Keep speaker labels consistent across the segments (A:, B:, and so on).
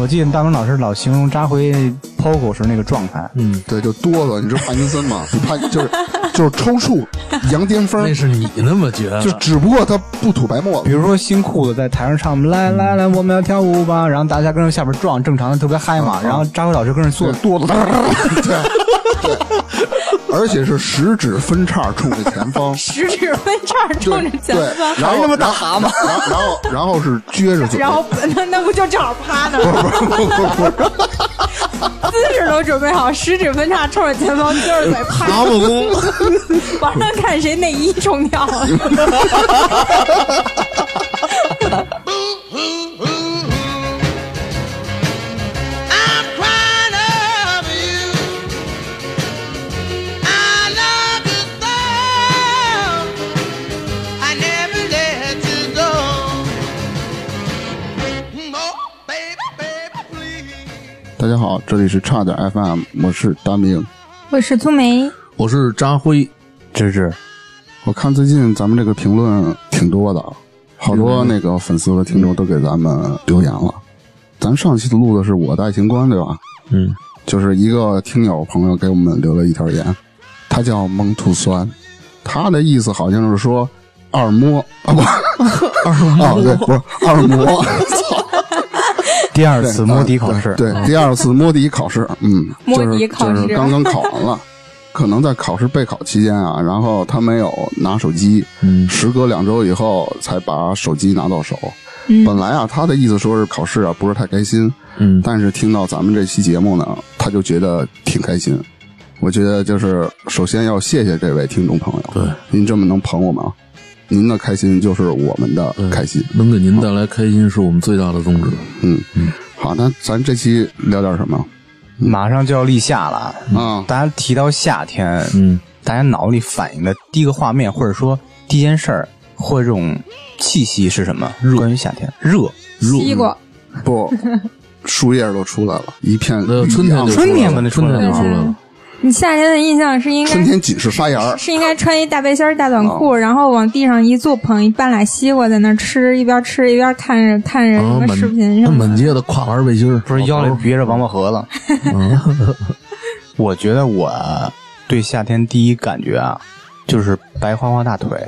A: 我记得大明老师老形容扎辉抛狗时那个状态，
B: 嗯，
C: 对，就哆嗦。你知道帕金森吗？你怕就是就是抽搐、羊癫疯
B: 那，是你那么觉得
C: 就
B: 的，
C: 只不过他不吐白沫
A: 比。如说新裤子在台上唱“来来来，我们要跳舞吧”，然后大家跟着下边撞，正常的特别嗨嘛，然后扎辉老师跟着做哆嗦，
C: 对对，而且是食指分叉冲着前方，
D: 食指分叉冲着前
C: 对，
D: 方，
C: 然后
A: 还他妈
C: 打蛤蟆，然后然后然后是撅着嘴，
D: 然后那那不就正好趴那儿吗？ 姿势都准备好，食指分叉冲着前方，撅着嘴趴，
B: 蛤蟆功，
D: 晚上看谁内衣冲掉了。
E: I'm crying over you. I love you so. I never let you go. Oh, baby, baby, please.
C: 大家好，这里是差点 FM，我是大明。
D: 我是粗梅，
B: 我是扎辉，
A: 芝芝，
C: 我看最近咱们这个评论挺多的，好多那个粉丝和听众都给咱们留言了。咱上期的录的是我的爱情观，对吧？
B: 嗯，
C: 就是一个听友朋友给我们留了一条言，他叫蒙兔酸，他的意思好像是说二摸啊 不二摸啊对不是二 摸，操
A: 第二次摸底考
C: 对啊
A: 试，
C: 对第二次摸底考试，嗯，
D: 摸底考试
C: 就是就是刚刚考完了。可能在考试备考期间啊，然后他没有拿手机，
B: 嗯
C: 时隔两周以后才把手机拿到手。
D: 嗯
C: 本来啊，他的意思说是考试啊不是太开心，
B: 嗯，
C: 但是听到咱们这期节目呢，他就觉得挺开心。我觉得就是首先要谢谢这位听众朋友，
B: 对，
C: 您这么能捧我们啊，您的开心就是我们的开心。
B: 能给您带来开心是我们最大的宗旨。
C: 嗯，好，那咱这期聊点什么
A: 马上就要立夏了，
C: 啊？
A: 嗯大家提到夏天，
B: 嗯，
A: 大家脑里反映的第一个画面，或者说第一件事儿，或者这种气息是什么？关于夏天，热，
D: 西瓜，
C: 不， 树叶都出来了，一片
B: 那春天就
C: 一样
B: 出来
A: 春天
B: 了
A: 嘛那
B: 春天就
D: 出
B: 出
D: 来
B: 来
D: 了
B: 了，
D: 你夏天的印象是应
C: 春
D: 该
C: 天啊仅是沙芽儿。
D: 是应该穿一大背心儿、大短裤，然后往地上一坐，捧一半拉西瓜在那儿吃，一边吃一边看着看
A: 哎
B: 啊
D: 着什么
B: 满
D: 视频什
B: 那
D: 么
B: 满
D: 的。
B: 街的跨栏背心儿，
A: 不是腰里别着王八盒子。 我觉得我对夏天第一感觉啊，就是白花花大腿。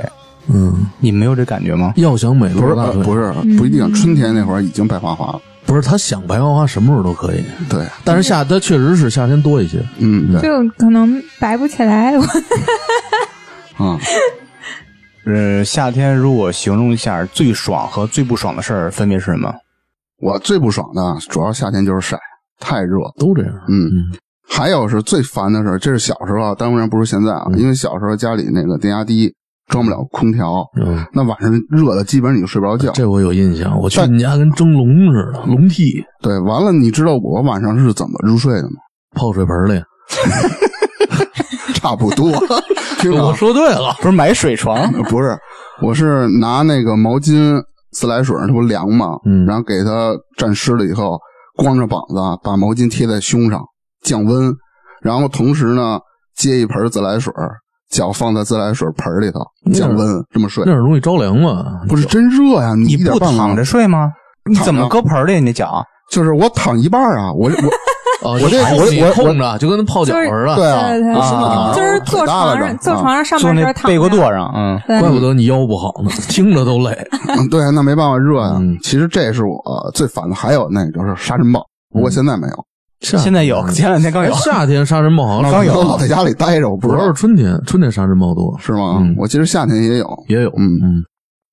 B: 嗯，
A: 你没有这感觉吗？
B: 要想美
C: 不是
B: 罗大嗯
C: 呃
B: 腿，
C: 不是不一定，春天那会儿已经白花花了。
B: 不是，他想白花花什么时候都可以，
C: 对，
B: 但是夏他确实是夏天多一些。
C: 嗯，对
D: 就可能白不起来，我
C: 啊，
A: 呃，夏天如果形容一下最爽和最不爽的事儿，分别是什么？
C: 我最不爽的啊主要夏天就是晒，太热了。
B: 都这样，
C: 嗯，
B: 嗯
C: 还有是最烦的是，这是小时候啊，当然不是现在啊，
B: 嗯
C: 因为小时候家里那个电压低，装不了空调，
B: 嗯，
C: 那晚上热的基本上你就睡不着觉。
B: 这我有印象，我去你家跟蒸笼似的，笼屉
C: 对，完了，你知道我晚上是怎么入睡的吗？
B: 泡水盆里。
C: 差不 多，听着
B: 我
C: 啊，
B: 说对了，
A: 不是买水床，
C: 不是，我是拿那个毛巾自来水，它不凉吗？
B: 嗯
C: 然后给它蘸湿了以后，光着膀子啊把毛巾贴在胸上降温，然后同时呢接一盆自来水，脚放在自来水盆里头
B: 那样
C: 降温，这么睡
B: 那。种东西着凉嘛，
C: 不是真热呀、你
A: 你
C: 一点
A: 不
C: 办法
A: 躺着睡吗？你怎么搁盆儿里？你那脚
C: 就是我躺一半啊，我我
B: 啊，
C: 我这我
B: 你
C: 我
B: 空着，就跟那泡脚似的。
C: 对啊，
D: 对对
C: 我身子
A: 啊
C: 躺着
D: 就是
C: 我
D: 坐
C: 腿大
D: 床
C: 了啊
D: 上
C: 点
D: 坐床上上
A: 坐
D: 半身
A: 那
D: 躺
A: 被
D: 着
A: 窝垛上，嗯，
D: 对
B: 怪不得你腰不好呢，听着 都累。
C: 嗯，对，那没办法热呀、
B: 嗯
C: 其实这是我最烦的，还有那就是沙尘暴，不过现在没有，
A: 现在有，前两天刚有
B: 哎。夏天沙尘暴好像
A: 刚有
C: 我老在家里待着，我不
B: 主
C: 知
B: 要
C: 道
B: 是春天，春天沙尘暴多，
C: 是吗、
B: 嗯
C: 我记得夏天也有，
B: 也有，
C: 嗯
B: 嗯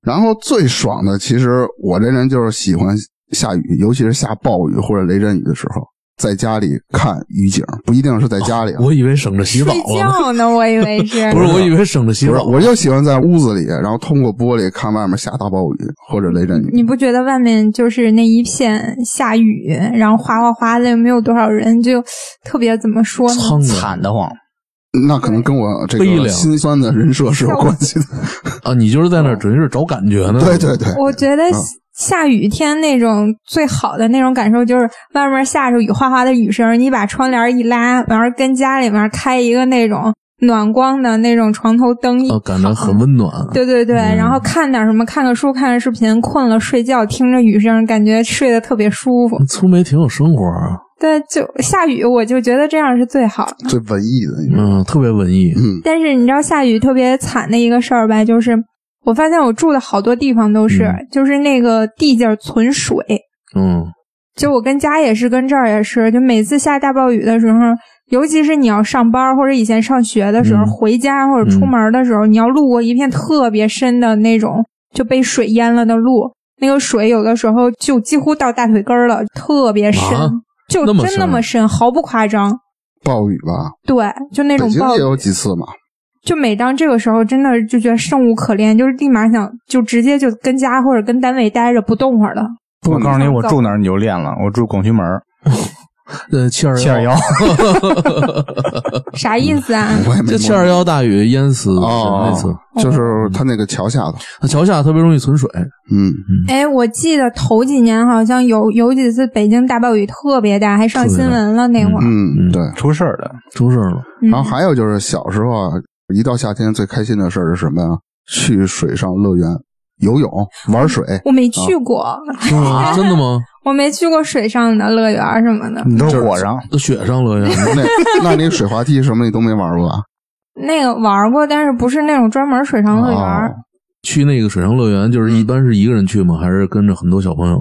C: 然后最爽的，其实我这人就是喜欢下雨，尤其是下暴雨或者雷阵雨的时候，在家里看雨景，不一定是在家里啊。
B: 我以为省着洗澡
D: 睡
B: 了呢，
D: 觉啊呢，我以 为是
B: 不是，我以为省着洗
C: 不是，
B: 澡。
C: 我就喜欢在屋子里，然后通过玻璃看外面下大暴雨或者雷阵雨。
D: 你不觉得外面就是那一片下雨，然后哗哗哗的，又没有多少人，就特别怎么说呢？
B: 苍蝇
A: 惨得慌，
C: 那可能跟我这
B: 悲
C: 个
B: 凉
C: 心酸的人设是有关 系的。
B: 啊！你就是在那儿准于是找感觉呢。
C: 对对对，
D: 我觉
B: 啊
D: 得
C: 嗯
D: 下雨天那种最好的那种感受，就是外面下着雨哗哗的雨声，你把窗帘一拉，完了跟家里面开一个那种暖光的那种床头灯一
B: 呃，感到很温暖。
D: 对对对，
B: 嗯
D: 然后看点什么，看个书，看个视频，困了睡觉，听着雨声，感觉睡得特别舒服。
B: 粗梅挺有生活啊，
D: 对，就下雨，我就觉得这样是最好的。
C: 最文艺的一个，
B: 嗯，特别文艺。
C: 嗯，
D: 但是你知道下雨特别惨的一个事儿吧，就是我发现我住的好多地方都是，
B: 嗯
D: 就是那个地界儿存水，
B: 嗯，
D: 就我跟家也是，跟这儿也是，就每次下大暴雨的时候，尤其是你要上班或者以前上学的时候，
B: 嗯
D: 回家或者出门的时候，你要路过一片特别深的那种就被水淹了的路，那个水有的时候就几乎到大腿根儿了，特别深，
B: 啊
D: 就
B: 那么
D: 真
B: 深
D: 那么深，毫不夸张。
C: 暴雨吧，
D: 对，就那
C: 北
D: 种
C: 京
D: 暴
C: 也
D: 雨，
C: 有几次嘛，
D: 就每当这个时候，真的就觉得生无可恋，就是立马想就直接就跟家或者跟单位待着不动会儿了。
A: 我告诉你，我住哪儿你就练了。我住拱渠门儿
B: 呃，七二
A: 七二幺，
D: 啥意思啊？
C: 我也没
B: 嗯这七
C: 摸
B: 二幺大雨淹死人
C: 哦
B: 那次，，
C: 就是他那个桥下头，
B: 桥下特别容易存水。
C: 嗯，
D: 哎，我记得头几年好像有有几次北京大暴雨特别大，还上新闻了那会儿。
C: 嗯，对。
A: 出事儿的。
B: 出事儿 了，
D: 嗯
C: 然后还有就是小时候啊，一到夏天最开心的事儿是什么呀？去水上乐园游泳、玩水。
D: 我没去过，
B: 是吗？嗯真的吗？
D: 我没去过水上的乐园什么的。
C: 嗯
A: 你都火上，
B: 都雪上乐园，
C: 那那你水滑梯什么你都没玩过啊？
D: 那个玩过，但是不是那种专门水上乐园。
C: 哦
B: 去那个水上乐园，就是一般是一个人去吗？还是跟着很多小朋友？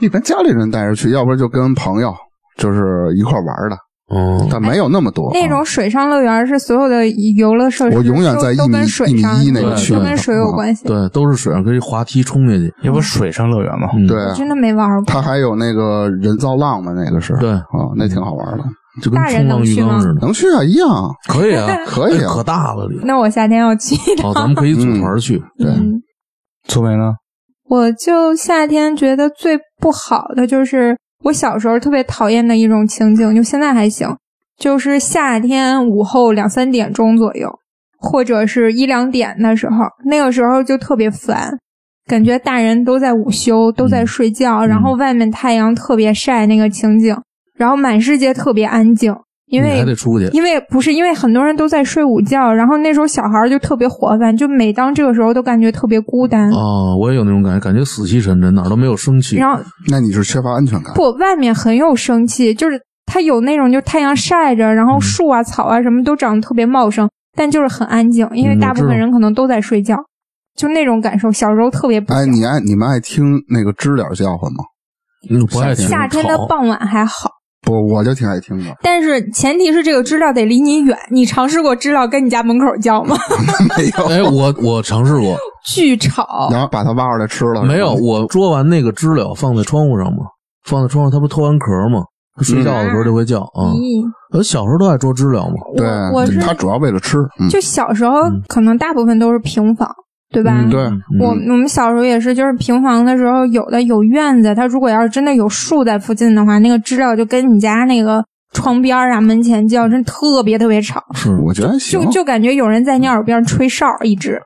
C: 一般家里人带着去，要不然就跟朋友就是一块儿玩的，
B: 哦，
C: 但没有那么多。
D: 哎那种水上乐园是所有的游乐设施，
C: 我永远在
D: 都
C: 一
D: 都
C: 米
D: 跟水上
C: 一米一那
B: 个
D: 对
B: 区域
D: 都跟水有关系。
B: 对，都是水上可以滑梯冲下去。
A: 也不水上乐园吗？
B: 嗯，
C: 对，
D: 我真的没玩过。
C: 它还有那个人造浪的那个是，
B: 对
C: 啊，那挺好玩的，
B: 就跟冲浪浴缸似的，
C: 能去啊，一样啊，
B: 可 以啊，
C: 可以
B: 哎
C: 啊
B: 可。大了里。
D: 那我夏天要去。
B: 哦，咱们可以组团去。
C: 对
D: 嗯，
A: 苏梅呢？
D: 我就夏天觉得最不好的就是我小时候特别讨厌的一种情景，就现在还行，就是夏天午后两三点钟左右，或者是一两点的时候，那个时候就特别烦，感觉大人都在午休，都在睡觉，然后外面太阳特别晒那个情景，然后满世界特别安静，
B: 嗯
D: 因
B: 你
D: 为
B: 还得出去，
D: 因为不是因为很多人都在睡午觉，然后那时候小孩儿就特别活泛，就每当这个时候都感觉特别孤单。
B: 哦，我也有那种感觉，感觉死气沉沉，哪儿都没有生气。
D: 然后
C: 那你是缺乏安全感，
D: 不，外面很有生气，就是它有那种就太阳晒着，然后树啊、草啊什么都长得特别茂盛，但就是很安静，因为
B: 嗯
D: 大
B: 我
D: 部
B: 知
D: 分
B: 道
D: 人可能都在睡觉，就那种感受。小时候特别不
C: 哎，
D: 喜欢
C: 你爱你们爱听那个知了叫唤吗？
B: 嗯不爱听
D: 夏天的
B: 吵
D: 傍晚还好，，
C: 不，我就挺爱听的
D: 但是前提是这个知了得离你远。你尝试过知了跟你家门口叫吗？
C: 没有。
B: 哎，我我尝试过，
D: 巨吵，
C: 然后把它挖出来吃了，
B: 没有，
C: 是吧
B: 我捉完那个知了放在窗户上嘛，放在窗户，它不脱完壳嘛，它睡觉的时候就会叫啊。
D: 咦、
B: 我小时候都爱捉知了嘛，
D: 我我是
C: 对，它主要为了吃，嗯，
D: 就小时候可能大部分都是平房，对吧？
B: 嗯
C: 对
D: 我我们小时候也是，就是平房的时候，有的有院子，它如果要是真的有树在附近的话，那个知了就跟你家那个窗边儿啊、门前叫，真特别特别吵，
B: 是
C: 我觉得还行
D: 就，就感觉有人在你耳边吹哨一直，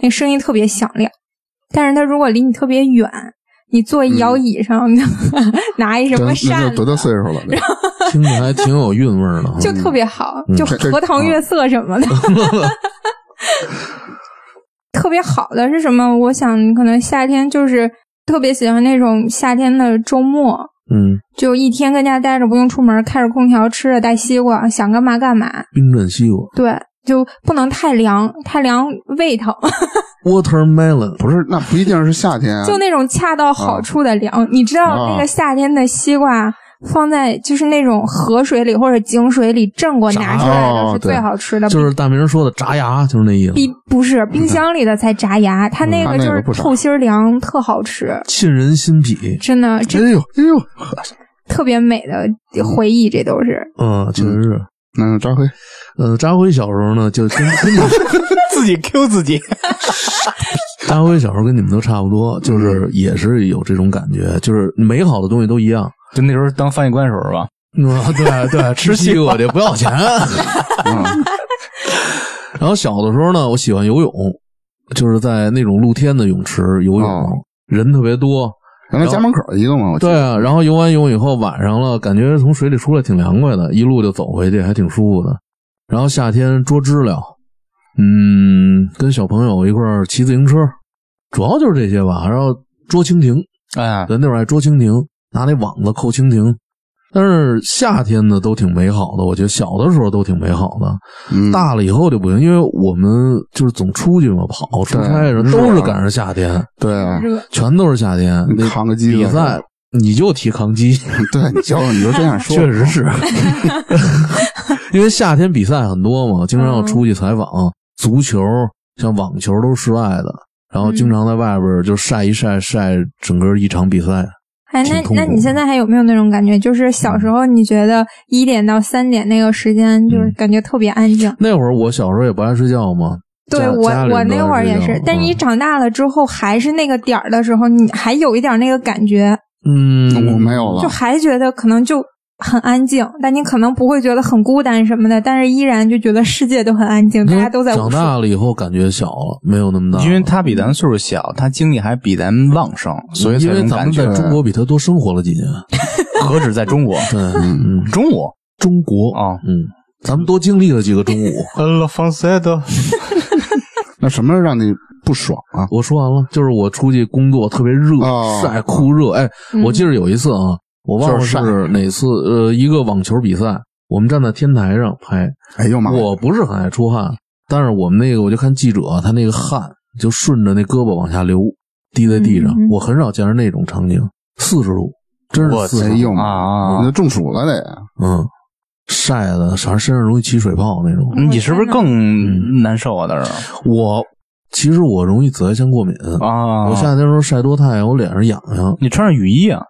D: 那声音特别响亮。但是它如果离你特别远，你坐一摇椅上， 拿一什么
C: 嗯对那
D: 扇
C: 就
D: 子
C: 多，大岁数了？对
B: 听着还挺有韵味儿的啊。
D: 就特别好，
B: 嗯
D: 就
C: 这这啊
D: 荷塘月色什么的。特别好的是什么？我想可能夏天就是特别喜欢那种夏天的周末，
B: 嗯，
D: 就一天跟家待着不用出门，开着空调，吃着带西瓜，想干嘛干嘛。
B: 冰镇西瓜
D: 对，就不能太凉，太凉胃疼。
C: 啊
B: ，watermelon
C: 不是，那不一定是夏天啊，
D: 就那种恰到好处的凉。你知道
C: 啊
D: 那个夏天的西瓜放在就是那种河水里或者井水里正过拿出来的
C: 炸
D: 是
C: 哦
D: 最好吃的，
B: 就是大明说的炸牙，就是那意思。
D: 冰不是冰箱里的才炸牙，它
C: 嗯
D: 那
C: 它
D: 个
C: 那
D: 就
C: 个
D: 是
C: 不炸
D: 透心儿凉，特好吃，
B: 沁人心脾，
D: 真的，这
C: 哎呦哎呦，
D: 特别美的回忆，这都是。
B: 嗯，确实是。
C: 嗯，张辉，
B: 呃，扎辉小时候呢，就跟跟你
A: 自己 Q 自己。
B: 扎辉小时候跟你们都差不多，就是也是有这种感觉，就是美好的东西都一样。
A: 就那时候当翻译官的时候吧，
B: 嗯，对对，吃西瓜的不要钱。
C: 嗯，
B: 然后小的时候呢，我喜欢游泳，就是在那种露天的泳池游泳，
C: 哦
B: 人特别多。
C: 原来家门口一个嘛，我记
B: 对
C: 得，
B: 啊，然后游完泳以后，晚上了，感觉从水里出来挺凉快的，一路就走回去，还挺舒服的。然后夏天捉知了，嗯，跟小朋友一块儿骑自行车，主要就是这些吧。然后捉蜻蜓，
A: 哎，
B: 对，那会儿爱捉蜻蜓，拿那网子扣蜻蜓。但是夏天呢，都挺美好的，我觉得小的时候都挺美好的。
C: 嗯，
B: 大了以后就不行，因为我们就是总出去嘛，跑出差，人
C: 是啊
B: 都是赶上夏天，
C: 对
B: 嗯
C: 啊，
D: 热
B: 全都是夏天。那
C: 扛个机子
B: 比赛你就提扛机，
C: 对你教你就这 样说，
B: 确实 是，因为夏天比赛很多嘛，经常要
D: 嗯
B: 出去采访，足球、像网球都是室外的，然后
D: 嗯
B: 经常在外边就晒一晒晒整个一场比赛。
D: 哎，那
B: 挺痛苦嗯
D: 那你现在还有没有那种感觉？就是小时候你觉得一点到三点那个时间，就是感觉特别安静。
B: 那会儿我小时候也不爱睡觉嘛，
D: 对
B: 家
D: 我
B: 家里，
D: 我
B: 人都
D: 那会儿
B: 爱
D: 也
B: 睡觉
D: 是。但是你
B: 嗯
D: 长大了之后，还是那个点儿的时候，你还有一点那个感觉，
B: 嗯，
C: 我没有
D: 就
C: 了，
D: 还觉得可能就很安静，但你可能不会觉得很孤单什么的，但是依然就觉得世界都很安静，大家都在
B: 长
D: 无数。
B: 大了以后感觉小了，没有那么大了，
A: 因为他比咱们岁数小，他精力还比咱们旺盛，所以才
B: 嗯因为
A: 能
B: 咱
A: 感
B: 们在
A: 觉
B: 中国比他多生活了几年，
A: 何止在中国，
B: 对，嗯，
A: 中国
B: 中国
A: 啊，
B: 嗯，咱们多经历了几个中午。
A: 呃，防晒的，
C: 那什么让你不爽啊？
B: 我说完了，就是我出去工作特别热，
C: 哦
B: 晒酷热。哎，
D: 嗯
B: 我记得有一次啊，我忘了
C: 就是晒
B: 是哪次，呃，一个网球比赛，我们站在天台上拍，
C: 哎呦妈呀，
B: 我不是很爱出汗，但是我们那个我就看记者，他那个汗就顺着那胳膊往下流，滴在地上。
D: 嗯嗯
B: 我很少见着那种场景，四十度，真
A: 哇塞
B: 是四十
C: 哎
B: 度，
C: 呦
A: 啊
C: 妈，
A: 啊
C: 你
A: 啊
C: 就！中暑了得，
B: 嗯，晒的，反正身上容易起水泡那种。
A: 你是不是更难受啊？当时
C: 嗯
B: 我其实我容易紫外线过敏。
A: 啊，
B: 嗯我夏天的时候晒多太阳，我脸上痒痒。
A: 你穿上雨衣啊，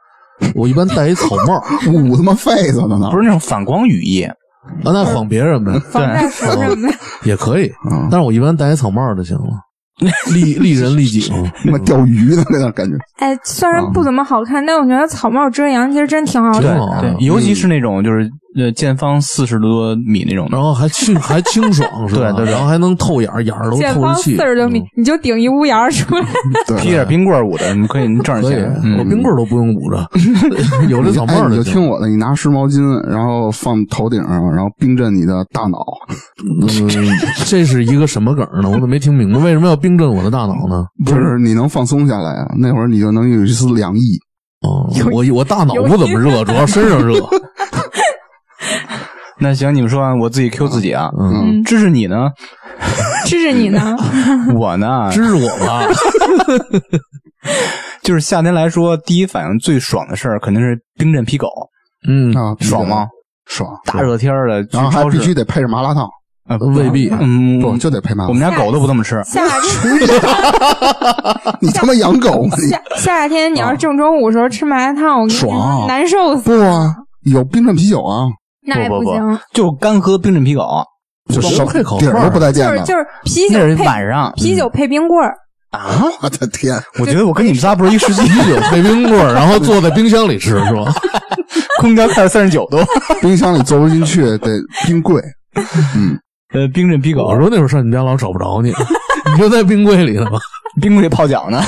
B: 我一般戴一草帽，啊，
C: 捂他妈痱子呢呢，
A: 不是那种反光雨衣，
B: 那晃别人呗
D: 防晒服什么的，
B: 也可以，
C: 嗯
B: 但是我一般戴一草帽就行了，利利人利己嘛。
C: 他妈钓鱼的那种感觉，
D: 哎，虽然不怎么好看，但我觉得草帽遮阳其实真挺好
B: 挺
D: 的。
B: 好啊
A: 对，尤其是那种就是呃见方四十多米那种的
B: 然，后还清还清爽是
A: 对
B: 吧？
A: 对对
B: 然后还能透眼儿，眼儿都
D: 见
B: 透
D: 方
B: 着气。嗯
D: 四十多米，你就顶一屋檐儿出来。
C: 对，
A: 披着冰棍儿舞的，你可以挣着
B: 可以
A: 钱，，
B: 我
A: 嗯
B: 冰棍儿都不用捂着，有这草
C: 哎
B: 帽
C: 你就
B: 行
C: 听。我的，你拿湿毛巾，然后放头顶上，然后冰镇你的大脑，
B: 嗯，这是一个什么梗儿呢？我怎么没听明白？为什么要冰镇我的大脑呢？
A: 嗯
C: 就是你能放松下来啊，那会儿你就能有一丝凉意。
B: 哦，我我大脑不怎么热，主要身上热。
A: 那行，你们说完，我自己 Q 自己啊。
B: 嗯，
D: 嗯，
A: 支持你呢，
D: 支持你呢。
A: 我 呢，
B: 支持我吧。
A: 就是夏天来说，第一反应最爽的事儿肯定是冰镇皮狗，
B: 嗯，
C: 啊，
A: 爽吗？啊
C: 爽，
A: 大热天儿的去
C: 然后还
A: 超市
C: 必须得配着麻辣烫，啊
A: 呃
B: 未必
A: 嗯，
C: 不就得配麻
A: 我
C: 辣
A: 们
C: 烫？
A: 家狗都不这么吃，
D: 夏天，
C: 你 他妈养狗吗？你
D: 夏夏天，你要是正中午时候吃麻辣烫，我跟你
C: 爽
D: 说难受死。
C: 不啊，有冰镇啤酒啊，
D: 那也
A: 不不
D: 行，
A: 就干喝冰镇皮狗，
C: 就
B: 光
C: 什
B: 配烤
C: 底儿
B: 串
C: 都
B: 儿
C: 不带见
D: 就是
C: 的。
D: 就是啤酒
A: 那是
D: 配
A: 晚上
D: 啤酒配冰棍儿，
A: 啊！
C: 我的天，
A: 我觉得我跟你们仨不是一 世纪，
B: 啤酒配冰棍儿，然后坐在冰箱里吃是吧？
A: 空调开到三十九 度。
C: 冰箱里坐不进去，得冰 柜。
A: 呃，冰镇皮狗
B: 我，说那会儿上你家老找不着你，你就在冰柜里了吧？
A: 冰柜里泡脚呢。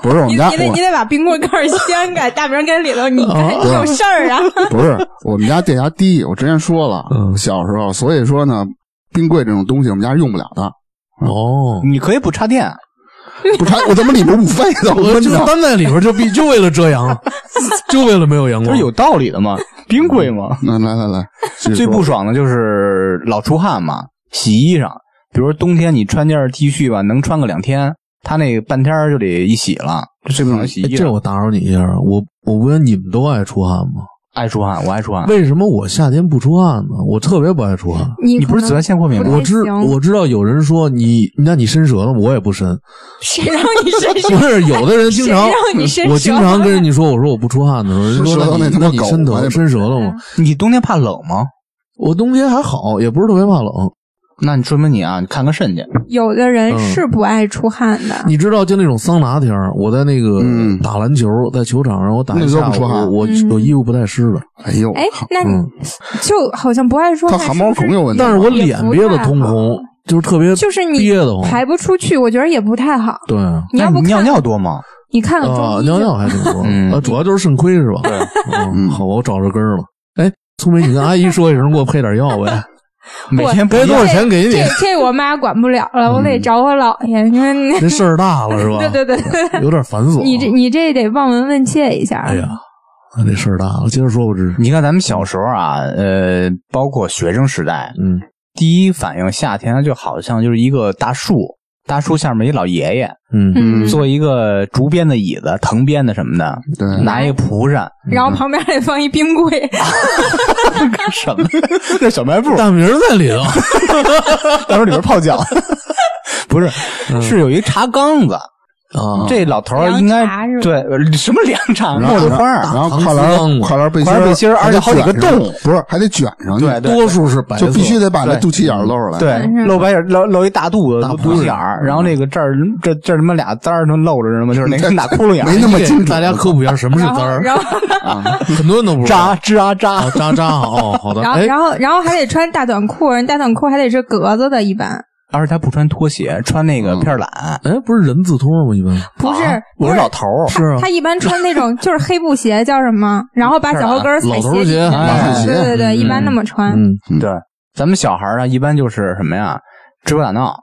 C: 不是我
D: 你
C: 们家，
D: 你得你
C: 我
D: 得把冰棍盖儿掀开，大明跟里头，你看你有事儿啊？
C: 不是我们家电压低，我之前说了，
B: 嗯
C: 小时候，所以说呢，冰柜这种东西我们家用不了的，
B: 哦，
A: 你可以不插电，
C: 不插我他妈里边捂痱子，我
B: 我
C: 闷
B: 就
C: 着。
B: 单在里边就必就为了遮阳，就为了没有阳
A: 这
B: 光。
A: 是有道理的 嘛？冰柜嘛，
C: 那来来来，继续
A: 最
C: 说
A: 不爽的就是老出汗嘛，洗衣裳。比如说冬天你穿件 T 恤吧，能穿个两天，它那个半天儿就得一洗了。这最不爽洗
B: 哎
A: 衣
B: 这
A: 裳，
B: 我打扰你一下，我我问你们都爱出汗吗？
A: 爱出汗，我爱出汗。
B: 为什么我夏天不出汗呢？我特别不爱出汗。
D: 你
A: 你不是紫外线过敏
D: 不
A: 吗？
D: 太
B: 我知
D: 行
B: 我知道有人说你，那你伸舌头吗，我也不伸。
D: 谁让你身上
B: 不是有的人经常
D: 谁让你伸舌，头
B: 我经常跟人家说，我说我不出汗的时候，人
C: 伸舌
B: 说
C: 头
B: 那你
C: 那他妈
B: 你
C: 狗
B: 伸头
C: 我也不
B: 伸舌头吗？
A: 你冬天怕冷吗？
B: 我冬天还好，也不是特别怕冷。
A: 那你说明你啊，你看看肾去。
D: 有的人是不爱出汗的，
B: 你知道，就那种桑拿天儿，我在那个
C: 嗯
B: 打篮球，在球场上我打一
C: 那
B: 下
C: 都不出汗
B: 午，我
D: 嗯
B: 我衣服不带湿的，
C: 哎呦，
D: 哎
C: 靠，
D: 那你
B: 嗯
D: 就好像不爱出
C: 他
D: 汗，
C: 汗毛孔
D: 嗯
C: 有问题，
B: 但是我脸憋得通红，就是特别
D: 就是你
B: 憋得慌。
D: 排不出去，我觉得也不太好。
B: 对啊，
D: 你要
A: 那
D: 不
A: 你
D: 看
A: 尿尿多吗？
D: 你看看中医
B: 尿
D: 就
B: 尿还挺多，
A: 嗯
B: 啊主要就是嗯肾亏 是吧？对，好吧，我找着根儿了。哎，聪梅，你跟阿姨说一声，给我配点药呗。
A: 每天不
B: 该
A: 一
B: 多
A: 样
B: 少钱给你
D: 这？这我妈管不了了，我得
B: 嗯
D: 找我姥爷，因为那
B: 这事儿大了是吧？
D: 对对对，
B: 有点繁琐。
D: 你这你这得望闻问切一下。
B: 哎呀，那这事儿大了。接着说吧，这是
A: 你看咱们小时候啊，呃，包括学生时代，
B: 嗯
A: 第一反应夏天就好像就是一个大树，大树下面一老爷爷
B: 嗯，
D: 嗯，
A: 坐一个竹编的椅子、藤编的什么的，
C: 对，
A: 拿一蒲扇，
D: 然后旁边还得放一冰柜，
A: 干什么？ 那小卖部
B: 大名儿在里头。
A: 到时候里边泡脚。 嗯不是，是有一茶缸子，
B: 啊，
A: 这老头儿应该
D: 凉茶是吧
A: 对呃什么嗯凉茶、
C: 然后
A: 茉莉花
C: 然
A: 儿，
C: 后
B: 唐
C: 跨
B: 僧
C: 栏
B: 嘛
C: 啊跨栏背
A: 跨栏背心
C: 心
A: 儿
C: 还得
A: 而且好几个
C: 卷上
A: 洞
C: 不是还得卷上去，
A: 对对
B: 多数是白色，
C: 哎就必须得把那
A: 对
C: 肚脐眼儿露出来。
A: 对，露白眼儿露露一大肚子嗯
B: 大
A: 肚
B: 窟
A: 脐
B: 窿
A: 眼儿，然后那个这儿这这儿他妈俩簪儿都露着呢嘛，就是 那个
C: 这
A: 大窟窿眼儿，
C: 没那么精准
B: 大家科普一下什么是
D: 然
B: 簪
D: 后
B: 儿，
D: 然后
C: 啊，
B: 很多人都不知
A: 扎
B: 道。
A: 吱啊扎
B: 啊，，扎扎好好的。
D: 然后
B: 哎，
D: 然后然后还得穿大短裤，人大短裤还得是格子的，一般
A: 而且他不穿拖鞋，穿那个片儿懒。
B: 哎，不是人字拖吗？一般
D: 不是
A: 我是老头儿，
B: 是啊
D: 他一般穿那种就是黑布鞋，叫什么？然后把脚后跟儿踩
B: 啊老头儿鞋
D: 底下
B: 哎
D: 对对对
B: 嗯
D: 对，一般那么穿。
B: 嗯，
A: 对，咱们小孩儿呢，一般就是什么呀，吃不打闹。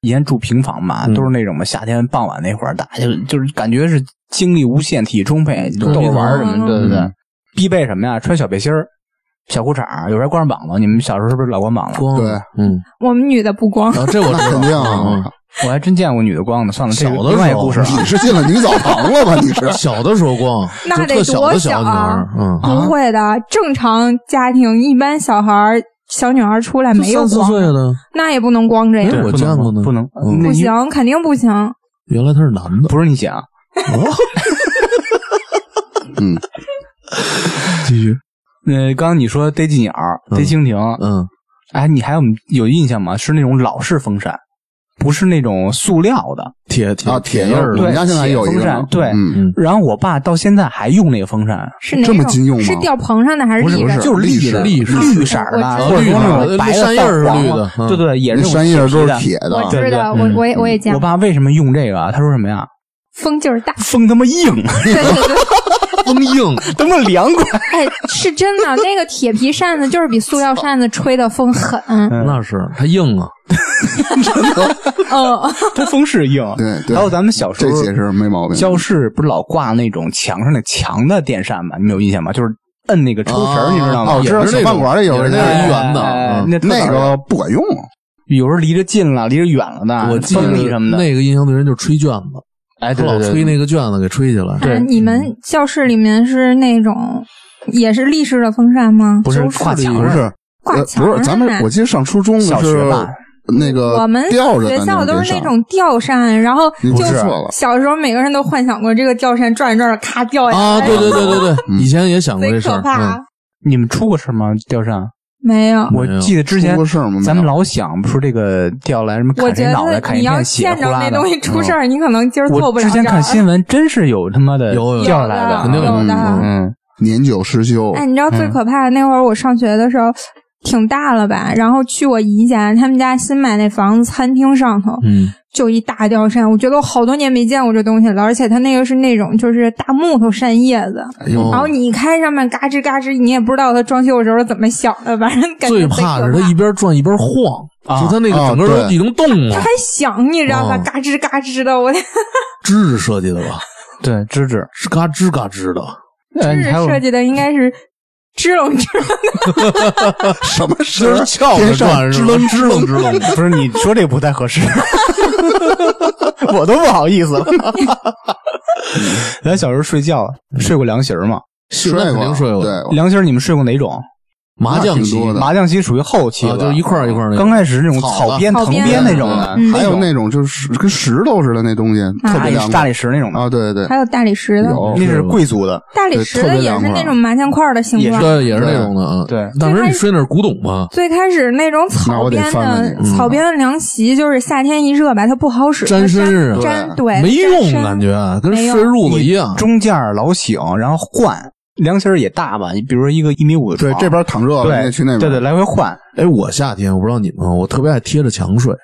A: 以前住平房嘛，
B: 嗯
A: 都是那种嘛，夏天傍晚那会儿，大家就就是感觉是精力无限、体力充沛，
B: 对
A: 逗着玩儿什么的。对对
B: 嗯
A: 对，必备什么呀？穿小背心儿、小裤衩儿，有时候还光着膀子。你们小时候是不是老光膀子？
B: 光
C: 对
B: 嗯，
D: 我们女的不光，
B: 然后这我
C: 那
B: 知
C: 肯
B: 道
C: 定
B: 嗯
C: 啊！
A: 我还真见过女的光的。算了，这
B: 小
A: 个
B: 的
A: 另外一
B: 时
A: 个
B: 候
A: 故事啊。
C: 你是进了女澡堂了吧？你是
B: 小的时候光，
D: 那
B: 就
D: 得
B: 特小
D: 多
B: 的小
D: 小
B: 女孩儿
D: 啊，
B: 嗯，
D: 不会的。正常家庭一般小孩儿小女孩儿出来没有
B: 三四
D: 光
B: 岁
D: 的，
B: 的，
D: 那也不能光这
B: 对
D: 样，
A: 不
B: 我
A: 能
B: 见过呢
A: 不能，
B: 嗯
A: 那
D: 不
A: 你，
D: 行，肯定不行。
B: 原来他是男 的。哦
A: 不是你啊想，
C: 嗯，
B: 继续，
A: 呃，刚刚你说逮鸡鸟、逮蜻蜓，
B: 嗯，
A: 哎，你还有有印象吗？是那种老式风扇，不是那种塑料的。
B: 铁铁
C: 啊，
B: 铁
C: 印
B: 儿
C: 儿，
B: 的
C: 我
A: 对
C: 们家现在还有一
A: 铁
C: 个
A: 风扇
C: 呢，
A: 对
C: 嗯，
B: 嗯，
A: 然后我爸到现在还用那个风扇，
D: 是哪
C: 这
D: 种？
C: 么禁用吗
D: 是吊棚上的还
A: 不是
D: 立
A: 不
D: 着
A: 是，
D: 的？
A: 就是绿的，
B: 绿
A: 绿
B: 色的
A: 绿色的，
D: 我知道
A: 或者说那
B: 绿
A: 种白
B: 山
A: 的、
B: 叶儿
A: 泛
B: 是
A: 黄
B: 绿的嗯
A: 对对，也
C: 那
A: 是那种
C: 山叶儿都是
A: 铁皮
C: 铁的
D: 我
C: 啊，
D: 知道，
B: 对
D: 我
B: 对
D: 我也我也
A: 的。
D: 见
A: 我
D: 过，
A: 爸为什么用这个啊？他说什么呀？
D: 风劲儿大。
A: 风他妈硬，
D: 对对对，
B: 风硬，
A: 他妈凉快。
D: 哎，是真的，那个铁皮扇子就是比塑料扇子吹的 风狠。
B: 那是它硬啊。
D: 嗯，
A: 它风是硬。
C: 对对
A: 还有咱们小时
C: 这
A: 候
C: 解释没毛病。
A: 教室不是老挂那种墙上的墙的电扇吗？你们有印象吗？就是摁那个抽绳儿，
B: 啊
A: 你知道吗？
C: 哦我知道
B: 也是那
C: 小饭
B: 种
C: 馆儿也有
B: 也是
C: 那
B: 那
C: 种
B: 种圆的
A: 哎
B: 嗯
A: 那特
C: 那
A: 好
C: 个不管用，啊
A: 有时候离着近了，离着远了的，
B: 我记得
A: 啊风力什么的。
B: 那个印象最深就是吹卷子，
A: 哎，
B: 他
A: 对
B: 老
A: 对对，
B: 吹那个卷子给吹起来。
D: 哎你们教室里面是那种也是立式的风扇吗？
A: 不是
D: 就是
A: 跨墙
C: 不
A: 上
C: 是，
D: 挂
C: 呃
D: 墙
C: 不是，咱们
D: 上的
C: 我记得上初中
A: 小
C: 的
A: 学
C: 是
A: 吧
C: 那个
D: 我们
C: 吊着的
D: 学校都
C: 电
D: 是那
C: 扇
D: 种吊扇，然后
C: 你
D: 就
C: 不是了
D: 小时候每个人都幻想过这个吊扇转着转着咔掉下
B: 啊，
D: 来，
B: 对对对对对，
C: 嗯
B: 以前也想过这
D: 贼
B: 事儿
D: 可。怕
B: 嗯。
A: 你们出过事吗？吊扇？
D: 没有，
A: 我记得之前
C: 出过事儿吗？
A: 咱们老想说这个掉来什么
D: 我
A: 砍
D: 觉
A: 谁脑袋、
D: 得
A: 砍
D: 你
A: 一
D: 要
A: 片血
D: 见
A: 呼
D: 着
A: 啦
D: 那
A: 的。嗯
D: 东西出事儿，你可能今儿凑不
A: 我
D: 了
A: 之前
D: 这儿
A: 看新闻，真是有他妈的
B: 有有
A: 掉下来
D: 有
A: 的，
D: 的
B: 肯定有
D: 有的
C: 嗯
A: 嗯，
C: 年久失修，
D: 啊哎，你知道最
A: 嗯
D: 可怕的那会儿，我上学的时候挺大了吧，然后去我姨家，他们家新买那房子，餐厅上头
B: 嗯，
D: 就一大吊扇，我觉得我好多年没见过这东西了，而且它那个是那种就是大木头扇叶子。
B: 嗯
C: 哎呦，
D: 然后你一开上面嘎吱嘎吱，你也不知道它装修的时候怎么想的，反正感觉
B: 最
D: 贼可
B: 怕是它一边转一边晃，
A: 啊
B: 就它那个
C: 啊
B: 整个都
C: 对
B: 已经动
D: 它
B: 了
D: 还，响，你知道吧？
B: 哦
D: 嘎吱嘎吱的，我的
B: 吱吱设计的吧，
A: 对，芝芝，
B: 是嘎吱嘎吱的。
A: 哎， 你还有
D: 设计的应该是支棱支棱，
C: 什么事
B: 就
C: 儿
B: 是翘着
C: 电扇
B: 转，
C: 支
B: 支棱支棱支棱。
A: 不是你说这不太合 适，我都不好意思了。 咱小时候睡觉睡过凉席儿吗？
B: 是
C: 睡
B: 那肯定
C: 过，
B: 睡过
C: 对，
A: 凉席儿你们睡过哪种？
B: 麻将
C: 那挺
B: 席
C: 多的
A: 麻将席属于后期
B: 啊，
A: 了，
B: 就一块儿一块儿那个
A: 刚开始是那种
B: 草的
A: 草编、
D: 草
A: 藤
D: 编
A: 编那种的，
D: 嗯
C: 还有
A: 种
C: 那种就是跟石头似的那东西，特
A: 大
C: 别
D: 哎
A: 理
C: 凉
A: 大
C: 快
A: 理石那种的，
C: 啊，对对
D: 还
C: 对，
D: 有大理石的，
C: 有
A: 那是贵族的。
D: 大理
C: 对
D: 石
C: 特
D: 的
C: 别
D: 也
C: 凉
D: 是
C: 快
D: 那
C: 儿
D: 种麻将块儿的形
A: 也
D: 状，
B: 对，也是那种的啊。嗯，
A: 对，
B: 当时你睡那是古董吗？
D: 最开始那种
C: 那
D: 草
C: 我得
D: 编
C: 翻翻
D: 的
C: 你
B: 嗯
D: 草编的凉席，就是夏天一热吧，它不好使，
B: 粘
D: 它
B: 身
D: 粘
B: 啊
D: 粘对，
B: 没
D: 粘
B: 用，
D: 身
B: 感觉啊跟
D: 没用
B: 睡褥子一样。
A: 中间儿老醒，然后换凉席儿也大吧，你比如说一个一米五的
C: 对
A: 床，
C: 这边躺热了，
A: 对
C: 人家去那边，
A: 对对，来回换，
B: 哎，我夏天我不知道你们，啊我特别爱贴着墙睡，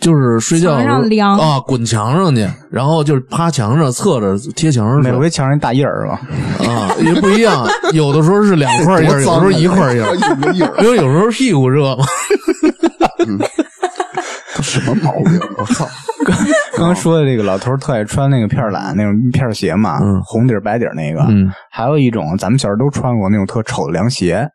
B: 就是睡觉的时候
D: 墙上凉
B: 啊，滚墙上去，然后就是趴墙上侧着贴墙上
A: 每
B: 睡
A: 回墙上一大印儿吧。
B: 啊，也不一样，有的时候是两块儿印儿，
C: 多
B: 有的时
C: 脏啊
B: 候一块儿印儿，
C: 有个印儿
B: 因为有时候屁股热嘛，
C: 嗯，都什么毛病？啊我操！
A: 刚刚说的这个老头儿特爱穿那个片儿懒那种片儿鞋嘛，
B: 嗯
A: 红底儿白底儿那个。
B: 嗯，
A: 还有一种咱们小时候都穿过那种特丑的凉鞋，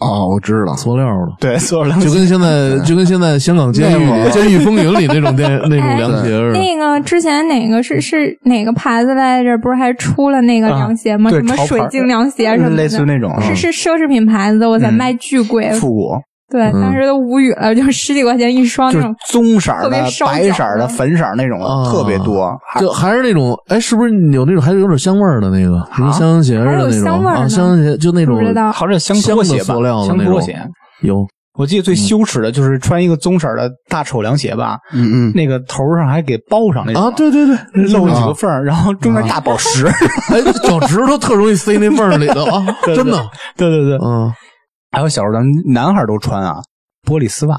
C: 哦，我知道，
B: 塑料的。
A: 对，塑料凉
B: 就
A: 鞋。
B: 跟现在就跟现在香港监狱
C: 那会儿
B: 《 监狱风云》里那种 电那种凉鞋似的，
D: 哎那个之前哪个是是哪个牌子来着？不是还出了那个凉鞋吗？
A: 啊对
D: 什么
A: 潮牌
D: 水晶凉鞋什么的，
A: 类似那种
D: 是是奢侈品牌子，我在
A: 嗯
D: 卖巨贵，
A: 复古，
D: 对，
B: 嗯
D: 当时都无语了，就十几块钱一双
A: 就
D: 哦
A: 是
D: 那种。
A: 棕色儿
D: 特
A: 的
D: 别、烧
A: 白
D: 脚
A: 色儿的、
D: 的
A: 粉色儿那种的
B: 啊
A: 特别多。还
B: 就还是那种哎，是不是有那种还是有点香味儿的那个，什么香鞋似的
D: 还有
B: 那
D: 香
B: 种
D: 味儿呢
B: 啊，香鞋就那种
D: 不知道
A: 好像香拖
B: 的
A: 鞋吧
B: 塑料，的
A: 香
B: 那
A: 拖
B: 种
A: 鞋。
B: 有
A: 我记得最羞耻的就是穿一个棕色儿的大丑凉鞋吧，
C: 嗯嗯，
A: 那个头上还给包上那种
B: 啊，对对对，
A: 露几个缝儿，然后中间大宝 石。
B: 哎，脚趾头特容易塞那缝儿里头啊，
A: 对
B: 真的，
A: 对对对，
B: 嗯，
A: 还有小时候咱们男孩儿都穿啊，玻璃丝袜。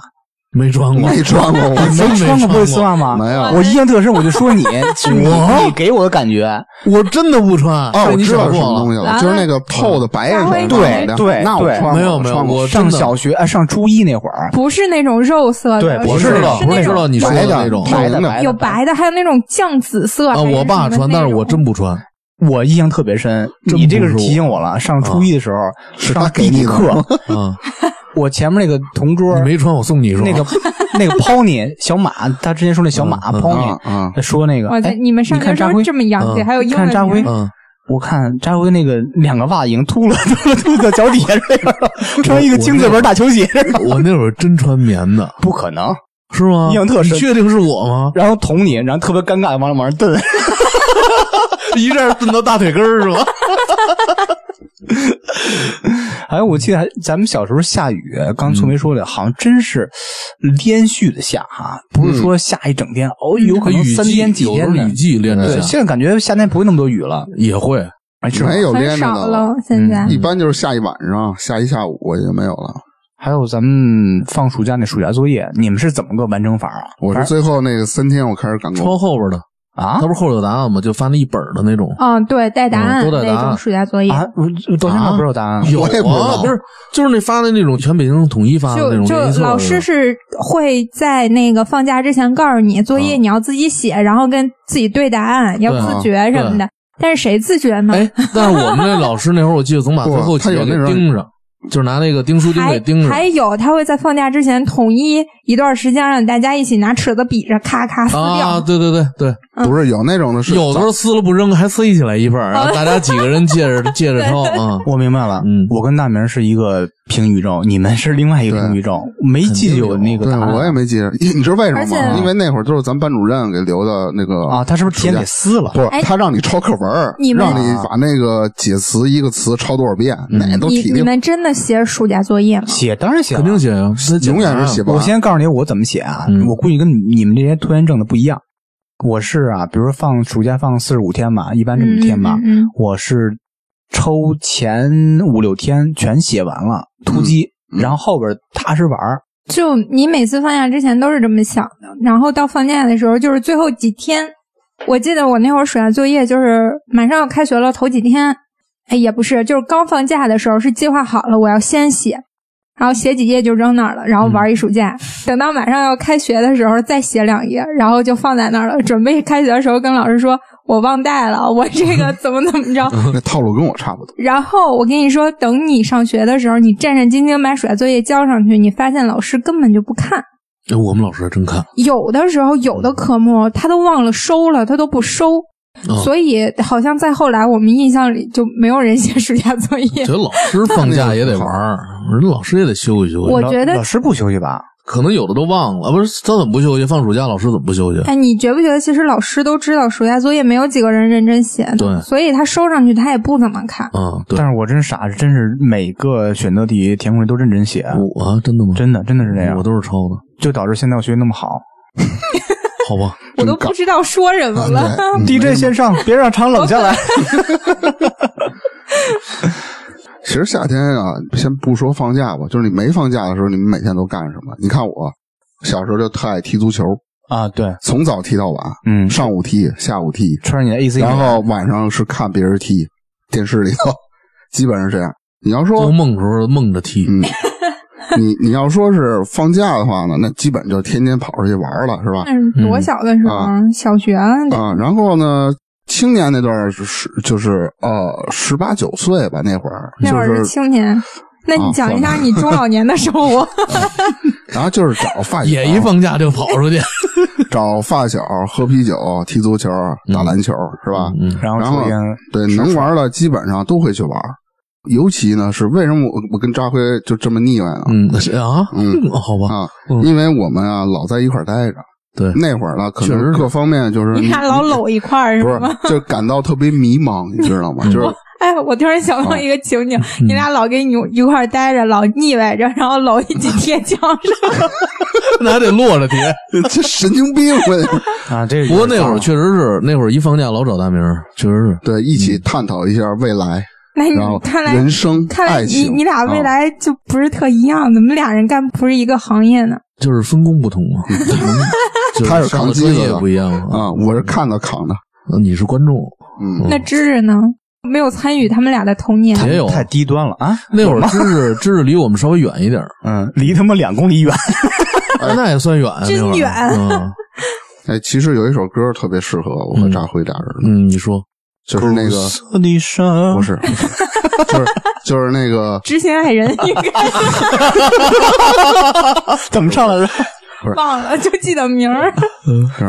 B: 没穿过，
C: 没穿过，我
A: 你
B: 真 没
A: 穿过玻璃丝
B: 穿
A: 袜吗？
C: 没有
A: 我印象特深，我就说你，是你你给我的感觉，
B: 我真的不穿。
C: 哦，
B: 被
C: 我
B: 你
C: 知
B: 想
C: 道什
B: 过
C: 么
B: 了
C: 东西
D: 完
C: 了，
D: 了
C: 就是那个透的白色的，
A: 对
C: 那
A: 对
C: 那我
A: 对
C: 穿过
B: 没有没有
C: 穿过
B: 我真
A: 上
B: 的
A: 小学哎上初一那会儿，
D: 不是那种肉色的，
A: 对不
B: 我
A: 是
B: 知道，
A: 是
B: 我
D: 那
B: 知道
D: 种
B: 你说
C: 白
B: 的
C: 的
B: 哦那种
A: 白
C: 透
A: 的
C: 明的
A: 白的
D: 有白的，还有那种酱紫色。
B: 啊，
D: 还是
B: 我爸
D: 什么
B: 穿，
D: 那
B: 但是
D: 种
B: 我真不穿。
A: 我印象特别深。
B: 真
A: 你这
B: 不
A: 个
B: 是我
A: 提醒我了，上初一的时候
C: 他
A: 上
C: 给
A: 地
C: 你
A: 理
C: 的
A: 课，
B: 啊，
A: 我前面那个同桌
B: 你没穿，我送你一双。
A: 那个那个 pony 小马，他之前说那小马
B: 嗯嗯
C: 啊
A: pony
C: 啊，
A: 说那个，
D: 哇塞，
A: 哎，
D: 你们上
A: 你
D: 学
A: 看
D: 时
A: 扎
D: 候
A: 辉
D: 这么洋气，
B: 嗯
D: 还有英
A: 看扎
D: 文
A: 辉
D: 名，
B: 嗯，
A: 我看扎辉那个两个袜已经秃了，秃了秃到脚底下这 样了，穿一个精字纹大球鞋，
B: 我那会儿真穿棉的，
A: 不可能。
B: 是吗？
A: 印象特
B: 你
A: 深？
B: 确定是我吗
A: 然后捅你，然后特别尴尬地往上往上蹬。
B: 一下蹬到大腿根儿是 吧？
A: 还哎有，我记得还咱们小时候下雨，刚从没说的，好像真是连续的下哈，不是说下一整天，哦，有可能
B: 雨
A: 三
B: 季
A: 天几
B: 有时
A: 天
B: 候
A: 的
B: 雨。季连着
A: 对，
B: 下
A: 现在感觉夏天不会那么多雨了，
B: 也会。
A: 哎，是吧
C: 没有
B: 哦
D: 很
C: 连着
B: 啊
D: 少
C: 的
D: 了。现在
A: 嗯
C: 一般就是下一晚上，下一下午我就没有了。
A: 还有咱们放暑假那暑假作业，你们是怎么个完成法啊？
C: 我是最后那个三天，我开始赶工
B: 抄。后边的，
A: 啊
B: 他不是后头有答案吗？就发那一本儿的那种。
D: 嗯，对，带答案
B: 嗯都带答
D: 那
B: 案
D: 种暑假作业，
A: 啊，我我到现在
B: 啊
A: 不知道答案。
B: 有
C: 我也不知
B: 啊，
C: 道
B: 不是，就是那发的那种全北京统一发的那
D: 就
B: 种
D: 就
B: 联谊册
D: 老师
B: 的
D: 是会在那个放假之前告诉你，作业
B: 嗯
D: 你要自己写，然后跟自己对答案，要
B: 对啊
D: 自觉什么的。但是谁自觉呢？
B: 哎，但是我们那老师那会儿，我记得总把最后
C: 不他
B: 写
C: 有
B: 给
C: 那种
B: 钉上，就是拿那个钉书钉给
D: 还
B: 钉上
D: 还有，他会在放假之前统一一段时间，让大家一起拿尺子比着，咔咔撕
B: 啊。
D: 掉。
B: 对对对对，
C: 不是有那种的是
B: 有的时候撕了不扔，还塞起来一半儿，
D: 啊
B: 然后大家几个人借着借着 抄啊。
A: 我明白了，
B: 嗯
A: 我跟大明是一个平宇宙，你们是另外一个
C: 对
A: 平宇宙，没记得有那个
C: 对
A: 答案。
C: 我也没记着，你知道为什么
D: 而且
C: 吗？因为那会儿都是咱班主任给留的那个
A: 啊，他是不是填给撕了？
C: 不是
D: 哎
C: 他让你抄课文儿，
D: 你们
C: 让你把那个解词一个词抄多少遍，
A: 嗯
C: 那都
D: 你
C: 体
D: 你
C: 力
D: 们真的写暑假作业吗？
A: 写当然写了，
B: 肯定写啊，
C: 永远是写不
A: 我
C: 完。
A: 先告诉你我怎么写啊，
B: 嗯
A: 我估计跟你们这些拖延症的不一样。我是啊，比如说放暑假放四十五天吧，一般这么天吧，
D: 嗯嗯嗯
A: 我是抽前五六天全写完了，突击，
C: 嗯
A: 然后后边踏实玩儿。
D: 就你每次放假之前都是这么想的，然后到放假的时候就是最后几天。我记得我那会儿暑假作业就是马上要开学了，头几天，哎，也不是，就是刚放假的时候是计划好了，我要先写，然后写几页就扔那儿了，然后玩一暑假。等到马上要开学的时候再写两页，然后就放在那儿了。准备开学的时候跟老师说，我忘带了，我这个怎么怎么着，
C: 那套路跟我差 不多，
D: 然后我跟你说，等你上学的时候，你战战兢兢把暑假作业交上去，你发现老师根本就不看。
B: 哎我们老师还真 看，
D: 有的时候，有的科目他都忘了收了，他都不收，
B: 嗯
D: 所以好像在后来我们印象里就没有人写暑假作业
B: 觉。得老师放假也得玩儿，人老师也得休息休息
D: 我。
A: 老
D: 觉得
A: 老师不休息吧？
B: 可能有的都忘了，啊不是他怎么不休息？放暑假老师怎么不休息？啊
D: 哎，你觉不觉得其实老师都知道暑假作业没有几个人认真写的，
B: 对
D: 所以他收上去他也不怎么看。
B: 啊，对，
A: 但是我真傻，真是每个选择题填空题都认真写，
B: 我啊，真的吗？
A: 真的真的是这样
B: 我，都是抄的，
A: 就导致现在我学习那么好。
B: 好吧？
D: 我都不知道说什么
C: 啊
D: 了。
C: 嗯
A: DJ 先上，别让场冷下来。
C: 其实夏天啊，先不说放假吧，就是你没放假的时候，你们每天都干什么？你看我小时候就特爱踢足球，
A: 啊，对，
C: 从早踢到晚，
A: 嗯，
C: 上午踢，下午踢，
A: 穿着你的 AC，
C: 然后晚上是看别人踢，电视里头 基本上是这样。你要
B: 做
C: 说，
B: 梦时候梦着踢，
C: 嗯， 你你要说是放假的话呢，那基本就天天跑出去玩了，是吧？
D: 那是多小的时候啊，小学啊，得
C: 啊，然后呢，青年那段儿是就是呃十八九岁吧，那会儿
D: 那
C: 就
D: 会儿是啊
C: 是，
D: 青年。那你讲一下你中老年的生活？
C: 然后就是找发小，
B: 也一放假就跑出去，
C: 找发小喝啤酒、踢足球、打篮球，是吧？
B: 嗯，
A: 然后
C: 然后
A: 抽烟，
C: 对，能玩的基本上都会去玩儿。尤其呢，是为什么我我跟扎辉就这么腻歪呢？
B: 嗯是啊，
C: 嗯
B: 嗯，好吧，
C: 啊，
B: 嗯
C: 因为我们啊老在一块儿待着，
B: 对，
C: 那会儿呢，可
B: 确实
C: 能
B: 是
C: 各方面就是
D: 你俩老搂一块儿
C: 不
D: 是吗？
C: 是，就感到特别迷茫，你知道吗？就 是
D: 哎，我突然想到一个情景，你俩老跟你一块儿待着，老腻歪着，然后老一起贴墙上。
B: 那还得落着贴。
C: 这神经病 呗。
A: 啊，这个
B: 不过那会儿确实是，那会儿一放假老找大明儿，确实是。
C: 对，一起探讨一下未来，
D: 那你
C: 然后
D: 嗯看来
C: 人生、
D: 看来
C: 爱
D: 你
C: 情。
D: 你俩未
C: 啊
D: 来就不是特一样，怎么俩人干不是一个行业呢？
B: 就是分工不同嘛，就
C: 他是
B: 上
C: 扛
B: 的
C: 机
B: 专
C: 子
B: 业
C: 的
B: 不一样嘛
C: 啊，我是看到扛的，
B: 啊，你是观众，
C: 嗯，
D: 那芝芝呢？没有参与他们俩的童年，
A: 哎
B: 也有
A: 太低端了啊！
B: 那会儿知识知识离我们稍微远一点儿，
A: 嗯，离他妈两公里远，
B: 啊那也算远，
D: 真
B: 那会儿
D: 远
B: 嗯
C: 哎，其实有一首歌特别适合我和扎辉俩人，
B: 嗯，你说
C: 就是那个
A: 的 山
C: 不是， 不是，就是就是那个
D: 知心爱人应该
A: 怎么唱来着？
D: 忘了，就记得名儿。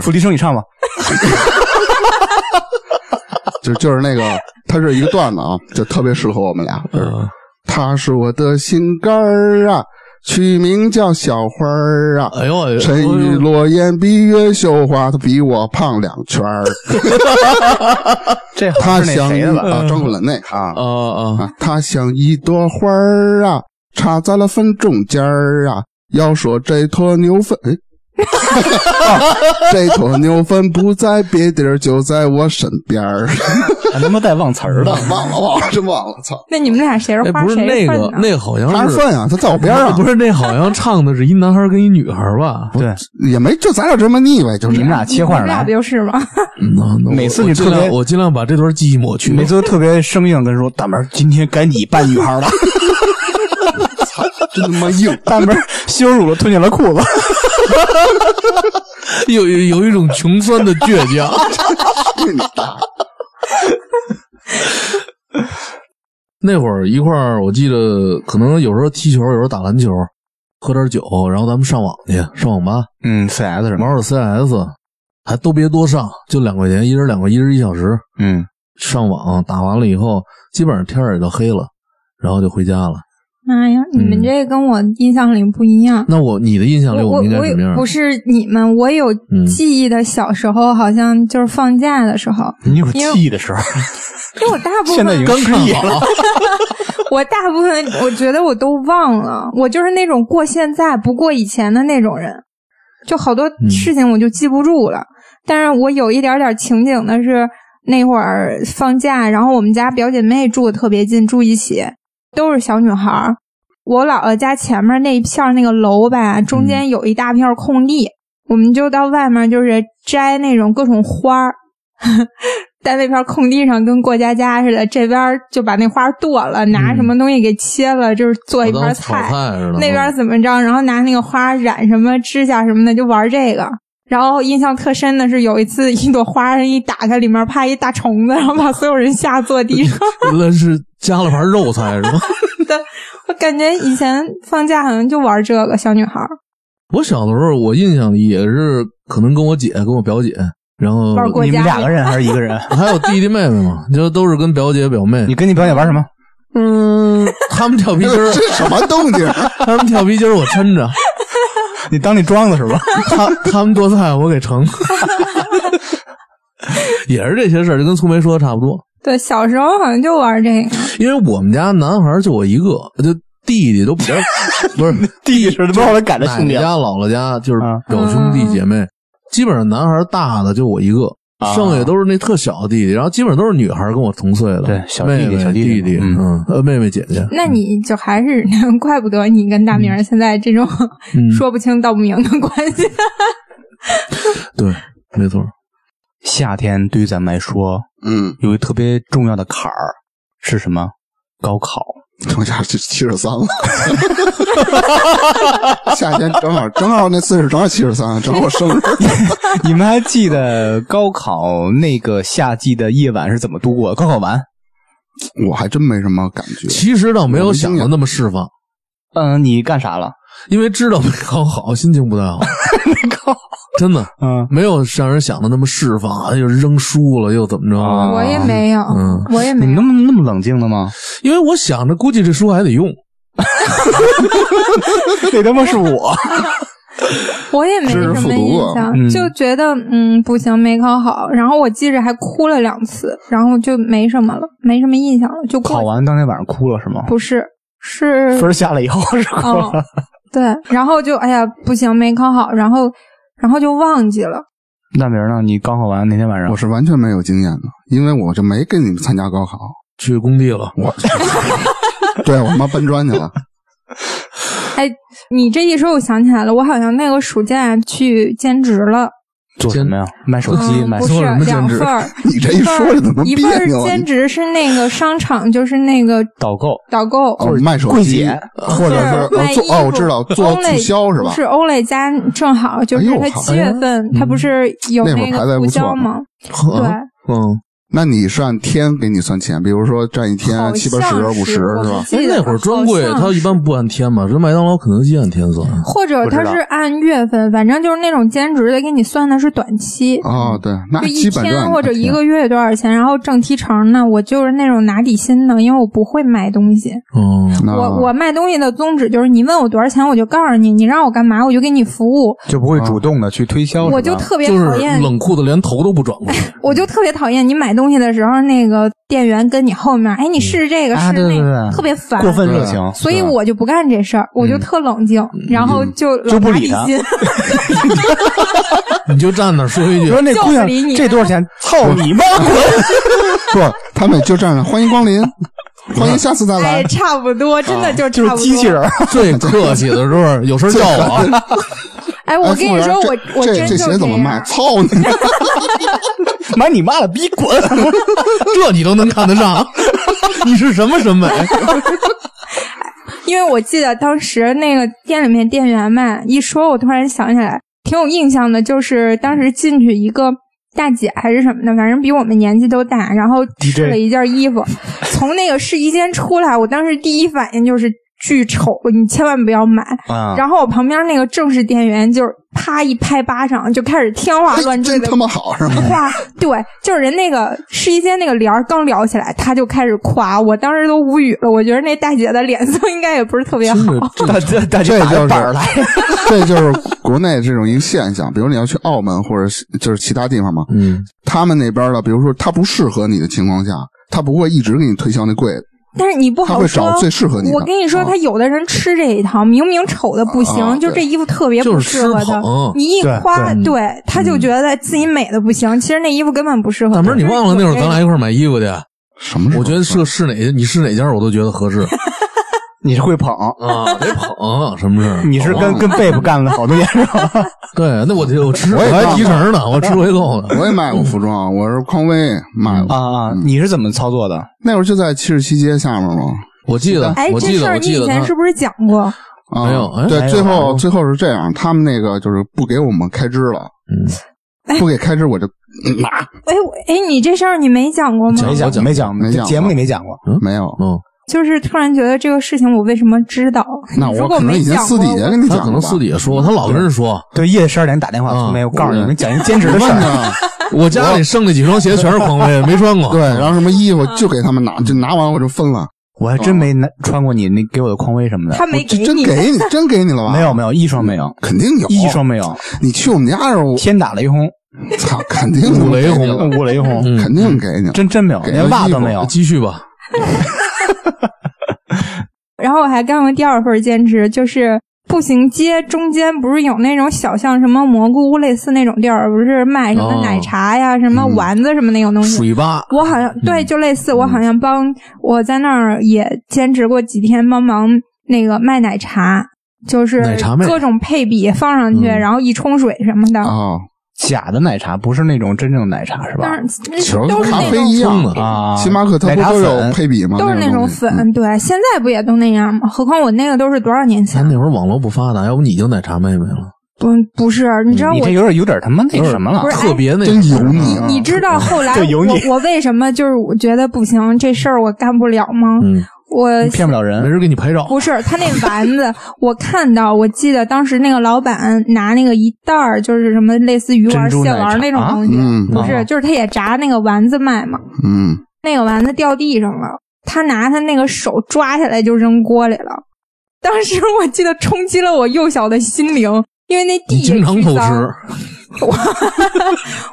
A: 付笛声，你唱吧。
C: 就就是那个，它是一个段子啊，就特别适合我们俩。就是
D: 嗯
C: 他是我的心肝儿啊，取名叫小花儿啊。
B: 哎呦，哎呦
C: 沉鱼落雁，闭月羞花，他比我胖两圈儿。
A: 这
C: 他
A: 好像是那
C: 像一
A: 谁的吧？
C: 啊，张国伦那个啊
B: 啊啊，
C: 啊，他像一朵花儿啊，插在了粪中间儿啊。要说这坨牛粪， 哎啊这坨牛粪不在别地儿，就在我身边儿。
A: 还他妈带忘词儿的。
C: 忘了忘了，真忘了，操！
D: 那你们俩谁是
B: 哎，
D: 花
B: 不是
D: 谁
B: 那
D: 是粪
B: 个，
D: 呢？
B: 那个好
C: 他
B: 像
C: 是
B: 是
C: 粪啊，他在我边上，
B: 不是那好像唱的是一男孩儿跟一女孩儿吧？
A: 对，
C: 也没就咱俩这么腻歪，就
A: 你
C: 是
A: 们俩切
D: 你
A: 换
D: 们
A: 着
D: 俩
A: 来
D: 不。就是吗？
B: 嗯那那我
A: 每次
B: 我
A: 你
B: 尽
A: 特别
B: 量我尽量把这段记忆抹去，
A: 每次都特别生硬，跟说大门，今天该你扮女孩了。 。
C: 真他妈 硬
A: 大门羞辱了，吞下了裤子。
B: 有有有一种穷酸的倔强。 那会儿一块儿，我记得可能有时候踢球，有时候打篮球，喝点酒，然后咱们上网去，上网吧
A: 嗯，CS 什
B: 玩？会儿 CS，还都别多上，就两块钱，一人两块，一人一小时。
A: 嗯，
B: 上网打完了以后，基本上天儿也就黑了，然后就回家了。
D: 妈哎呀，你们
B: 嗯
D: 这跟我印象里不一样。
B: 那我你的印象里，
D: 我我
B: 们应该
D: 我
B: 什么
D: 有
B: 样
D: 不？是你们，我有
B: 嗯
D: 记忆的小时候，好像就是放假的时候，
A: 你有记忆的时候，
D: 因为我大部
A: 现在已
D: 分
A: 经失忆了。
D: 我大部分我觉得我都忘了，我就是那种过现在不过以前的那种人，就好多
A: 嗯
D: 事情我就记不住了。但是我有一点点情景的是，那会儿放假，然后我们家表姐妹住的特别近，住一起，都是小女孩儿。我姥姥家前面那一片儿那个楼吧，
A: 嗯
D: 中间有一大片儿空地，我们就到外面就是摘那种各种花儿，在那片空地上跟过家家似的，这边儿就把那花儿剁了，拿什么东西给切了，就是做一盘
B: 当
D: 儿
B: 炒
D: 菜。
B: 菜似的。
D: 那边怎么着，然后拿那个花染什么指甲什么的，就玩这个。然后印象特深的是有一次，一朵花一打开，里面啪一大虫子，然后把所有人吓坐地 上。
B: 那是加了盘肉菜是吗？
D: 我感觉以前放假好像就玩这个，小女孩儿
B: 我小的时候，我印象里也是可能跟我姐、跟我表姐，然后
D: 玩过
A: 你
D: 家
A: 们两个人还是一个人？
B: 还有弟弟妹妹嘛，就都是跟表姐表妹
A: 你。跟你表姐玩什么？
B: 嗯，他们跳皮 筋儿，
C: 这什么动 静？
B: 他们跳皮筋儿我抻着，
A: 你当那庄子是吧？
B: 他他们做菜我给盛，也是这些事儿，就跟苏梅说的差不多。
D: 对，小时候好像就玩这个。
B: 因为我们家男孩儿就我一个，就弟弟都 比较不是
A: 弟是都让我赶着
B: 奶
A: 性
B: 奶
A: 别。
B: 家、姥姥家，就是
A: 啊
B: 表兄弟姐妹，基本上男孩儿大的就我一个，
A: 啊
B: 剩下都是那特小的弟弟，然后基本上都是女孩儿跟我同岁的，
A: 对小弟弟
B: 妹妹
A: 小弟
B: 弟
A: 弟嗯
B: 嗯，呃，妹妹姐姐，
D: 那你就还是， 怪不得你跟大明儿现在这种
B: 嗯，
D: 说不清道不明的关系。
B: 对，没错，
A: 夏天对于咱们来说
C: 嗯，
A: 有一特别重要的坎儿是什么？高考。
C: 我家是七十三了， 夏天正好正好那岁数正好七十三，正好我生日。
A: 你们还记得高考那个夏季的夜晚是怎么度过的？高考完，
C: 我还真没什么感觉，
B: 其实倒没有想的那么释放，
A: 嗯，你干啥了？
B: 因为知道没考好，心情不 太好，真的
A: 嗯，
B: 没有让人想的那么释放，啊，又扔书了，又怎么着啊？
D: 我也没有，
B: 嗯
D: 我也
A: 你
D: 没
A: 们
D: 有
A: 那。么那么冷静的吗？
B: 因为我想着，估计这书还得用，
A: 那他妈是我，
D: 我也没什么
C: 啊
D: 印象，
A: 嗯
D: 就觉得嗯不行，没考好。然后我记着还哭了两次，然后就没什么了，没什么印象了，就过
A: 考
D: 去了。
A: 完当天晚上哭了是吗？
D: 不是，是
A: 分儿下来以后是 哭
D: 哦
A: 了。，
D: 对。然后就哎呀不行，没考好，然后然后就忘记了。
A: 大明儿呢？你高考完那天晚上
C: 我，是完全没有经验的，因为我就没跟你们参加高考，
B: 去工地了。
C: 我对啊我他妈搬砖去了。
D: 哎，你这一说，我想起来了，我好像那个暑假去兼职了，
A: 做什么呀？卖手机，
D: 嗯、
A: 卖
D: 不
B: 做
D: 是
B: 了什么兼
D: 两
B: 职
D: 份儿，
C: 你这一哎说就怎么
D: 一
C: 别
D: 份儿
C: 扭啊？
D: 兼
C: 你
D: 职是那个商场，就是那个
A: 导购。
D: 导购，
C: 哦，卖手
A: 柜
C: 机
A: 姐，
C: 或者是
D: 卖
C: 呃
D: 衣
C: 做
D: 服
C: 哦，我知道做促
D: Olay-
C: 销是吧？
D: 是 Olay 家正好就是
C: 哎呦
D: 他
C: 好
D: 七月份，他不是有
C: 那会儿排
D: 个
C: 在
D: 促
C: 不错啊
D: 销
C: 呢
D: 吗？
B: 对
D: 对，
B: 嗯，
C: 那你是按天给你算钱，比如说占一天
D: 好
C: 七八十、
D: 像
C: 五十
D: 是我
C: 是
D: 不
C: 吧？
D: 记得
B: 哎那会儿
D: 了
B: 专柜
D: 好
B: 它
D: 像
B: 一般不按天嘛，这麦当劳、肯德基按天算。啊
D: 或者
A: 不知
D: 他
A: 道
D: 是按月份，反正就是那种兼职的，给你算的是短期。
C: 哦，对，那
D: 就一
C: 基本
D: 天
C: 上
D: 或者一个月多少钱，然后挣提成呢？我就是那种拿底薪的，因为我不会卖东西。
B: 嗯，
D: 我我卖东西的宗旨就是，你问我多少钱，我就告诉你；你让我干嘛，我就给你服务。
A: 就不会主动的去推销，
D: 我就特别
B: 就是
D: 讨厌，
B: 冷酷的连头都不转过来。
D: 我就特别讨厌你买东西的时候，那个店员跟你后面，哎，你试这个
A: 啊
D: 试
A: 对对
D: 那
A: 对
D: 个，特别烦，
A: 过分嗯热情，
D: 所以我就不干这事儿，我就特冷静，然后就
A: 嗯就
D: 老
A: 不
D: 拿
A: 理
D: 底
A: 他
D: 薪。
B: 你就站那儿说一
A: 你
B: 句
A: 说，那
D: 就是
A: 姑娘
D: 理你
A: 这多少钱？操你 妈！滚！
C: 不，他们就这样，欢迎光临，欢迎下次再
D: 哎，
C: 来。
D: 差不多，真的就
A: 啊就是
D: 差不
A: 机器
D: 多。
A: 人儿，
B: 最客气的时候，有事儿叫我。
D: 哎，我跟你说，我
C: 哎服务
D: 我
C: 员这这
D: 真就
C: 这鞋怎么卖？
A: 啊
D: 样。
C: 操你！
A: 买你妈的逼滚！
B: 这你都能看 得上，你是什么审美？
D: 因为我记得当时那个店里面店员们一说，我突然想起来，挺有印象的，就是当时进去一个。大姐还是什么的，反正比我们年纪都大，然后
A: DJ
D: 试了一件衣服，从那个试衣间出来，我当时第一反应就是巨丑，你千万不要买。
A: 啊，
D: 然后我旁边那个正式店员就是啪一拍巴掌，就开始天花乱坠
C: 真
D: 的
C: 他妈好是吧？
D: 夸， 对，就是人那个试衣间那个帘儿刚撩起来，他就开始夸，我当时都无语了。我觉得那大姐的脸色应该也不是特别好。
A: 大家大家
C: 这
A: 打
C: 就
A: 个
C: 是
A: 板儿来，
C: 这就是国内这种一个现象。比如你要去澳门或者是就是其他地方嘛，
B: 嗯，
C: 他们那边的，比如说他不适合你的情况下，他不会一直给你推销那贵的，
D: 但是你不
C: 他
D: 好
C: 会
D: 说
C: 找，最适合你的。
D: 我跟你说，
C: 啊
D: 他有的人吃这一套，明明丑的不行，
C: 啊
D: 就这衣服特别
B: 就
D: 不
B: 是
D: 适
B: 吃嗯
D: 合他。
B: 捧。
D: 你一
A: 对
D: 夸，
A: 对
D: 对他就觉得自己美的不行，其实那衣服根本不适合
B: 大
D: 他。
B: 门，你忘了那会儿咱俩一块儿买衣服去？
C: 什么时候？
B: 我觉得是是哪你是哪家我都觉得合适
A: 你是会捧，
B: 啊，得捧什么事儿？
A: 你是跟跟贝布干了好多年是吧？
B: 对，那我就我吃
C: 我也
B: 还
C: 忘
B: 提
C: 了
B: 成呢，我吃回够
A: 嗯
B: 了。
C: 我也卖过服装，我是匡威卖
D: 嗯
C: 过。
A: 啊啊！你是怎么操作的？
C: 那会儿就在七十七街下面嘛。
B: 我记得
D: 哎，，
B: 我
D: 这
B: 记
D: 事
B: 得，
D: 儿
B: 我
D: 你
B: 记
D: 以
B: 得
D: 前
B: 他
D: 是。不是讲过？
C: 啊
B: 没有哎
A: 没
C: 对，
A: 有
C: 最
A: 没有
C: 后最后是这样，他们那个就是不给我们开支了，
B: 嗯
C: 不给开支我就嗯啊拿、
D: 哎，我哎，你这事儿你没讲过吗？
B: 讲
A: 没
B: 我
A: 讲，没讲，
C: 没讲
A: 节目里没讲过。
C: 没有。
B: 嗯，
D: 就是突然觉得这个事情我为什么知道？
C: 那
D: 如
C: 我
D: 果
C: 可能
D: 没
C: 以前
D: 讲
C: 私
D: 过
C: 底下
D: 我
C: 跟你
B: 他
C: 讲
B: 可能
C: 过吧
B: 私底下说，他老跟人说，
A: 对，夜十二点打电话，
B: 啊
A: 没有告诉你
C: 对
A: 们讲一兼职的
C: 我
A: 事
C: 问
A: 儿。
C: 呢，
B: 我家里剩那几双鞋全是匡威，没穿过。
C: 对，然后什么衣服就给他们拿，就拿完我就分了，
A: 我还真没拿穿过你那给我的匡威什么
D: 他
A: 的，
D: 没
C: 这
D: 给
C: 真
D: 你，
C: 给你，真给你了吧？
A: 没有，没有，一双没有，
C: 肯定有
A: 一双。没有，
C: 你去我们家的时候，我
A: 天打雷轰，
C: 操，肯定
B: 五雷轰
C: 给你了
A: 五雷轰，
B: 嗯
C: 肯定给你了。
A: 真真没有，
C: 给
A: 连
C: 了
A: 袜
C: 衣
A: 子
C: 服
A: 没有。
B: 继续吧，
D: 然后我还干过第二份兼职，就是步行街中间不是有那种小巷什么蘑菇屋类似那种地儿，不是卖什
B: 哦
D: 么奶茶呀、什么
C: 嗯
D: 丸子什么那种东西。
B: 水吧，
D: 我好像对，就类似，我好像帮我在那儿也兼职过几天，帮忙那个卖奶茶，就是
B: 奶茶妹
D: 各种配比放上去，
B: 嗯
D: 然后一冲水什么的。
C: 哦，
A: 假的奶茶，不是那种真正奶茶，是吧
D: 当？然那
B: 球
D: 都是
C: 咖
D: 那
C: 啡一
D: 种
C: 样
B: 冲的
A: 啊
C: 星巴克它
A: 奶
C: 不
A: 茶
C: 都有
A: 粉
C: 配比吗？
D: 都是那种
C: 种东西
D: 粉，，对，现在不也都那样吗？何况我那个都是多少年前
B: 咱？那会儿网络不发达，要不你就奶茶妹妹了，
D: 不，不是，你知道
A: 嗯你
D: 我
A: 这有点有点他妈那什么了
D: 不，是哎
B: 特别那
C: 真油腻
D: 你
C: 啊！
D: 你知道后来
A: 就油腻
D: 我我为什么就是我觉得不行，这事儿我干不了吗？
B: 嗯，
D: 我
A: 你骗不了
B: 没
A: 人。
B: 人给你拍照，
D: 不是他那丸子，我看到，我记得当时那个老板拿那个一袋儿，就是什么类似鱼
A: 珍
D: 丸、
A: 珠
D: 蟹
A: 奶茶
D: 丸那种东西，
C: 嗯
D: 不是，
A: 啊
D: 就是他也炸那个丸子卖嘛，
C: 嗯，
D: 那个丸子掉地上了，他拿他那个手抓下来就扔锅里了。当时我记得冲击了我幼小的心灵，因为那地
B: 你
D: 也
B: 经常
D: 巨
B: 偷
D: 脏，
B: 吃，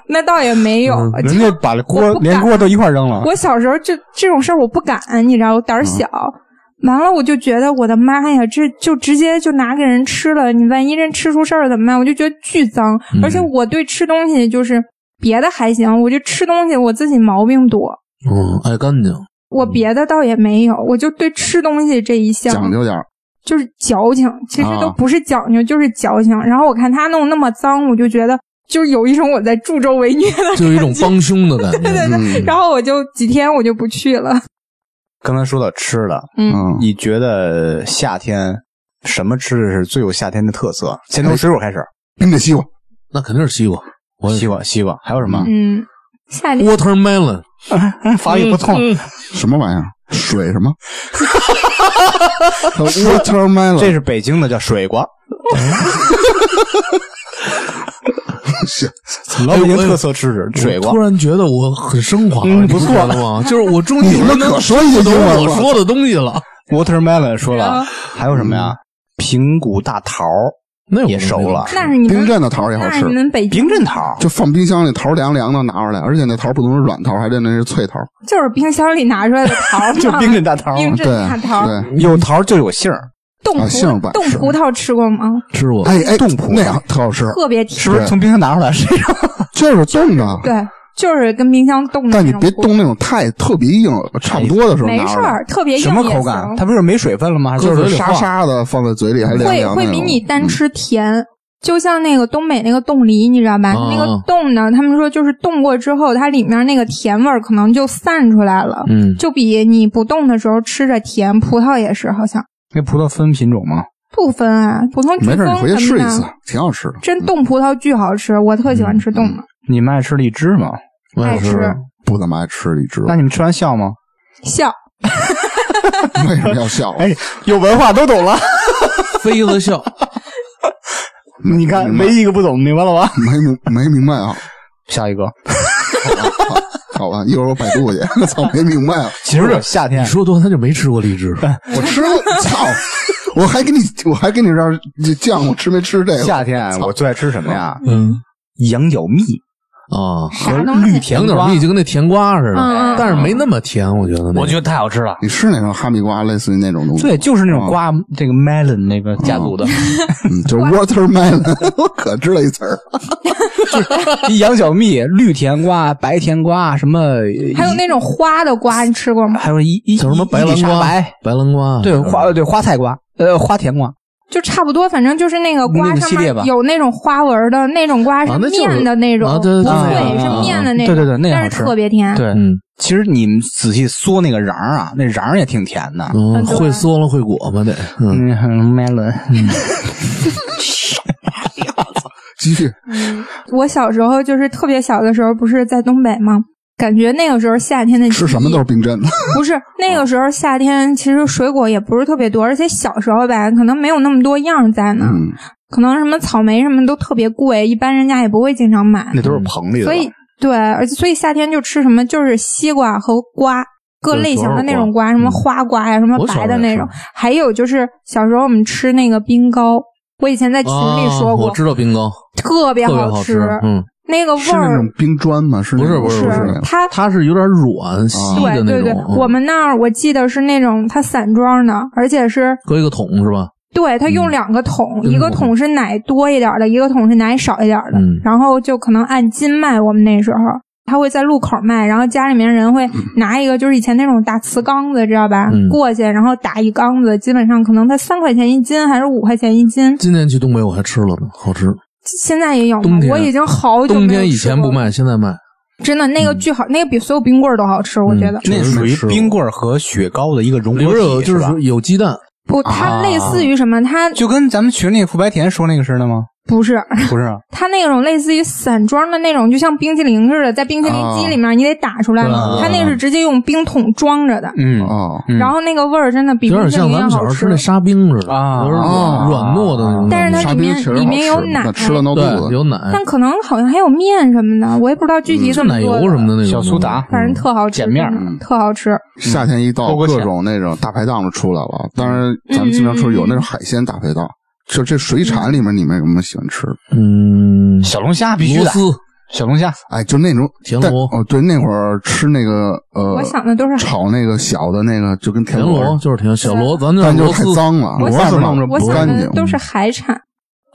D: 那倒也没有，
B: 嗯
A: 人家把锅
D: 我不敢
A: 连锅都一块扔
C: 啊
A: 了，
D: 我小时候就这种事儿我不敢，你知道，我胆儿小。
C: 嗯
D: 完了，我就觉得我的妈呀，这就直接就拿给人吃了，你万一人吃出事儿怎么办？我就觉得巨脏，
B: 嗯
D: 而且我对吃东西就是别的还行，我就吃东西我自己毛病多，
B: 嗯，爱干净，
D: 我别的倒也没有，我就对吃东西这一项
C: 嗯讲究点儿，
D: 就是矫情，其实
C: 啊
D: 都不是讲究，就是矫情。然后我看他弄那么脏，我就觉得就是有一种我在助纣为虐的，
B: 就有一种帮凶的感
D: 对对
B: 觉。
C: 嗯
D: 然后我就几天我就不去了，
A: 刚才说到吃的，
D: 嗯。
C: 嗯，
A: 你觉得夏天什么吃的是最有夏天的特色？先从水果开始，
C: 冰的西瓜，
B: 那肯定是西瓜，我也
A: 西瓜，西瓜，还有什么？
D: 嗯，夏天
B: watermelon，
A: 法语不通，
D: 嗯
C: 什么玩意儿？水什 么
D: 嗯
C: ？Watermelon，
A: 这是北京的叫水瓜，
C: 是
A: 老北京特色吃食，水瓜
B: 我突。然觉得我很升华，
A: 嗯
B: 你
A: 不错
B: 觉得吗？就是我终于
C: 你们
B: 能
C: 可说一句
B: 懂
C: 英文
B: 我
C: 了
B: 说的东西了。
A: Watermelon 说了
D: 啊，
A: 还有什么呀？平谷大桃儿
B: 那我
A: 也熟了，
D: 那是你
C: 冰
D: 们，
C: 镇的桃儿也好
D: 那
C: 吃
D: 是你，们北京
A: 冰镇桃儿
C: 就放冰箱里，桃儿凉凉的拿出来，而且那桃儿不能是软桃儿，还得那是脆桃儿，
D: 就是冰箱里拿出来的桃 儿嘛，
A: 就冰镇大桃儿，
D: 冰镇
C: 对
D: 大桃儿，
C: 对。
A: 有桃儿就有杏儿，
D: 冻
C: 啊杏儿
D: 葡
C: 吧
D: 冻
C: 是
D: 葡萄吃过吗？啊
B: 吃过。
C: 哎哎，
A: 冻葡萄
C: 那样特好吃，
D: 特别甜，
A: 是不是从冰箱拿出来？谁让
C: 就是冻的。
D: 对，就是跟冰箱冻的
C: 但
D: 那
C: 你
D: 种葡萄。
C: 别冻那种太特别硬，差不多的时候拿
D: 没
C: 出
D: 事
C: 来，
D: 儿，特别硬
A: 什么
D: 也
A: 口感？
D: 行
A: 它不是没水分了吗？还
C: 就
A: 嘴
C: 是
A: 里
C: 沙
A: 化
C: 沙的放在嘴里还凉
D: 会
C: 凉的那
D: 会
C: 种。嗯
D: 比你单吃甜。就像那个东北那个冻梨，你知道吧？
B: 嗯
D: 那个
B: 嗯
D: 冻呢，他们说就是冻过之后，它里面那个甜味儿可能就散出来了，
B: 嗯，
D: 就比你不冻的时候吃着甜。葡萄也是，好像
A: 那葡萄分品种吗？
D: 不分啊，普通
C: 嗯没事儿，你
D: 珠峰
C: 回去
D: 什
C: 试
D: 么
C: 一
D: 的
C: 次，挺好吃的。
D: 真冻葡萄巨好吃，我特喜欢吃冻的，
A: 你们爱吃荔枝吗？
B: 我也
D: 爱
B: 是。
D: 吃。
C: 不怎么爱吃荔枝，
A: 那你们吃完笑吗？
D: 笑，
C: 为什么要笑？
A: 哎，有文化都懂了，
B: 妃子笑，
A: 你看唯一一个不懂，明白了吧？
C: 没明没明白啊？
A: 下一个，
C: 好吧，一会儿我百度去。 操，没明白啊？
A: 其实夏天
B: 你说多他就没吃过荔枝，
C: 我吃过，操！我还给你，我还给你这儿酱，我吃没吃这个？
A: 夏天我最爱吃什么呀？
B: 嗯
A: 羊角蜜
B: 啊，
A: 和
D: 啥东西
A: 嗯绿甜
B: 甜点
A: 瓜
B: 蜜，就跟那甜瓜似
D: 嗯
B: 的
D: 嗯，
B: 但是没那么甜，我觉得那个。
A: 我觉得太好吃了。
C: 你吃那种哈密瓜，类似于那种东西？
A: 对，就是那种瓜，这个 melon 那个家族的
C: 嗯，就是 watermelon，我 可知道一词儿。
A: 羊角蜜、绿甜瓜、白甜瓜，什么
D: 还有那种花的瓜，你吃过吗？
A: 还有一一
B: 叫什么白
A: 伊
B: 南
A: 丽莎
B: 瓜？
A: 白嗯
B: 白南瓜嗯
A: 对
B: 是吧
A: 花对花菜瓜，呃花甜瓜，
D: 就差不多，反正就是那个瓜
A: 那个系
D: 上
A: 列
D: 面
A: 吧
D: 有那种花纹的那种瓜
B: 啊
D: 是
B: 那就是
D: 面的那种，
B: 啊
D: 不
B: 对对
D: 脆
B: 对
A: 啊啊啊
D: 是面的那
A: 对
D: 种，
A: 对对那个好
D: 但
A: 吃
D: 是特别甜。
A: 对
B: 嗯
A: 其实你们仔细嗦那个瓤儿啊，那瓤儿也挺甜的。
B: 嗯，
D: 对
B: 会嗦了会裹嘛得，嗯，
A: 嗯，melon，
C: 继续，
D: 嗯我小时候就是特别小的时候，不是在东北吗？感觉那个时候夏天的
C: 吃什么都是冰镇的。
D: 不是那个时候夏天，其实水果也不是特别多，而且小时候吧，可能没有那么多样在呢，
C: 嗯，
D: 可能什么草莓什么都特别贵，一般人家也不会经常买。
A: 那都是棚里的。
D: 所以对，而且所以夏天就吃什么，就是西瓜和瓜。各
B: 对
D: 类
B: 主
D: 型
B: 要
D: 的
B: 是
D: 那种
B: 瓜
D: 瓜，什么
B: 嗯
D: 花瓜呀，什么
B: 我小
D: 白
B: 时
D: 的
B: 候
D: 那
B: 也
D: 种
B: 吃，
D: 还有就是小时候我们吃那个冰糕，我以前在群里
B: 啊
D: 说过
B: 我，知道冰糕
D: 特别
B: 特别好
D: 吃，
B: 嗯，
D: 那个味
C: 是那
D: 儿
C: 种冰砖吗？是那种
B: 不是
D: 是
B: 不
C: 是那
B: 是
C: 种
D: 它，
B: 它是有点软稀的
D: 对
B: 那
D: 对对
B: 种，，嗯
D: 我们那儿我记得是那种它散装的，而且是
B: 搁一个桶是吧？
D: 对，它用
B: 嗯
D: 两个桶，
B: 嗯
D: 一个桶是奶多一点儿的，一个桶是奶少一点儿的，
B: 嗯
D: 然后就可能按斤卖。我们那时候他会在路口卖，然后家里面人会拿一个，就是以前那种大瓷缸子，知道吧？
B: 嗯
D: 过去然后打一缸子，基本上可能它三块钱一斤还是五块钱一斤。
B: 今年去东北我还吃了呢，好吃。
D: 现在也有吗
B: 冬？天
D: 我已经好久没有
B: 冬天以
D: 吃
B: 前
D: 过
B: 不
D: 了，
B: 卖，现在卖。
D: 真的那个巨好，那个比所有冰棍儿都好吃，我觉得
B: 嗯。
A: 那
B: 确实
A: 属
B: 没
A: 于
B: 吃过
A: 冰棍儿和雪糕的一个融
B: 里
A: 合
B: 边有
A: 体，
B: 就是
A: 吧
B: 说有鸡蛋，
D: 不，它
A: 啊
D: 类似于什么？它
A: 就跟咱们群里傅白田说那个似的吗？
D: 不是，
A: 不是啊，
D: 它那种类似于散装的那种，就像冰淇淋似的，在冰淇淋机里面你得打出来嘛。
A: 啊
D: 它那是直接用冰桶装着的，
A: 嗯
C: 哦，
A: 嗯
D: 然后那个味儿真的比
B: 有
D: 冰
B: 点
D: 淇
B: 像
D: 淋
B: 咱
D: 要
B: 们小时
D: 好
B: 候吃
D: 吃
B: 那。沙冰似的
A: 啊
B: 有点
C: 啊
B: 软软糯的那种。
D: 但是它
C: 沙
D: 里
C: 冰
D: 面
C: 其实
D: 里
C: 好
D: 面有
C: 吃
D: 奶
C: 那吃了闹肚
B: 对
C: 子。
B: 有奶，
D: 但可能好像还有面什么的，我也不知道具体
B: 就
D: 怎么
B: 奶
D: 做
B: 油
D: 的
B: 什么的那嗯种
A: 小苏打
D: 反正特好吃，
A: 碱面儿
D: 真的特好吃。
C: 夏天一到
A: 包，括嗯
C: 各
A: 钱
C: 种那种大排档就出来了。当然，咱们经常说有那种海鲜大排档，就这水产里面你们有没有喜欢吃的？
B: 嗯，
A: 小龙虾必须
B: 螺
A: 的，
B: 丝
A: 小龙虾
C: 哎，就那种
B: 田
C: 但
B: 螺
C: 哦，对，那会儿吃那个呃，
D: 我想的都是
C: 炒那个小的那个，就跟田
B: 田螺
C: 螺，
B: 就是田小螺，咱叫
C: 但就
B: 螺
C: 是太
B: 丝，
C: 脏了，
D: 我
C: 螺
D: 想
C: 丝弄着不
D: 我想
C: 干
D: 的
C: 净。
D: 都是海产，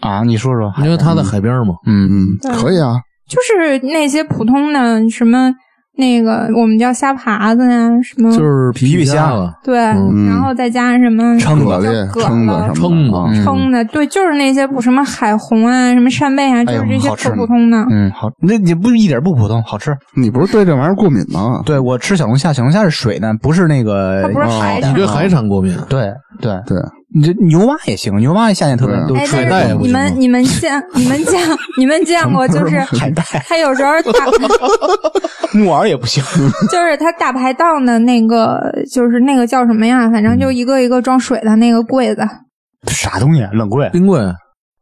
A: 啊，你说说，
B: 因为它在海边嘛。
A: 嗯，
C: 嗯，
D: 对
C: 可以啊，
D: 就是那些普通的什么那个我们叫虾爬子呀，什么
B: 就是皮啊
A: 皮皮虾
B: 了，
D: 对，
C: 嗯
D: 然后再加上什么
A: 蛏
C: 蛤
A: 子，
C: 蜊、蛏子
D: 蛤
C: 什么的啊
B: 蛏子，嗯
D: 冲的，对，就是那些不什么海虹啊，什么扇贝啊，就
A: 哎呦
D: 是这些
A: 好吃
D: 特普通的。
A: 嗯，好，那你不一点不普通，好吃。
C: 你不是对这玩意儿过敏吗？
A: 对我吃小龙虾，小龙虾是水的，不是那个啊
D: 它不是海
B: 你
D: 产。
B: 对海产过敏，
A: 对对，
C: 对，
A: 你这牛蛙也行，牛蛙夏天特别
C: 对
A: 都
D: 哎，
A: 吃
B: 海带
D: 但
B: 也
D: 是
B: 不
D: 你
B: 行
D: 们
B: 吗
D: 你们见你们见你们见过就是
A: 海带，
D: 他有时候打
A: 木耳也不 行。
D: 就是他大排档的那个就是那个叫什么呀？反正就一个一个装水的那个柜子，
A: 啥东西？啊冷柜？
B: 冰柜啊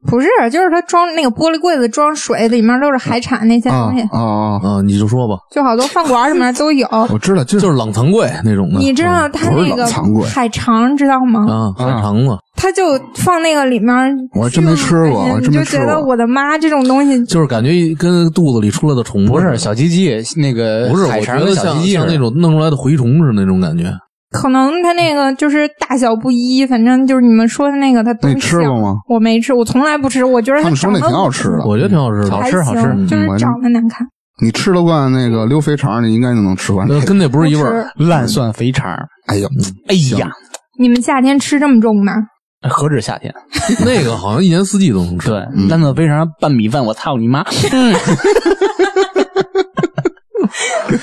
D: 不是，就是他装那个玻璃柜子装水，里面都是海产那些
C: 啊
D: 东西，
C: 啊啊！
B: 啊，你就说吧，
D: 就好多饭馆什么的都有。
B: 我知道，就是冷藏柜那种的。嗯
D: 你知道他
C: 不是
D: 那个
C: 冷藏柜
D: 海肠知道
A: 嗯
D: 吗？
B: 啊，海肠子
D: 他就放那个里面，
C: 我还真没吃过我还
D: 你
C: 真没
D: 就
C: 吃
D: 觉得
C: 过
D: 我的妈，这种东西
B: 就是感觉跟肚子里出来的虫子
A: 不
B: 似
A: 是
B: 的
A: 小鸡鸡，那个
B: 不是，
A: 海
B: 我
A: 肠
B: 觉得
A: 跟小
B: 像
A: 鸡鸡
B: 像那种弄出来的蛔虫似的那种感觉。
D: 可能它那个就是大小不一，反正就是你们说的那个它都
C: 那
D: 小。
C: 你吃过吗？
D: 我没吃，我从来不吃。我觉得
C: 他
D: 它
C: 们说
D: 长
C: 那
D: 得
C: 挺好吃的，
B: 我觉得挺好吃的，
A: 好
D: 还
A: 吃
D: 行，
A: 好吃
D: 就是
C: 嗯我
D: 长得难看。
C: 你吃得惯那个溜肥肠，你应该就能吃完。
B: 呃跟那不是一味儿。
A: 烂蒜肥肠。
C: 哎
B: 嗯
C: 呦，
A: 哎呀，
D: 你们夏天吃这么重吗？
A: 何止夏天？
B: 那个好像一年四季都能吃。
A: 对，烂蒜肥肠拌米饭，我操你 妈！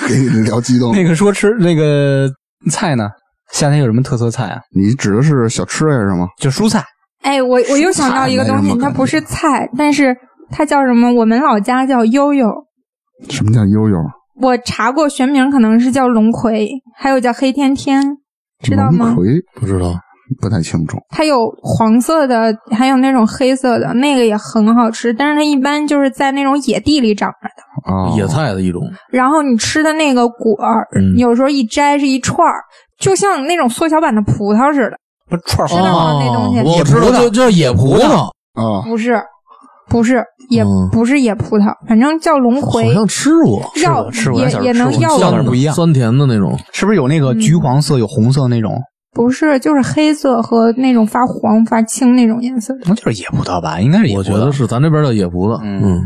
C: 给你聊激动，
A: 那个说吃那个菜呢？夏天有什么特色菜啊？
C: 你指的是小吃还是什么？
A: 就蔬菜。啊
D: 哎，我我又想到一个东
C: 菜没什
D: 西，
C: 么
D: 它
C: 感觉
D: 不是菜，但是它叫什么？我们老家叫悠悠。
C: 什么叫悠悠？
D: 我查过学名，可能是叫龙葵，还有叫黑天天，知道吗
C: 龙？葵
B: 不知道，
C: 不太清楚。
D: 它有黄色的，还有那种黑色的，那个也很好吃。但是它一般就是在那种野地里长着的。
A: 哦
C: 啊，
B: 野菜的一种，
D: 然后你吃的那个果儿，
B: 嗯
D: 有时候一摘是一串儿，就像那种缩小版的葡萄似的。
A: 不是串儿
D: 知道吗那东西
B: 哦我
A: 野
B: 知
A: 葡萄
B: 道，就叫野葡萄，
C: 啊，
D: 不是，不是，也、
B: 嗯
D: 不是野葡萄，反正叫龙葵
B: 好，像吃过，
D: 绕
A: 吃过
D: 也
A: 吃过
D: 也能
A: 吃过
D: 要嗯
A: 酸
D: 我
A: 的
B: 酸
A: 不一样
B: 酸甜的那种。
A: 是不是有那个橘黄色、有红色那种？
D: 不是，就是黑色和那种发黄发青那种颜色的，
A: 那就是野葡萄吧？应该是野
B: 我
A: 葡
B: 觉
A: 萄。
B: 得是咱这边叫野葡萄。嗯
A: 嗯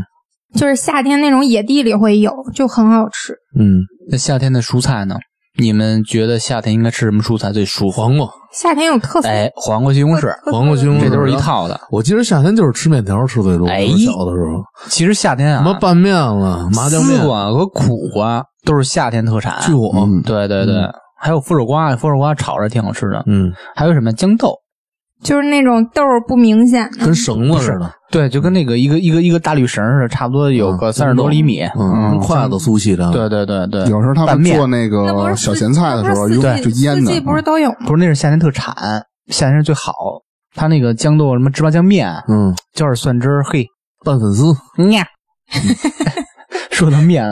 D: 就是夏天那种野地里会有，就很好吃。
B: 嗯，
A: 那夏天的蔬菜呢？你们觉得夏天应该吃什么蔬菜最舒服？
B: 黄瓜，
D: 夏天有特色，
A: 哎，黄瓜、西红柿，
D: 特色
B: 黄瓜、西红柿，嗯
A: 这都是一。套的。
B: 我记得夏天就是吃面条吃最多，
A: 哎
B: 我小的时候，
A: 其实夏天啊，
B: 什么拌面了、麻酱面
A: 丝，瓜和苦瓜都是夏天特产。
B: 巨火。
C: 嗯
A: 对对对，
B: 嗯
A: 还有腐乳瓜，腐乳瓜炒着挺好吃的。
B: 嗯，
A: 还有什么豇豆？
D: 就是那种豆儿不明显的，
A: 嗯
B: 跟绳子似的，
A: 对，就跟那个一个一个一个大绿绳似的，差不多有个
B: 嗯
A: 三十多厘米。
B: 嗯，跟筷子粗细的。
A: 对对对对，
C: 有时候他
A: 拌
C: 们
A: 面
C: 做那
D: 那不
C: 个
D: 是
C: 呃小
D: 四
C: 咸菜的时候，
D: 那
C: 用
D: 不是
C: 就
D: 四季
C: 腌
D: 四季
C: 的。嗯
D: 不是都有吗？
A: 不是那是夏天特产，夏天是最好。它那个豇豆什么芝麻酱面，
B: 嗯，
A: 浇点蒜汁儿，嘿，
B: 拌粉丝，
A: 呀，说到面，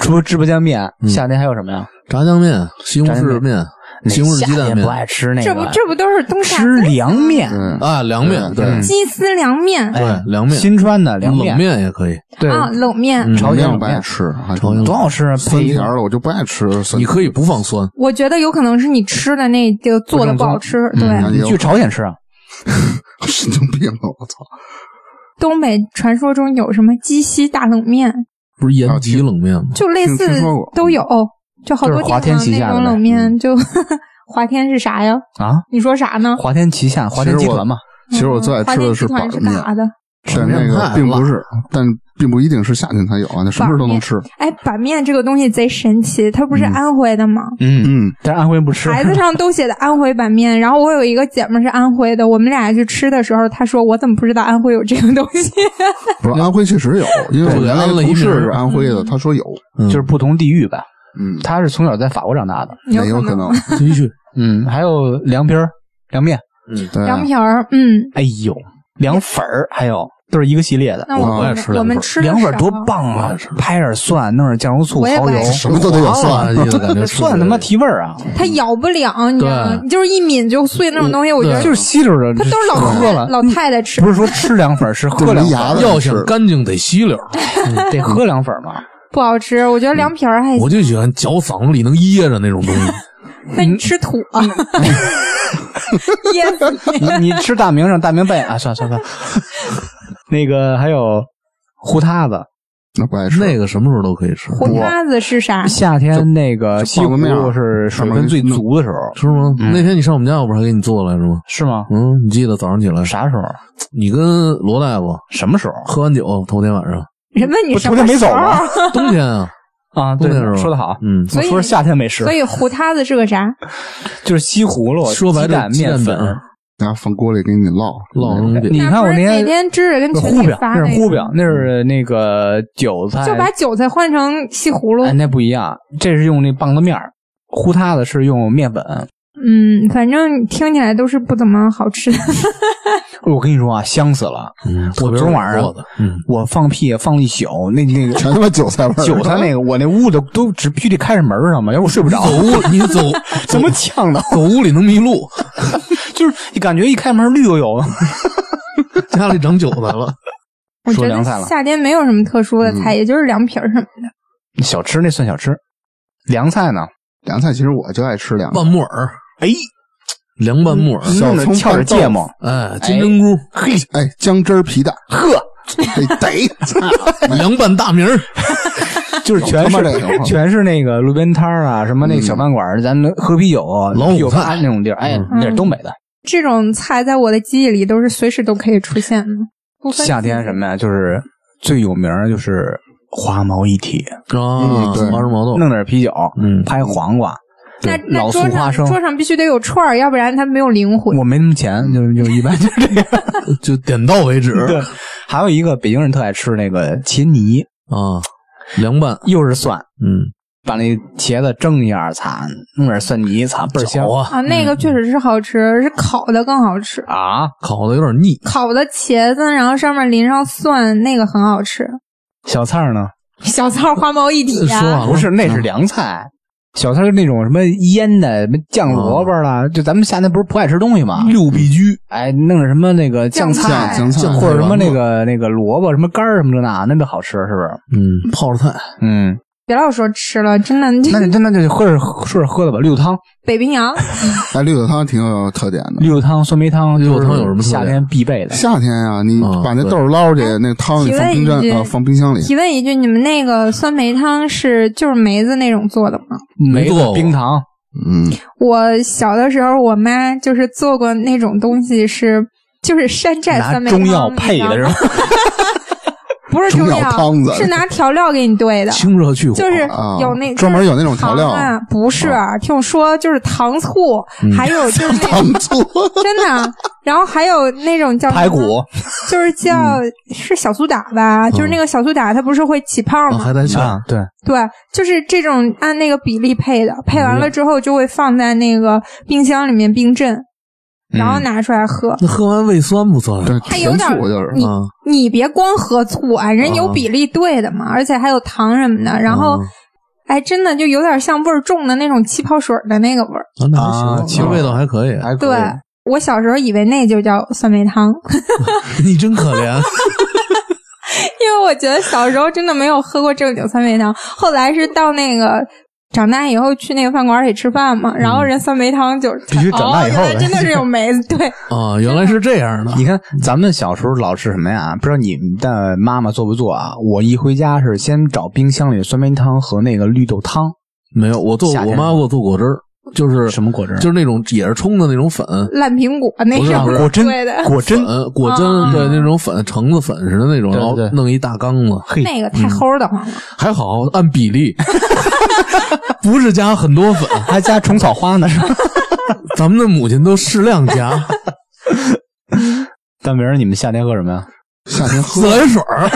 A: 除了芝麻酱面，
B: 嗯
A: 夏天还有什么呀？
B: 炸酱面、西红
A: 炸酱
B: 柿
A: 面
B: 面、西红柿鸡
A: 夏
B: 蛋
A: 天
B: 面
A: 不，爱吃那
D: 这
A: 个
D: 不
A: 吧，
D: 这不都是冬夏
A: 吃凉面，
C: 对，
B: 啊，凉面，对
A: 嗯
D: 鸡丝凉面
B: 对，凉面、
A: 新川的凉
B: 冷面也可以。
A: 哎对，
D: 啊，冷面。
B: 嗯
A: 朝鲜
C: 我
A: 冷
C: 不爱
A: 面
C: 吃，还
B: 朝鲜
A: 多好吃啊！
C: 酸
A: 配一
C: 甜
A: 个
C: 的，我就不爱吃酸。
B: 你可以不放酸，
D: 我觉得有可能是你吃的那个做的不好吃，对，
C: 嗯
A: 你去朝鲜吃啊？
C: 神经病啊！我操，
D: 东北传说中有什么鸡西大冷面，
B: 不是
C: 啊
B: 延吉
C: 听
B: 冷面吗？
D: 就类似
C: 听说过嗯
D: 都有，就好多地方
A: 就是华天旗
D: 那
A: 下的嗯
D: 种
A: 呗
D: 冷面，就 华天是啥呀？
A: 啊，
D: 你说啥呢？
A: 华天旗下华天集团嘛，
D: 嗯
C: 其实我最爱吃的是
D: 华
C: 板
D: 天集团是
C: 面
D: 干，啥的？
C: 但那
B: 面
C: 个
B: 太
C: 并不
B: 辣
C: 是，但并不一定是夏天才有啊，那什么时候都能吃。
D: 哎，板面这个东西贼神奇，它不是
C: 嗯
D: 安徽的吗？
A: 嗯，
C: 嗯，
A: 但是安徽不吃，
D: 牌子上都写的安徽板面，然后我有一个姐们儿是安徽的，我们俩去吃的时候，她说我怎么不知道安徽有这个东西？
C: 不是安徽确实有，因为
B: 对
C: 我原来
B: 安了一
C: 同事
B: 名
C: 是安徽的，他说有，
B: 嗯
A: 就是不同地域吧。
C: 嗯，
A: 他是从小在法国长大的，
C: 也有可能，
B: 继续，
A: 嗯，还有凉皮儿、凉面，
C: 对，
D: 凉皮儿，嗯，
A: 哎呦，凉粉儿，还有都是一个系列的。
D: 那我
C: 我
D: 们
B: 爱吃凉粉儿
D: 我们吃的
A: 凉粉儿
D: 少
A: 多棒啊！拍点蒜，弄点酱油、醋、
D: 我也不
A: 蚝油
D: 爱吃，
C: 什么都得有
B: 哇
C: 蒜，
B: 意思哎啊感觉
A: 那
B: 吃不 了
A: 蒜他妈提味儿啊！
D: 它咬不了，你知道吗？
B: 对
D: 你就是一抿就碎那种东西，我觉得
A: 就是吸溜的，
D: 它都是老
A: 喝
D: 太
A: 了，
D: 老太太吃
A: 不。是说吃凉粉儿，是喝
C: 对
A: 凉粉
C: 没牙
A: 儿，
C: 的
B: 要
C: 吃
B: 想干净得 吸溜儿，嗯
A: 得喝凉粉儿嘛。
D: 不好吃，我觉得凉皮儿还行
B: 我。就喜欢嚼嗓子里能噎着那种东西。
D: 那你吃土啊？噎死你！
A: 你你吃大明让大明扮演啊，算了算了算了， 那个还有糊塌子，
C: 那不爱吃。
B: 那个什么时候都可以吃，
D: 火塌子是啥？
A: 夏天那个
C: 就
A: 西
C: 就泡
A: 湖
C: 个面儿
A: 是水分最足的时候，
B: 吃吗？
A: 嗯
B: 那天你上我们家，我不是还给你做来着吗？
A: 是吗？
B: 嗯，你记得早上起来，
A: 啥时候？
B: 你跟罗大夫
A: 什么时候？
B: 喝完酒头天晚上，
D: 人问你
A: 不
D: 什
A: 昨
D: 么
A: 天没
D: 时
A: 走
D: 候？
A: 吗？
B: 冬天啊，
A: 啊，对
B: 冬天是，吧？
A: 说的好。
B: 嗯，
A: 我说是夏天没吃
D: 所，以糊塌子是个啥？
A: 就是西葫芦、
B: 说白
A: 鸡
B: 了
A: 蛋、
B: 鸡
A: 面
B: 蛋啊
A: 粉
B: 饼，
C: 然后放锅里给你烙
B: 烙嗯成饼
A: 你看我
D: 不是
A: 那
D: 哪
A: 天
D: 天知识跟
A: 那是
D: 群
A: 糊
D: 里
A: 饼，
D: 发
A: 那是
D: 那
A: 糊
D: 个
A: 饼，那是那个韭菜，
D: 就把韭菜换成西葫芦
A: 哎，。那不一样，这是用那棒子面儿，糊塌的是用面粉。
D: 嗯，反正听起来都是不怎么好吃的。
A: 我跟你说啊，香死了！
B: 嗯，
A: 我
B: 特别
A: 昨晚上
B: 做的，嗯，
A: 我放屁放了一宿，那那 个
C: 全他妈韭菜味儿，
A: 韭菜那个，我那屋子都只必须得开着门儿，知道吗？要不我睡不着
B: 走。屋你走
A: 怎么呛的？
B: 走屋里能迷路，
A: 就是你感觉一开门绿油油的。
B: 家里长韭菜了，
D: 我
A: 说
D: 觉得
A: 凉菜了嗯
D: 夏天没有什么特殊的菜，也就是凉皮儿什么的。
A: 小吃那算小吃，凉菜呢？
C: 凉菜，其实我就爱吃凉
B: 拌
C: 菜，
B: 木耳，
A: 哎，嗯
B: 凉拌木耳，
A: 弄着
C: 小葱
A: 翘着
C: 拌豆
A: 芥末，
B: 哎，金针菇，
A: 嘿，
C: 哎，姜汁儿皮蛋，呵，这得，
B: 凉拌 大名儿，
A: 就是全
C: 有他妈这
A: 是
C: 个
A: 全是那个路边摊儿啊，什么那个小饭馆儿，咱能喝啤酒、啊
B: 老虎
A: 啤酒吧
B: 菜
A: 那种地儿，哎，
B: 嗯
A: 那是东北的。
D: 这种菜在我的记忆里都是随时都可以出现的。不分
A: 夏天什么呀？就是最有名儿就是花毛一体，
B: 啊，
C: 嗯对
B: 花生毛豆，
A: 弄点啤酒，
B: 嗯
A: 拍黄瓜。
D: 那
A: 对
D: 那
A: 老
D: 桌
A: 醋花
D: 上
A: 生
D: 桌上必须得有串儿，要不然它没有灵魂。
A: 我没那么钱，就就一般就这样。
B: 就点到为止
A: 对， 还有一个北京人特爱吃那个茄泥，
B: 啊，凉拌，
A: 又是蒜，
B: 嗯，
A: 把那茄子蒸一下，擦，弄点蒜泥，擦倍儿香
B: 好啊，
D: 啊，那
A: 嗯
D: 个确实是好吃，是烤的更好吃。
A: 啊！
B: 烤的有点腻，
D: 烤的茄子，然后上面淋上蒜，那个很好吃。
A: 小菜儿呢？
D: 小菜儿花毛一体呀、
B: 说完了
A: 不，是，那是凉菜。小菜儿那种什么腌的，什么酱萝卜啦，就咱们夏天不是不爱吃东西吗？
B: 六必居，
A: 哎，弄点什么那个酱
D: 酱
A: 菜，
C: 酱酱菜
A: 或者什么那个那个萝卜什么干儿什么的那，那都好吃，是不是？
B: 嗯，泡着菜，
A: 嗯，
D: 别老说吃了，真的，
A: 那
D: 这
A: 那那就喝着说着喝的吧，绿豆汤、
D: 北冰洋
C: 哎，绿豆汤挺有特点的。
A: 绿豆汤、酸梅汤，
B: 绿豆
A: 就是
B: 汤有什么特点
A: 夏天必备的？
C: 夏天呀，你
B: 啊
C: 把那
B: 对
C: 豆儿捞去，那汤你
D: 提
C: 放
D: 问
C: 冰
D: 一
C: 箱
D: 句
C: 啊，放冰箱里。
D: 提问一句，你们那个酸梅汤是就是梅子那种做的吗？
A: 梅
B: 没做
A: 子
B: 过
A: 冰糖，
C: 嗯，
D: 我小的时候，我妈就是做过那种东西是，就是山寨
A: 拿
D: 酸梅汤，
A: 中药配的是
D: 吗？
A: 吧？
D: 不是
C: 中药
D: 药
C: 汤子
D: 是拿调料给你兑的。
B: 清热去火，
D: 就是
C: 啊
D: 有那
C: 专门有那种调
D: 糖
C: 料
D: 啊，不是啊，听我说，就是糖醋，还有就是那
C: 糖醋，
D: 真的啊，然后还有那种叫什么
A: 排骨，
D: 就是叫是小苏打吧，就是那个小苏打，它不是会起泡
B: 啊
D: 吗？
B: 还带馅儿
A: 啊，对，
D: 对，就是这种按那个比例配的，配
A: 嗯
D: 完了之后就会放在那个冰箱里面冰镇，
A: 嗯
D: 然后拿出来喝。
B: 那喝完胃酸不酸啊？
C: 对，
D: 它有
C: 甜
D: 点
C: 醋就是。
D: 你
B: 啊
D: 你别光喝醋啊，人
A: 哦
D: 有
B: 啊
D: 比例对的嘛，而且还有糖什么的，然
B: 啊。
D: 后哎，真的就有点像味儿重的那种气泡水的那个味儿。
B: 啊，那还
A: 啊
B: 行，
A: 行
B: 这味道还可以。
A: 还可
D: 对
A: 以，
D: 我小时候以为那就叫酸梅汤，
B: 你真可怜，
D: 因为我觉得小时候真的没有喝过正经酸梅汤。后来是到那个长大以后去那个饭馆里吃饭嘛，然后人酸梅汤就
A: 嗯必须长大以后
D: 哦，原来真的是有梅子，对，
B: 啊，原来是这样的。
A: 你看，咱们小时候老吃什么呀？不知道你们的妈妈做不做啊？我一回家是先找冰箱里的酸梅汤和那个绿豆汤，
B: 没有，我做
A: 夏天
B: 我妈给我做果汁儿，就是
A: 什么果汁儿？
B: 就是那种也是冲的那种粉，
D: 烂苹果那
B: 不是
D: 种
B: 不是
A: 啊果真
D: 对的，
A: 果 真
B: 粉果真
D: 啊
B: 对那种粉橙子粉似的那种，
A: 对
B: 然后
A: 对
B: 弄一大缸子，
A: 嘿，
D: 那个太齁的慌了。
B: 还好按比例，不是加很多粉，
A: 还加虫草花呢是 吧？
B: 咱们的母亲都适量 加
A: 大明儿，你们夏天喝什么呀？
C: 夏天喝
B: 自来水儿，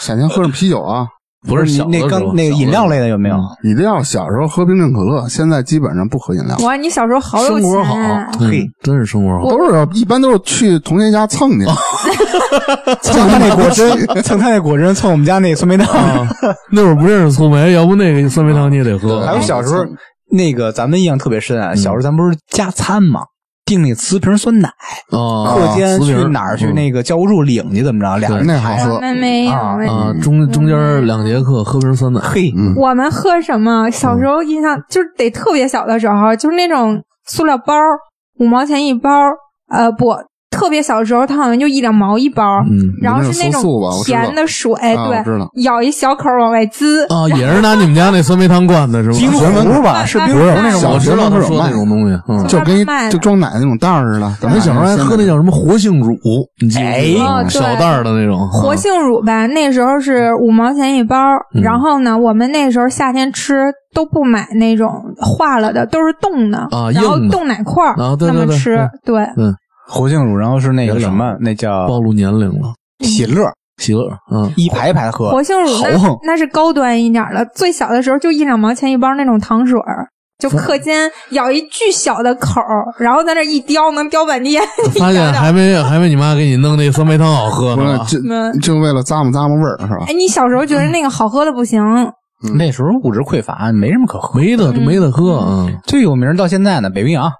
C: 夏天喝上啤酒啊，
B: 不是
A: 你
B: 小的
A: 那
B: 时候
A: 刚那个饮料类的有没有？
C: 一定要小时候喝冰镇可乐，现在基本上不喝饮料，
D: 哇，你小时候好有
C: 生活
D: 钱
C: 好
D: 啊！
A: 嘿
B: 嗯，真是生活好。
C: 都是一般都是去同学家蹭 去，
A: 蹭他那果
B: 嗯
A: 真， 蹭他那果真，蹭我们家那酸梅汤。
B: 那会儿不认识醋梅，要不那个酸梅汤你也得喝。
A: 还有小时候
C: 蹭
A: 那个，咱们印象特别深
B: 嗯
A: 啊。小时候咱不是加餐嘛，订那瓷瓶酸奶，
B: 啊，
A: 课间
B: 瓷
A: 去
B: 瓶儿
A: 哪儿去
B: 嗯
A: 那个教务处领去，怎么着？俩人
C: 那好喝
D: 我，们没有
A: 啊
D: 哎
B: 啊，中中间两节课喝瓶酸奶，
A: 嘿，
C: 嗯，
D: 我们喝什么？小时候印象就是得特别小的时候，就是那种塑料包，五毛钱一包。呃，不，特别小的时候，它好像就一两毛一包，
B: 嗯
D: 然后是那
C: 你那是搜素吧
D: 种
C: 我知道
D: 甜的水，
C: 啊我知道
D: 对，咬一小口往外滋。
B: 啊，也是拿你们家那酸梅汤灌的是吧？
A: 冰壶吧，是冰壶那种。
C: 小
B: 我
C: 时
B: 知
C: 候
B: 道他
C: 那种
B: 说
C: 卖
B: 那种东西，嗯，
C: 就跟一
D: 卖的
C: 就装奶那种袋儿似的。咱
B: 咱
C: 们
B: 小时候还喝那叫什么活性乳，你记不记得嗯
D: 哎哦
B: 小袋儿的那种
D: 活性乳吧，那时候是五毛钱一包。
B: 嗯
D: 然后呢，我们那时候夏天吃都不买那种化了的，都是冻的，
B: 啊
D: 然后
B: 硬的
D: 冻奶块儿
B: 啊对
D: 那么
B: 对对
D: 吃。对，
A: 活性乳，然后是那
B: 有
A: 个
B: 点
A: 什么，那
B: 啊
A: 叫
B: 暴露年龄了，
A: 喜乐，
B: 喜乐，嗯，
A: 一排一排喝。
D: 活性乳
A: 豪
D: 那
B: 啊
A: 横
D: 那是高端一点儿了，最小的时候就一两毛钱一包那种糖水儿。就课间咬一巨小的口儿，然后在那儿一叼，能叼半天。
B: 发现还没还没你妈给你弄那酸梅汤好喝
C: 不是
B: 呢，啊
D: 嗯
C: 就就为了咂摸咂摸味儿是吧？
D: 哎，你小时候觉得那个好喝的不行，
B: 嗯
A: 那时候物质匮乏，没什么可喝。啊
B: 没得
D: 嗯
B: 没得喝，嗯
A: 最有名到现在呢，北冰洋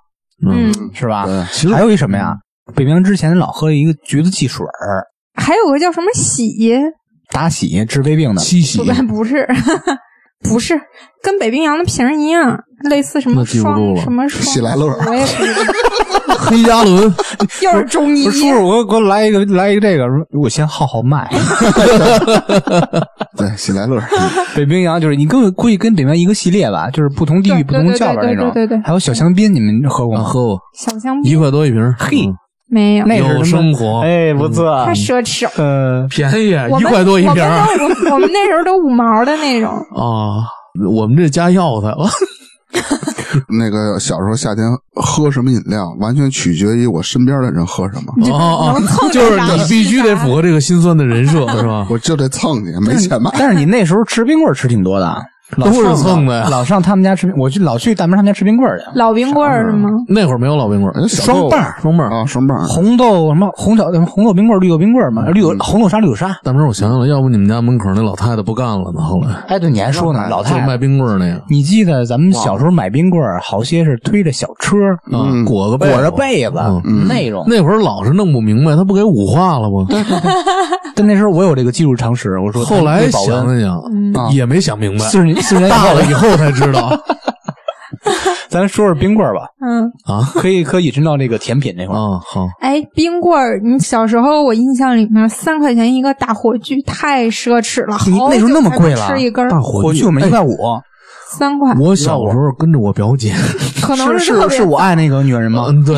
D: 嗯，
A: 是吧？
C: 对，
B: 其实
A: 还有一什么呀？北冰洋之前老喝一个橘子汽水儿，
D: 还有个叫什么喜，
A: 打喜治胃病的。
B: 七喜
D: 不对，不是， 不是，跟北冰洋的瓶儿一样，类似什
B: 那
D: 么
B: 记不住
D: 双
B: 了
D: 什么双，
C: 喜来乐
D: 我也不知道，
B: 黑 加仑，
D: 又是中医
A: 不。是叔叔，我给我来一个，来一个这个。我先号号 脉。
C: 对，喜来乐，
A: 北冰洋就是你跟我估计跟北冰洋一个系列吧，就是不同地域、
D: 对对
A: 不同叫法那种。
D: 对对对对对
A: 还有小香槟，你们嗯喝过
B: 啊
A: 吗？
B: 喝过
D: 小香
B: 一
D: 槟
B: 块多一瓶儿，
A: 嘿
B: 嗯
D: 没有，
A: 那是
B: 有
A: 什么
B: 生活
A: 哎，不错
D: 太。奢侈了。
A: 呃，
B: 便宜
D: 我
B: 一
D: 们
B: 块多一瓶儿
D: 我们 都五，我们那时候都五毛的那种。
B: 啊，我们这加药材，
C: 那个小时候夏天喝什么饮料，完全取决于我身边的人喝什么，
D: 你 就
B: 哦
D: 能
B: 哦
D: 蹭，
B: 就是
D: 着啥
B: 你必须得
D: 啥
B: 符合这个心酸的人设，是吧？
C: 我就得蹭去， 没钱买。
A: 但是你那时候吃冰棍儿吃挺多的，啊老
B: 都是
A: 上
B: 蹭的呀
A: 老上他们家吃，我去老去大明他们家吃冰棍儿去。
D: 老冰棍儿是吗？
B: 那会儿没啊有老冰棍儿，
C: 哎小豆
A: 双棒儿
B: 双棒儿。
C: 啊，双棒儿，
A: 红豆什么红小红豆冰棍儿、绿豆冰棍儿嘛，绿豆红豆沙、绿豆沙。
B: 大明儿，我想想了，要不你们家门口那老太太不干了呢？后来
A: 哎，对，你还说呢，老
B: 就是
A: 太
B: 卖
A: 太。
B: 冰棍儿那个，
A: 你记得咱们小时候买冰棍儿，好些是推着小车，
B: 啊
C: 嗯
B: 裹个
A: 裹着
B: 被
A: 被子
C: 嗯
A: 那种。
B: 那会儿老是弄不明白，他不给五化了吗？
A: 但那时候我有这个技术常识，我说
B: 后来
A: 它保温
B: 想了想，
A: 嗯
C: 啊
B: 也没想明白，
A: 四十年四十年以
B: 大
A: 后
B: 了以后才知道
A: 咱说说冰棍儿吧，
D: 嗯，
B: 啊
A: 可以可以引申到这个甜品这块儿。
B: 啊！好，
D: 哎，冰棍儿，你小时候我印象里面三块钱一个大火炬，太奢侈了。
A: 你
D: 好
A: 那时候
D: 久
A: 那么
D: 才
A: 贵
D: 能
A: 了
D: 吃一根儿
B: 大火
A: 火炬我们一块五，
D: 三块，
B: 我小时候跟着我表姐，
D: 可能
A: 是
D: 特
A: 是
D: 别
A: 是我爱那个女人吗？
B: 嗯，对，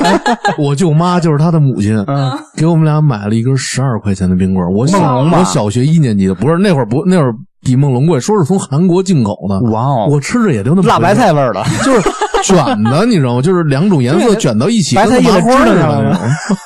B: 哎我舅妈就是她的母亲，
A: 嗯，
B: 给我们俩买了一根十二块钱的冰棍儿。我小
A: 梦龙吧
B: 我小学一年级的，不是那会儿不那会儿比梦龙贵，说是从韩国进口的。
A: 哇哦，
B: 我吃着也 就那么
A: 辣白
B: 回事
A: 菜味儿的，
B: 儿， 就是卷的，你知道吗？就是两种颜色
A: 对
B: 卷到一起，
A: 白菜
B: 跟麻
A: 叶子
B: 花
A: 汁
B: 似
A: 儿
B: 的
A: 呢
B: 那种。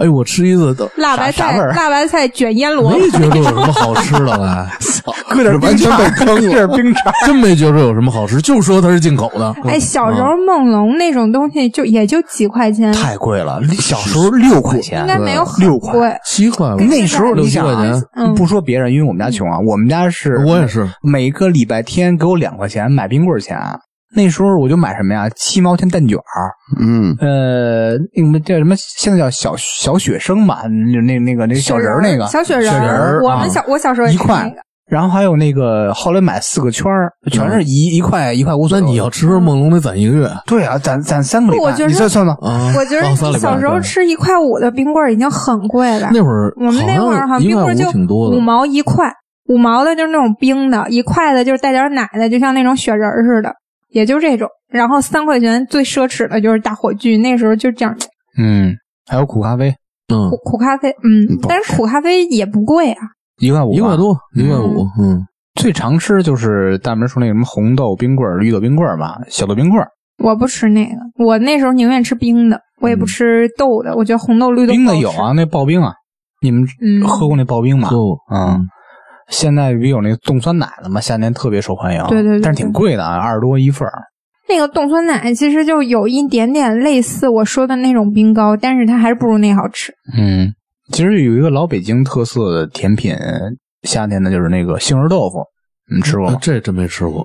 B: 哎呦，我吃一 次都
D: 辣白
A: 啥
D: 菜
A: 味儿，
D: 辣白菜卷腌萝卜，
B: 没觉得有什么好吃的哎来，
A: 搁点
C: 完全被坑了
A: 搁点冰碴儿。
B: 真没觉得有什么好吃，就说它是进口的。嗯
D: 哎，小时候梦龙那种东西就也就几块 钱，
A: 嗯太贵了，小时候六块钱
D: 应该没有很
A: 六块
D: 贵。
B: 七块吧，
A: 那时候
B: 六
A: 你
B: 七
A: 想
B: 块
A: 啊
B: 钱，
D: 嗯
A: 不说别人，因为我们家穷啊，我们家是
B: 我也是
A: 每个礼拜天给我两块钱买冰棍儿钱。啊那时候我就买什么呀？七毛钱蛋卷儿，
C: 嗯，
A: 呃，那个叫什么？现在叫小小雪生吧，那那那个那个小人儿那个
D: 小雪人
A: 小人
D: 儿，
A: 儿
D: 我们
A: 啊
D: 小我小时候也
A: 一
D: 吃
A: 块
D: 那个。
A: 然后还有那个后来买四个圈儿，全是一、一块一块五左
B: 那
A: 右。
B: 你要吃梦龙得攒一个月啊
A: 对啊，攒攒三个礼
D: 不我
A: 拜，
D: 觉得
A: 你再算算，
B: 啊！
D: 我觉得
B: 哦三礼
D: 你
B: 拜
D: 小时候
B: 对
D: 吃一块五的冰棍儿已经很贵了。
B: 那会儿，
D: 我们那会儿好像
B: 一
D: 冰
B: 块
D: 棍儿就
B: 五挺多的
D: 五，毛一块，五毛的就是那种冰的，一块的就是带点奶的，就像那种雪人儿似的。也就这种。然后三块钱最奢侈的就是大火炬，那时候就这样
A: 嗯，还有苦咖啡，
B: 嗯
D: 苦，苦咖啡，嗯
C: 嗯不，
D: 但是苦咖啡也不贵啊，
A: 一块五，
B: 一块。多，一块五，嗯，
A: 最常吃就是大门说那个什么红豆冰棍儿、绿豆冰棍儿嘛，小豆冰棍儿，
D: 我不吃那个，我那时候宁愿吃冰的，我也不吃豆的，我觉得红豆绿豆
A: 嗯冰的
D: 不好
A: 有
D: 吃
A: 啊，，那刨冰啊，你们
D: 嗯
A: 喝过那刨冰吗？
B: 喝过，
A: 啊、现在不有那冻酸奶了吗？夏天特别受欢迎，
D: 对对对
A: 但是挺贵的啊，二十多一份儿。
D: 那个冻酸奶其实就有一点点类似我说的那种冰糕，但是它还是不如那好吃。
A: 嗯，其实有一个老北京特色的甜品，夏天的就是那个杏仁豆腐，你们吃过
B: 啊
A: 吗？
B: 这真没吃过，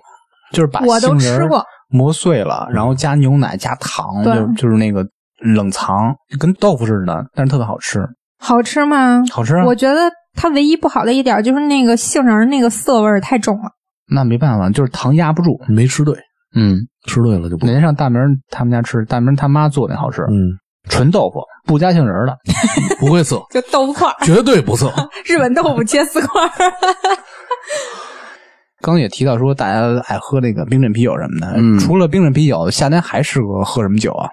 A: 就是把
D: 我都
A: 杏仁
D: 吃过，
A: 磨碎了，然后加牛奶加糖，
D: 对
A: 就就是那个冷藏，就跟豆腐似的，但是特别好吃，
D: 好吃吗？
A: 好吃啊。
D: 我觉得它唯一不好的一点就是那个杏仁儿那个涩味儿太重了。
A: 那没办法，就是糖压不住。
B: 没吃对，
A: 嗯，
B: 吃对了就不
A: 哪，天上大明儿他们家吃，大明儿他妈做那好吃，
B: 嗯，
A: 纯豆腐不加杏仁儿的，
B: 不会涩，
D: 就豆腐块儿，
B: 绝对 不涩，
D: 日本豆腐切丝块儿。
A: 刚刚也提到说，大家爱喝那个冰镇啤酒什么的。
C: 嗯
A: 除了冰镇啤酒，夏天还适合喝什么酒啊？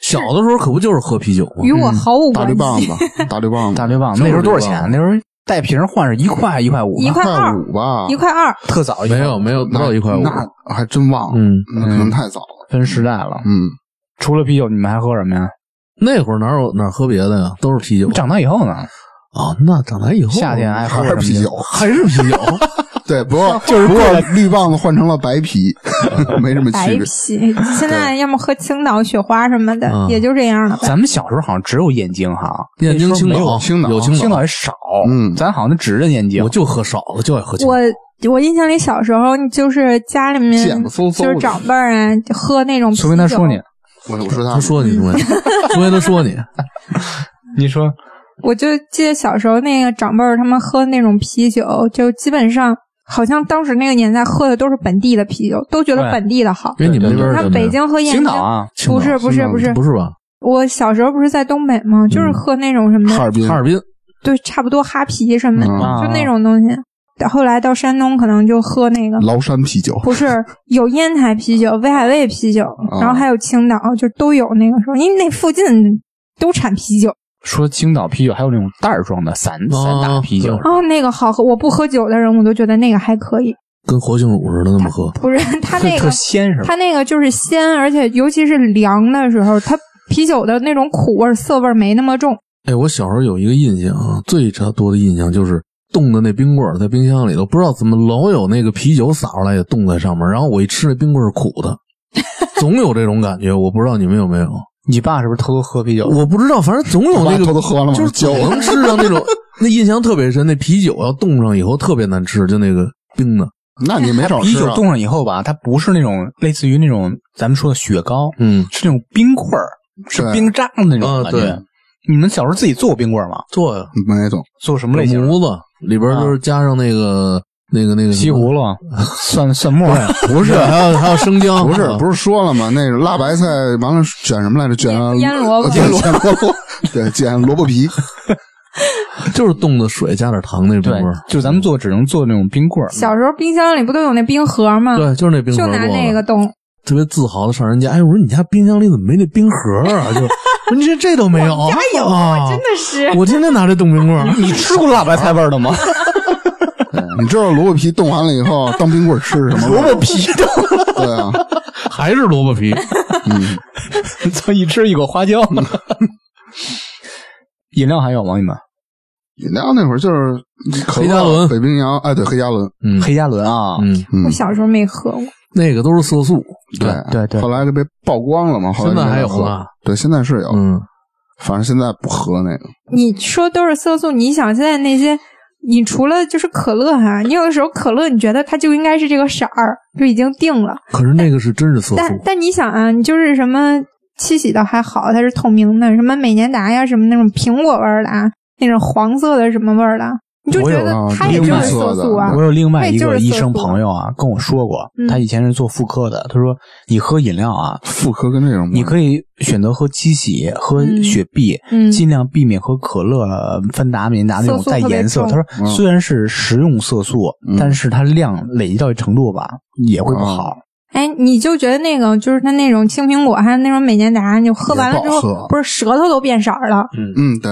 B: 小的时候可不就是喝啤酒吗
D: 与？
A: 嗯
D: 我毫无
C: 大
D: 关
C: 绿棒
D: 系。
C: 子， 大绿棒子
A: 大，绿棒
B: 就是
A: 那时候多少
B: 绿棒
A: 钱？那啊时候带瓶儿换是一块一块五吧，
D: 一块
C: 块
D: 二
C: 五
A: 啊
C: 吧，
D: 一块 二，
A: 特早一
B: 没
A: 块
B: 有没有，不到一块五，
C: 那还真忘了，
B: 嗯，
C: 那可能太早了。
A: 分时代了。
C: 嗯，
A: 除了啤酒，你们还喝什么呀？
B: 那会儿哪有哪喝别的呀，都是啤酒
A: 长大以后呢？
B: 啊。那长大以后，
A: 夏天爱喝什
C: 还是
A: 么
C: 啤酒？
B: 还是啤酒，
C: 对，不过就是不过绿棒子换成了白啤， 没什么
D: 白
C: 区别。
D: 啤。现在要么喝青岛雪花什么的
B: 嗯，
D: 也就这样了 呗。
A: 咱们小时候好像只有燕京哈，
B: 燕京
A: 那时候
B: 青
A: 没有
B: 岛
C: 青岛
B: 有
A: 青
B: 青
A: 岛也少。
C: 嗯
A: 咱好像只认燕京
B: 我。就喝少了，就爱喝青岛。
D: 我我印象里小时候就是家里面
C: 贱不嗖嗖
D: 就
C: 的
D: 是长辈儿啊喝那种，
A: 除非他说你，，
C: 我我说
B: 他
C: 他
B: 说你，同学，同学他说你，
A: 你说
D: 我就记得小时候那个长辈儿他们喝那种啤酒，就基本上好像当时那个年代喝的都是本地的啤酒，都觉得
A: 对
D: 本地的好。
B: 因为你们那边
D: 那
B: 儿
D: 北京喝燕
A: 青
D: 京
A: 岛啊，
B: 青岛
D: 不是不是
C: 青岛
D: 不是
B: 不，是吧？
D: 我小时候不是在东北吗？就是喝那种什么
C: 哈尔滨
B: 哈尔滨
D: 对，差不多哈啤什么的，
C: 嗯
D: 就那种东西。后来到山东可能就喝那个。
C: 崂山啤酒，
D: 不是有烟台啤酒、威海卫啤酒，然后还有青岛，就都有那个时候，因为那附近都产啤酒
A: 说青岛啤酒，还有那种袋儿装的散散打
B: 哦
A: 啤酒，
D: 哦，那个好喝。我不喝酒的人，我都觉得那个还可以。
B: 跟活性乳似的那么喝，
D: 不是它那
A: 特
D: 个，
A: 鲜是吧？
D: 它那个就是鲜，而且尤其是凉的时候，它啤酒的那种苦味儿、涩味儿没那么重。
B: 哎，我小时候有一个印象啊，最多的印象就是冻的那冰棍儿在冰箱里头，不知道怎么老有那个啤酒洒出来也冻在上面，然后我一吃那冰棍儿是苦的，总有这种感觉，我不知道你们有没有，
A: 你爸是不是偷偷喝啤酒？
B: 我不知道，反正总 有那
C: 我把
B: 个
C: 偷偷喝完了吗
B: 就是
C: 教
B: 总
C: 我
B: 能吃上那种，那印象特别深，那啤酒要冻上以后特别难吃，就那个冰的，
C: 那你没少
A: 啤
C: 吃
A: 酒
C: 啊。
A: 冻上以后吧，它不是那种类似于那种咱们说的雪糕，
B: 嗯，
A: 是那种冰棍儿，是
C: 对
A: 冰渣的那种
B: 啊
A: 感觉。
B: 对
A: 你们小时候自己做过冰棍儿吗？
B: 做呀，
C: 没懂，
A: 做什么类型？啊
B: 模子里边就是加上那个、那个那个
A: 西
B: 什么
A: 葫芦、 蒜蒜末儿、
B: 不是，还有还有生姜，
C: 不是
D: 哦
B: 啊
C: 不是说了吗？那是辣白菜，完了卷什么来着？卷呃
D: 腌萝卜
C: 卷萝卜， 对，卷萝卜皮。
B: 就是冻的水加点糖那冰
A: 对
B: 棍儿，，
A: 就是咱们做只能做那种冰棍儿。
D: 小时候冰箱里不都有那冰盒吗？
B: 对，就是那冰
D: 就
B: 盒
D: 拿
B: 做
D: 那个
B: 的，
D: 冻。
B: 特别自豪的上人家，哎，我说你家冰箱里怎么没那冰盒啊？就 我说你这这都没有，
D: 我们家有
B: 啊，
D: 真的是。
B: 我天天拿这冻冰棍儿，啊
A: 你吃过辣白菜味儿的吗？
D: 嗯
C: 你知道萝卜皮冻完了以后当冰棍儿吃 什么吗？
A: 卜皮
C: 对啊，
B: 还是萝卜 皮，
C: 嗯，
A: 的，操，一吃一口花椒 呢。饮料还有吗？你们
C: 饮料那会儿就是可乐
B: 黑加仑
C: 北冰洋，哎，对，黑加仑，
B: 嗯
A: 黑加仑啊，
B: 嗯，
C: 嗯
D: 我，小时候没喝过，
B: 那个都是色素，
A: 对对
C: 后来就被曝光了嘛，后来
B: 现在
C: 就没
B: 还有
C: 喝
B: 啊，
C: 对，现在是有，
B: 嗯，
C: 反正现在不喝那个，
D: 你说都是色素，你想现在那些，你除了就是可乐哈、你有的时候可乐你觉得它就应该是这个色儿，就已经定了。
B: 可是那个是真是色
D: 但
B: 素，
D: 但你想啊，你就是什么七喜倒还好，它是透明的，什么美年达呀，什么那种苹果味儿的啊，那种黄色的什么味儿的，你就
A: 我
D: 觉
A: 有
D: 得
C: 啊
D: 它也
A: 另
D: 就
A: 外
D: 是
C: 色
D: 色
C: 的
D: 素啊
C: 我。
A: 我有另外一
D: 那
A: 个
D: 也就是
A: 医
D: 色素
A: 生朋友啊，跟我说过，
D: 嗯
A: 他以前是做妇科的。他说，你喝饮料啊，
C: 妇科跟这种
A: 你可以选择喝七喜、喝雪碧，
D: 嗯
A: 尽量避免喝可乐、芬达、美年达那种
D: 色素
A: 带
D: 特别
A: 颜色。
D: 重
A: 他说，
C: 嗯
A: 虽然是食用色素，
C: 嗯哦
B: 嗯
A: 但是它量累积到一程度吧，也会不好。
D: 哎，你就觉得那个就是它那种青苹果还有那种美年达，你就喝完了之
C: 也不好
D: 后
C: 喝，
D: 不是舌头都变色儿了。
B: 嗯，
C: 嗯，对，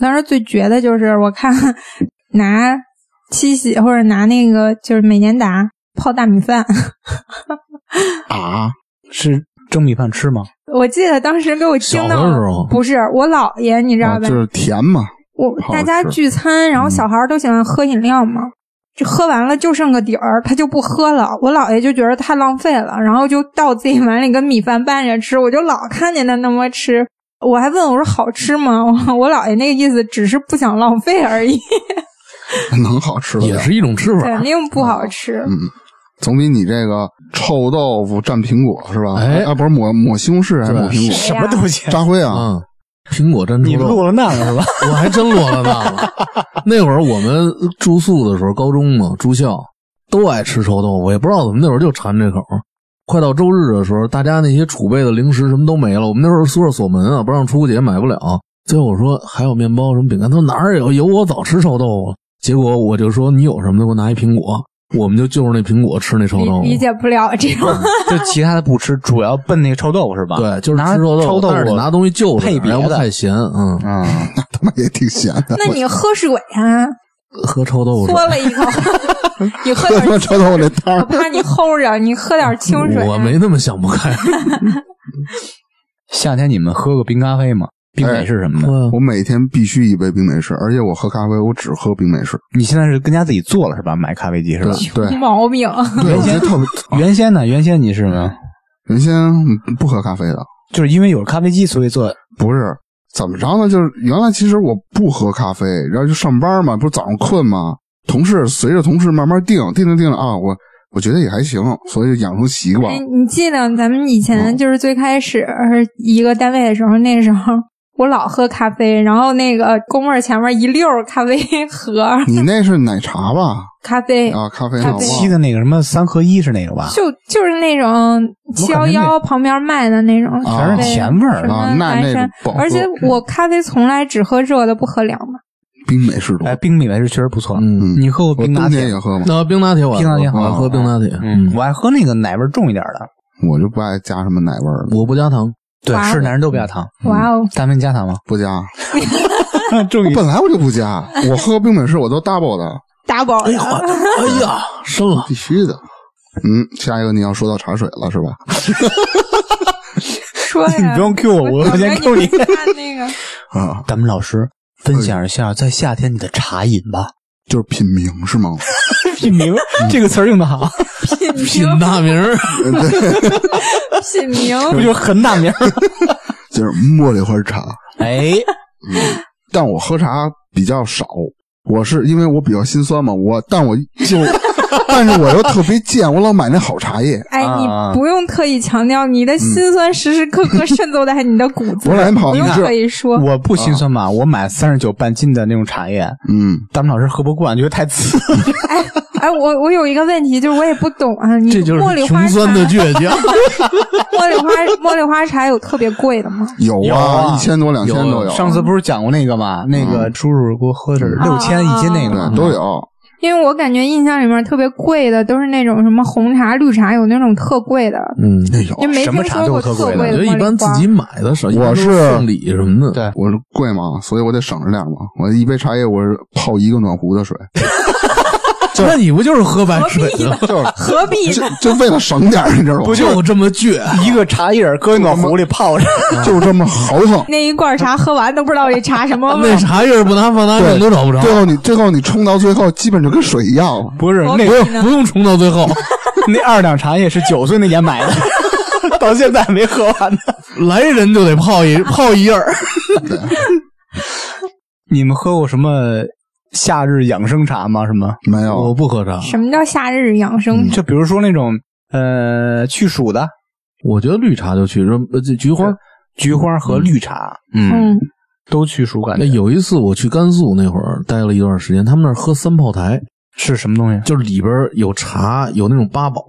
D: 当时最绝的就是我看 拿七喜或者拿那个就是美年达泡大米饭，
C: 啊，
A: 是蒸米饭吃吗？
D: 我记得当时给我
B: 小
D: 惊
B: 的
D: 到
B: 时
D: 了，
B: 候
D: 不是我姥爷，你知道
C: 啊
D: 吧？
C: 就是甜嘛，
D: 我
C: 好
D: 大家
C: 吃
D: 聚餐，然后
C: 嗯
D: 小孩儿都喜欢喝饮料嘛，这喝完了就剩个底儿，他就不喝了。我姥爷就觉得太浪费了，然后就倒自己碗里跟米饭拌着吃，我就老看见他那么吃。我还问我说好吃吗？ 我我姥爷那个意思只是不想浪费而已，
C: 能好吃的
B: 也是一种吃法。啊
D: 肯定不好吃。
C: 嗯，总比你这个臭豆腐蘸苹果是吧？
B: 哎
C: 啊，不是抹抹西红柿还是抹苹
D: 谁
C: 果？
D: 呀
A: 西
C: 扎辉啊，
B: 嗯，苹果蘸
A: 你
B: 猪肉
A: 录，了那个是吧？
B: 我还真落了难 了。那会儿我们住宿的时候，高中嘛，住校都爱吃臭豆腐，也不知道怎么那会儿就馋这口儿。快到周日的时候，大家那些储备的零食什么都没了。我们那时候宿舍锁门啊，不让出去也买不了。最后我说还有面包什么饼干，他说哪儿有？有我早吃臭豆腐了。结果我就说你有什么的，给我拿一苹果。我们就就着那苹果吃那臭
D: 理
B: 豆腐，
D: 理解不了这 种，
A: 就其他的不吃，主要奔那个臭豆腐是吧？
B: 对，就是
A: 啊拿
B: 吃臭
A: 臭
B: 豆
A: 豆
B: 但是得
A: 腐
B: 拿东西就着
A: 配
B: 点儿，
A: 别
B: 要不
A: 的
B: 太咸。嗯，
A: 啊，
C: 他妈也挺咸的。
D: 那你喝水啊，
B: 喝臭豆腐水
D: 嗦了 一口，你
C: 喝
D: 喝点
C: 他妈臭豆腐那汤
D: 我
C: 儿，
D: 怕你齁着，你喝点清水啊。
B: 我没那么想不 开。
A: 夏天你们喝个冰咖啡吗？冰美式什么
D: 嗯
B: 嗯
A: 的？
C: 我每天必须一杯冰美式，而且我喝咖啡我只喝冰美式。
A: 你现在是跟家自己做了是吧？买咖啡机是吧？哦
C: 对，
D: 毛病，
C: 对，我觉得特别。
A: 原先呢？原先你是没有，
C: 原先不喝咖啡的，
A: 就是因为有了咖啡机，所以做
C: 不是怎么着呢？就是原来其实我不喝咖啡，然后就上班嘛，不是早上困嘛，同事随着同事慢慢定定定定啊，我我觉得也还行，所以就养成习惯
D: 哎，。你记得咱们以
C: 嗯
D: 前就是最开始一个单位的时候，那时候我老喝咖啡，然后那个工位前面一溜儿咖啡盒，
C: 你那是奶茶吧？
D: 咖啡
C: 啊，咖啡呢？
D: 咖
C: 我
D: 啡
C: 忘
A: 七
C: 了
A: 的那个什么三合一是那个吧？
D: 就就是那种七幺幺旁边卖的那种
C: 啊
D: 咖
A: 全
D: 啡
A: 是甜味儿
C: 啊
D: 什。
C: 那
D: 么
C: 那
D: 蓝山
C: 个不好喝
D: 而且我咖啡从来只喝热的，不喝凉的。
C: 冰美式多
A: 哎，。冰美式确实不错。
B: 嗯，
C: 嗯
A: 你喝过
C: 我
A: 冰拿
C: 冬天
A: 铁
C: 也
A: 吗？
C: 喝嘛，
B: 那冰拿铁我爱
A: 冰拿铁
B: 喝
A: 好
B: 我爱喝冰拿铁，
A: 嗯，，我爱喝那个奶味儿重一点的。
C: 我就不爱加什么奶味儿的，
B: 我不 加糖，
A: 对，
D: 哇哦
A: 是男人都不加糖。
C: 嗯
D: 哇哦，
A: 大明你加糖 吗？
C: 不加。
A: 终
C: 我本来我就不加，我喝冰美式我都 double 的，
D: 打 饱了，
B: 哎呀，生了，
C: 必须的。嗯，下一个你要说到茶水了是吧？
D: 说呀，
A: 你不用 Q 我，我
D: 我
A: 先
D: 以
A: Q
D: 为
A: 你
D: 你。会看那个，
C: 啊，
A: 咱们老师分享一下在夏天你的茶饮吧。嗯
C: 就是品名是吗？
A: 品名 这 个词儿用的 好，
B: 品大名儿，
D: 品名
A: 不就是很大名儿？
C: 就是茉莉花茶。
A: 哎，
C: 但我喝茶比较少，我是因为我比较心酸嘛，我但我 就，但是我又特别贱，我老买那好茶叶，
D: 哎，你
A: 啊
D: 不用特意强调，你的辛酸时时刻刻渗透在你的骨子
C: 我
D: 里，
C: 老跑
D: 不用
C: 你
D: 特
C: 这，
D: 意说。
A: 我不心酸吧？我买三十九半斤的那种茶叶，
C: 嗯，
A: 咱们老师喝不惯，觉得太刺。
D: 哎，我我有一个问题，就是我也不懂啊，你
B: 这就是
D: 茉莉花
B: 穷
D: 茶，
B: 酸的倔强。
D: 茉莉花茉莉花茶有特别贵的吗？
C: 有
A: 有
C: 啊，
A: 啊嗯
C: 一千多两千
B: 有
C: 都有，
A: 上次不是讲过那个吗？那个叔叔给我喝的是六千一斤那个
C: 对
A: 吗，
C: 都有，
D: 因为我感觉印象里面特别贵的都是那种什么红茶、绿茶，有那种特贵的，
B: 嗯，
C: 那有
D: 就没
A: 什么
D: 听
A: 茶
D: 说过
A: 都
D: 特
A: 有特
D: 贵
A: 贵
B: 我
A: 的
D: 的
B: 觉得
D: 茉莉
B: 一
D: 花。
B: 般自己买的少，一般
C: 我
B: 都
C: 是
B: 送礼什么的。
A: 对
C: 我是贵嘛，所以我得省着点嘛。我一杯茶叶，我是泡一个暖壶的水，
B: 那你不就是喝白水的？
C: 就是
D: 何必呢？
C: 就就为了省点儿，你知道吗？
B: 不就这么倔？
A: 一个茶叶儿搁暖壶里泡着，
C: 就是这么豪 横。
D: 那一罐茶喝完都不知道这茶什么味
B: 那
D: 儿。
B: 茶叶不拿放大镜都找不着，
C: 最后你最后你冲到最后，基本就跟水一样了。
A: 不是
D: 何
A: 那
D: 必
A: 个
D: 呢
B: 不用冲到最后，
A: 那二两茶叶是九岁那年买的，到现在还没喝完呢。
B: 来人就得泡一泡一夜儿。
A: 你们喝过什么夏日养生茶吗？什么？
C: 没
B: 我
C: 有，
B: 不喝茶，
D: 什么叫夏日养生？
A: 就比如说那种呃去暑的
B: 我觉得绿茶就去，这这菊花。
A: 菊花和绿茶，嗯，
D: 嗯，
A: 都去暑感
B: 那
A: 觉。
B: 哎有一次我去甘肃那会儿待了一段时间，他们那儿喝三炮台，
A: 是什么东西？
B: 就是里边有茶，有那种八宝，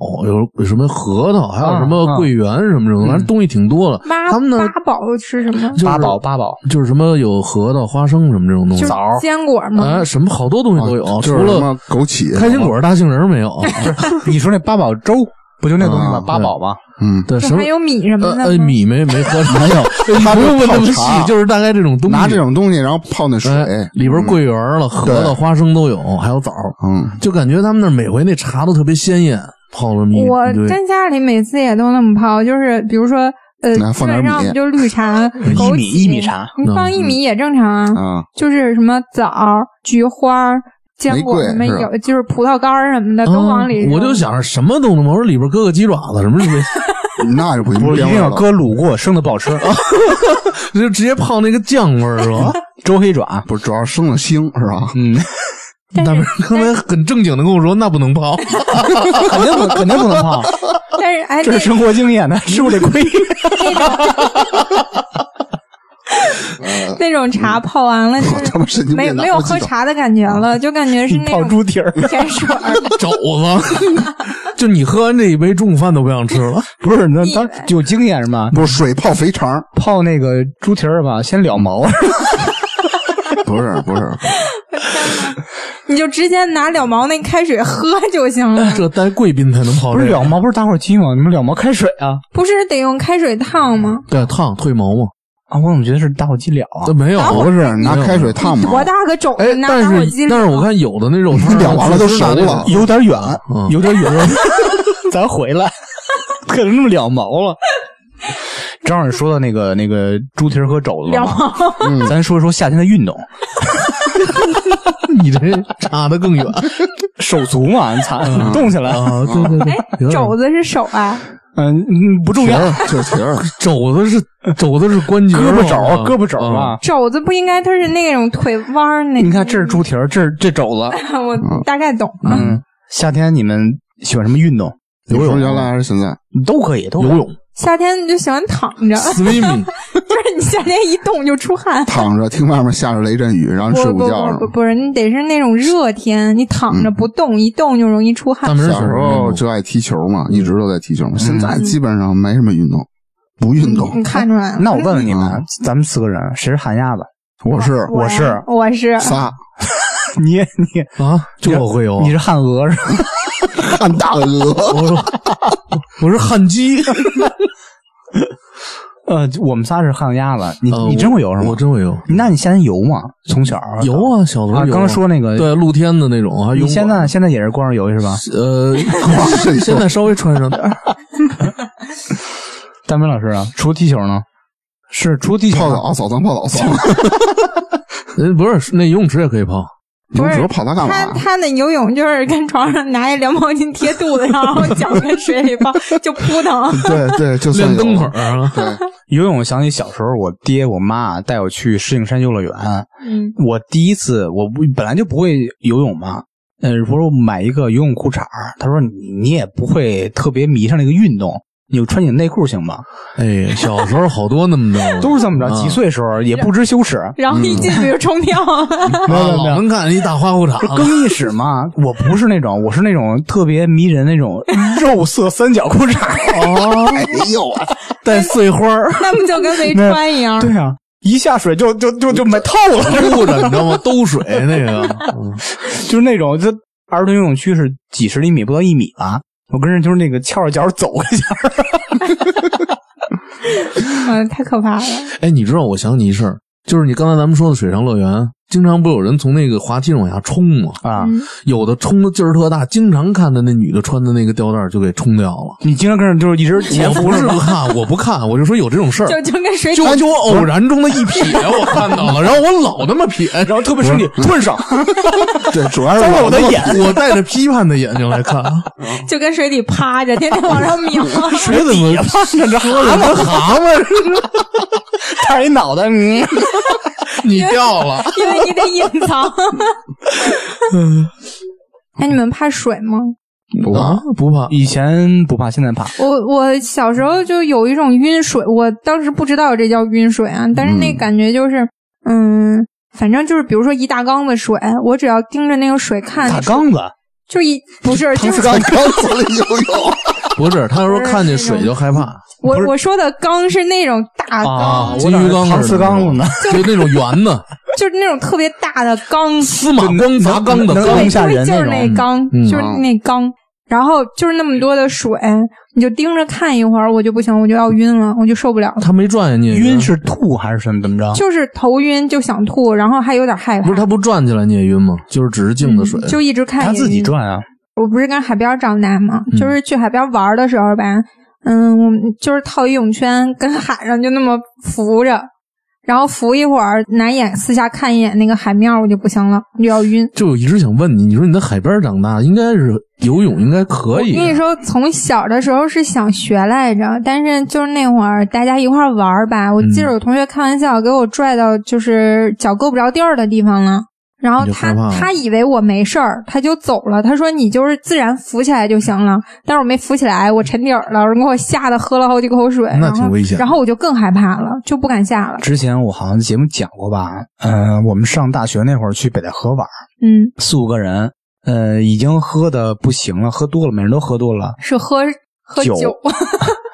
B: 有什么核桃，还有什么桂圆什么什么，
A: 嗯
B: 反正东西挺多的。
D: 妈
B: 他们那儿
D: 八宝都吃什么？
B: 就是
A: 八宝八宝，
B: 就是什么有核桃、花生什么这种东
D: 就
B: 西
D: 是，坚果吗
B: 哎，？什么好多东西都有，
C: 啊就
B: 除
C: 是什
B: 了
C: 么枸杞、
B: 开心果、大杏仁儿没有。
A: 你说那八宝粥不就那东西吗？
C: 啊
A: 八宝吗？
C: 嗯，
B: 对，
D: 这
B: 什么
D: 还？有米什么
B: 呃
D: 的吗？
B: 呃，米没没喝 上，
C: 没有，
B: 你
C: 他
B: 不用问那
C: 泡
B: 么
C: 茶
B: 细，就是大概这种东西。
C: 拿这种东西，然后泡那水
B: 哎，里边桂圆了、核桃、
C: 对
B: 花生都有，还有枣，
C: 嗯，
B: 就感觉他们那儿每回那茶都特别鲜艳，泡了米。
D: 我
B: 对
D: 跟家里每次也都那么泡，就是比如说，呃，
C: 那
D: 基
C: 放点
D: 本上我
C: 米
D: 们就绿茶、
A: 一
D: 枸
A: 米
D: 杞
A: 一米茶，
D: 你放一米也正常啊，
C: 啊，
D: 就是什么枣、菊花、坚果
C: 玫瑰
D: 什么
C: 是吧
D: 有，就是葡萄干儿什么的
B: 嗯
D: 都往里。
B: 我就，想着什么都能，我说里边搁个鸡爪子什么什么，
C: 那就不
A: 不
C: 一
A: 是一定要
C: 样了。
A: 搁卤过，生的不好 吃。
B: 就直接泡那个酱味儿是吧？
A: 周黑爪，
C: 不是，主要生了腥是吧？
A: 嗯，
B: 大明刚才很正经的跟我说，那不能泡，
A: 肯定不肯定不能 泡，
D: 但是哎，
A: 这是
D: 那
A: 生活经 验呢，吃过这亏。
D: 那种茶泡完了，就
C: 我他妈神
D: 是
C: 经病
D: 没
C: 哪
D: 没有
C: 泡鸡
D: 喝
C: 爪
D: 茶的感觉了，就感觉是那
A: 泡
D: 种
A: 猪蹄 儿，
D: 甜水儿。
B: 肘子。 就你喝完这一杯，中午饭都不想吃了。
A: 不是那当时有经验是吗？
C: 不是水泡肥 肠，
A: 泡那个猪蹄儿吧，先燎毛，
C: 不是 不是，
D: 你就直接拿两毛那开水喝就行 了，
B: 这待贵宾才能泡
A: 不是
B: 这个，
A: 燎毛，不是打火机吗？你们燎毛开水啊？
D: 不是得用开水烫吗？
B: 对，烫褪毛嘛？
A: 啊，我怎么觉得是打火机燎
B: 这
A: 啊？
B: 哦没有，
C: 不是拿开水烫嘛
D: 多？大个种
B: 哎
D: 子，拿
B: 但
D: 打火
B: 是
D: 机
B: 但是
D: 燎
B: 我看有的那肉摊儿
C: 燎完了都熟
B: 拿那个
C: 了
A: 有点远
B: 嗯，
A: 有点远， 咱回来，可能这么燎毛了。正好说到那个那个猪蹄儿和肘子了嘛，
D: 毛，
A: 咱说说夏天的运动，
B: 你这差的更 远
A: 手足嘛，你操，动起来，
B: 啊！对对
D: 哎
B: 对，
D: 肘子是手啊，
A: 嗯嗯，不重
C: 蹄
A: 要，
C: 儿就是蹄儿，
B: 肘子是肘子是关节
A: 胳
B: 肉
A: 膊肘
B: 啊，
A: 胳膊肘
B: 啊
A: 啊。
D: 肘子不应该它是那种腿弯儿那？
A: 你看，这是猪蹄儿，这是这肘子，
D: 我大概懂了。
A: 嗯，夏天你们喜欢什么运动？
C: 你说原来还是现在？
A: 都可以，都可以
B: 游泳
D: 夏天你就喜欢躺着，
B: swimming
D: 就是你夏天一动就出汗。
C: 躺着听外面下着雷阵雨，然后你
D: 不
C: 睡
D: 不
C: 午觉
D: 不
C: 是
D: 不
C: 吗？
D: 不是，你得是那种热天，你躺着不动，一动就容易出
B: 大
D: 汗。
B: 明儿
C: 小时候
B: 喜欢
C: 就爱踢球嘛，一直都在踢球嘛。现在基本上没什么运动，不运
D: 你
C: 动。
D: 看出来了？
A: 那我问问你们啊
C: 嗯，
A: 咱们四个人谁是旱鸭子？
C: 我是
A: 我
D: 呀
A: 是
D: 我是
C: 仨
A: 你你
B: 什么啊，就我会游啊，
A: 你是旱鹅是吧？
C: 汉大鹅，
B: 我说我是旱鸡，
A: 呃，我们仨是旱鸭子。你
B: 呃
A: 你真会游是吗
B: 我？真会游，
A: 那你夏天游吗？从小
B: 游啊，小时候
A: 啊，
B: 游啊
A: 刚说那个，
B: 对露天的那种啊，还游
A: 你现在现在也是光着游是吧？
B: 呃，
C: 这
B: 现在稍微穿上 点儿，
A: 大明老师啊，除了踢球呢？是除了踢球
C: 泡
A: 呢
C: 澡扫脏泡澡扫，
B: 呃不是那游泳池也可以泡，
C: 你
D: 不是
C: 说泡它干
D: 他
C: 嘛？
D: 他那游泳就是跟床上拿一凉毛巾贴肚子上，然后脚跟水里泡，就扑 腾。
C: 对对，就算
B: 练
C: 有
B: 蹬腿儿啊，
C: 对，
A: 游泳，想起小时候我爹我妈带我去石景山游乐园，
D: 嗯，
A: 我第一次我不本来就不会游泳嘛，嗯、呃，我说我买一个游泳裤衩儿，他说你你也不会特别迷上那个运动，你就穿紧内裤行吗？
B: 哎，小时候好多那么着的，
A: 都是这么着，
B: 啊
A: 几岁时候也不知羞耻，
D: 然后一进
A: 嗯
D: 去就冲 跳了。
A: 没有没有没
B: 啊老
A: 有。
B: 能看一大花裤衩
A: 不是更衣室嘛，我不是那种，我是那种特别迷人那种肉色三角裤衩。
B: 哦，
C: 哎呦我
B: 带碎花儿
A: 啊
D: 那不就跟没穿一样？
A: 对啊，一下水就就就就没透 了，
B: 露着，你知道吗？兜水那个， 嗯
A: 就是那种，就儿童游泳区是几十厘米不到一米吧。我跟着就是那个翘着脚走一下，
D: 嗯，太可怕了。
B: 哎，你知道我想起一事儿，就是你刚才咱们说的水上乐园，经常不有人从那个滑梯上往下冲吗？
A: 啊！
D: 嗯
B: 有的冲的劲儿特大，经常看着那女的穿的那个吊带儿就给冲掉了。
A: 你经常跟着就是一直 潜
B: 我
A: 伏
B: 不
A: 是
B: 是
A: 吧？
B: 不看，我不看，我就说有这种事儿，
D: 就就跟水
B: 就 就我偶然中的一瞥，我看到 了，然后我老那么瞥，然后特别生气，
A: 棍上，
C: 对，主要是
A: 脏了我的眼，
B: 我带着批判的眼睛 来看，啊
D: 就跟水底趴着，天天往上抿。
B: 谁怎么
A: 看着蛤蟆，蛤 蟆，他一脑袋，嗯，
B: 你掉了？
D: 因为你得隐藏。
A: 嗯
D: 哎，你们怕水吗？
C: 不
B: 啊
C: 怕，
B: 不怕，
A: 以前不怕，现在怕。
D: 我我小时候就有一种晕水，我当时不知道这叫晕水啊，但是那
C: 嗯
D: 感觉就是，嗯反正就是，比如说一大缸子水，我只要盯着那个水看，
A: 大缸子，
D: 就一不是，就是
C: 刚刚从里游泳，
B: 不是，他说看见水就害怕，
D: 我我说的缸是那种大缸，
A: 啊，
B: 金鱼缸似的
A: 搪瓷缸子呢，
B: 就那种圆的
D: 就是那种特别大的缸，
B: 司马光砸缸的
A: 能
B: 缸
A: 能
D: 对，
A: 下
D: 对
A: 人
D: 就是
A: 那种
D: 那缸，
B: 嗯
D: 就是那缸。然后就是那么多的水，你就盯着看一会儿，我就不行，我就要晕了，我就受不了了，
B: 他没转下去，
A: 晕是吐还是怎么怎么着？
D: 就是头晕就想吐，然后还有点害怕。
B: 不是他不转起来你也晕吗？就是只是静的水，
D: 嗯就一直看
A: 他
D: 也
A: 自己
D: 晕
A: 转嗯啊，
D: 我不是跟海边儿长大嘛，就是去海边儿玩儿的时候吧，嗯，我们就是套一泳圈跟海上就那么浮着，然后浮一会儿，拿眼四下看一眼那个海面儿，我就不行了，我就要晕。
B: 就我一直想问你，你说你在海边长大，应该是游泳应该可以
D: 我跟你说，从小的时候是想学来着，但是就是那会儿大家一块儿玩儿吧，我记得有同学开玩笑给我拽到就是脚够不着地儿的地方了。然后
B: 你就
D: 他
B: 害怕了
D: 他以为我没事儿，他就走了。他说你就是自然浮起来就行了，但是我没浮起来，我沉底儿了，然后给我吓得喝了好几口水，
B: 那
D: 然后
B: 挺危险
D: 然后我就更害怕了，就不敢下了。
A: 之前我好像节目讲过吧，嗯、我们上大学那会儿去北戴河玩，
D: 嗯，
A: 四五个人，呃，已经喝的不行了，喝多了，每人都喝多了，
D: 是喝 喝
A: 酒
D: 酒，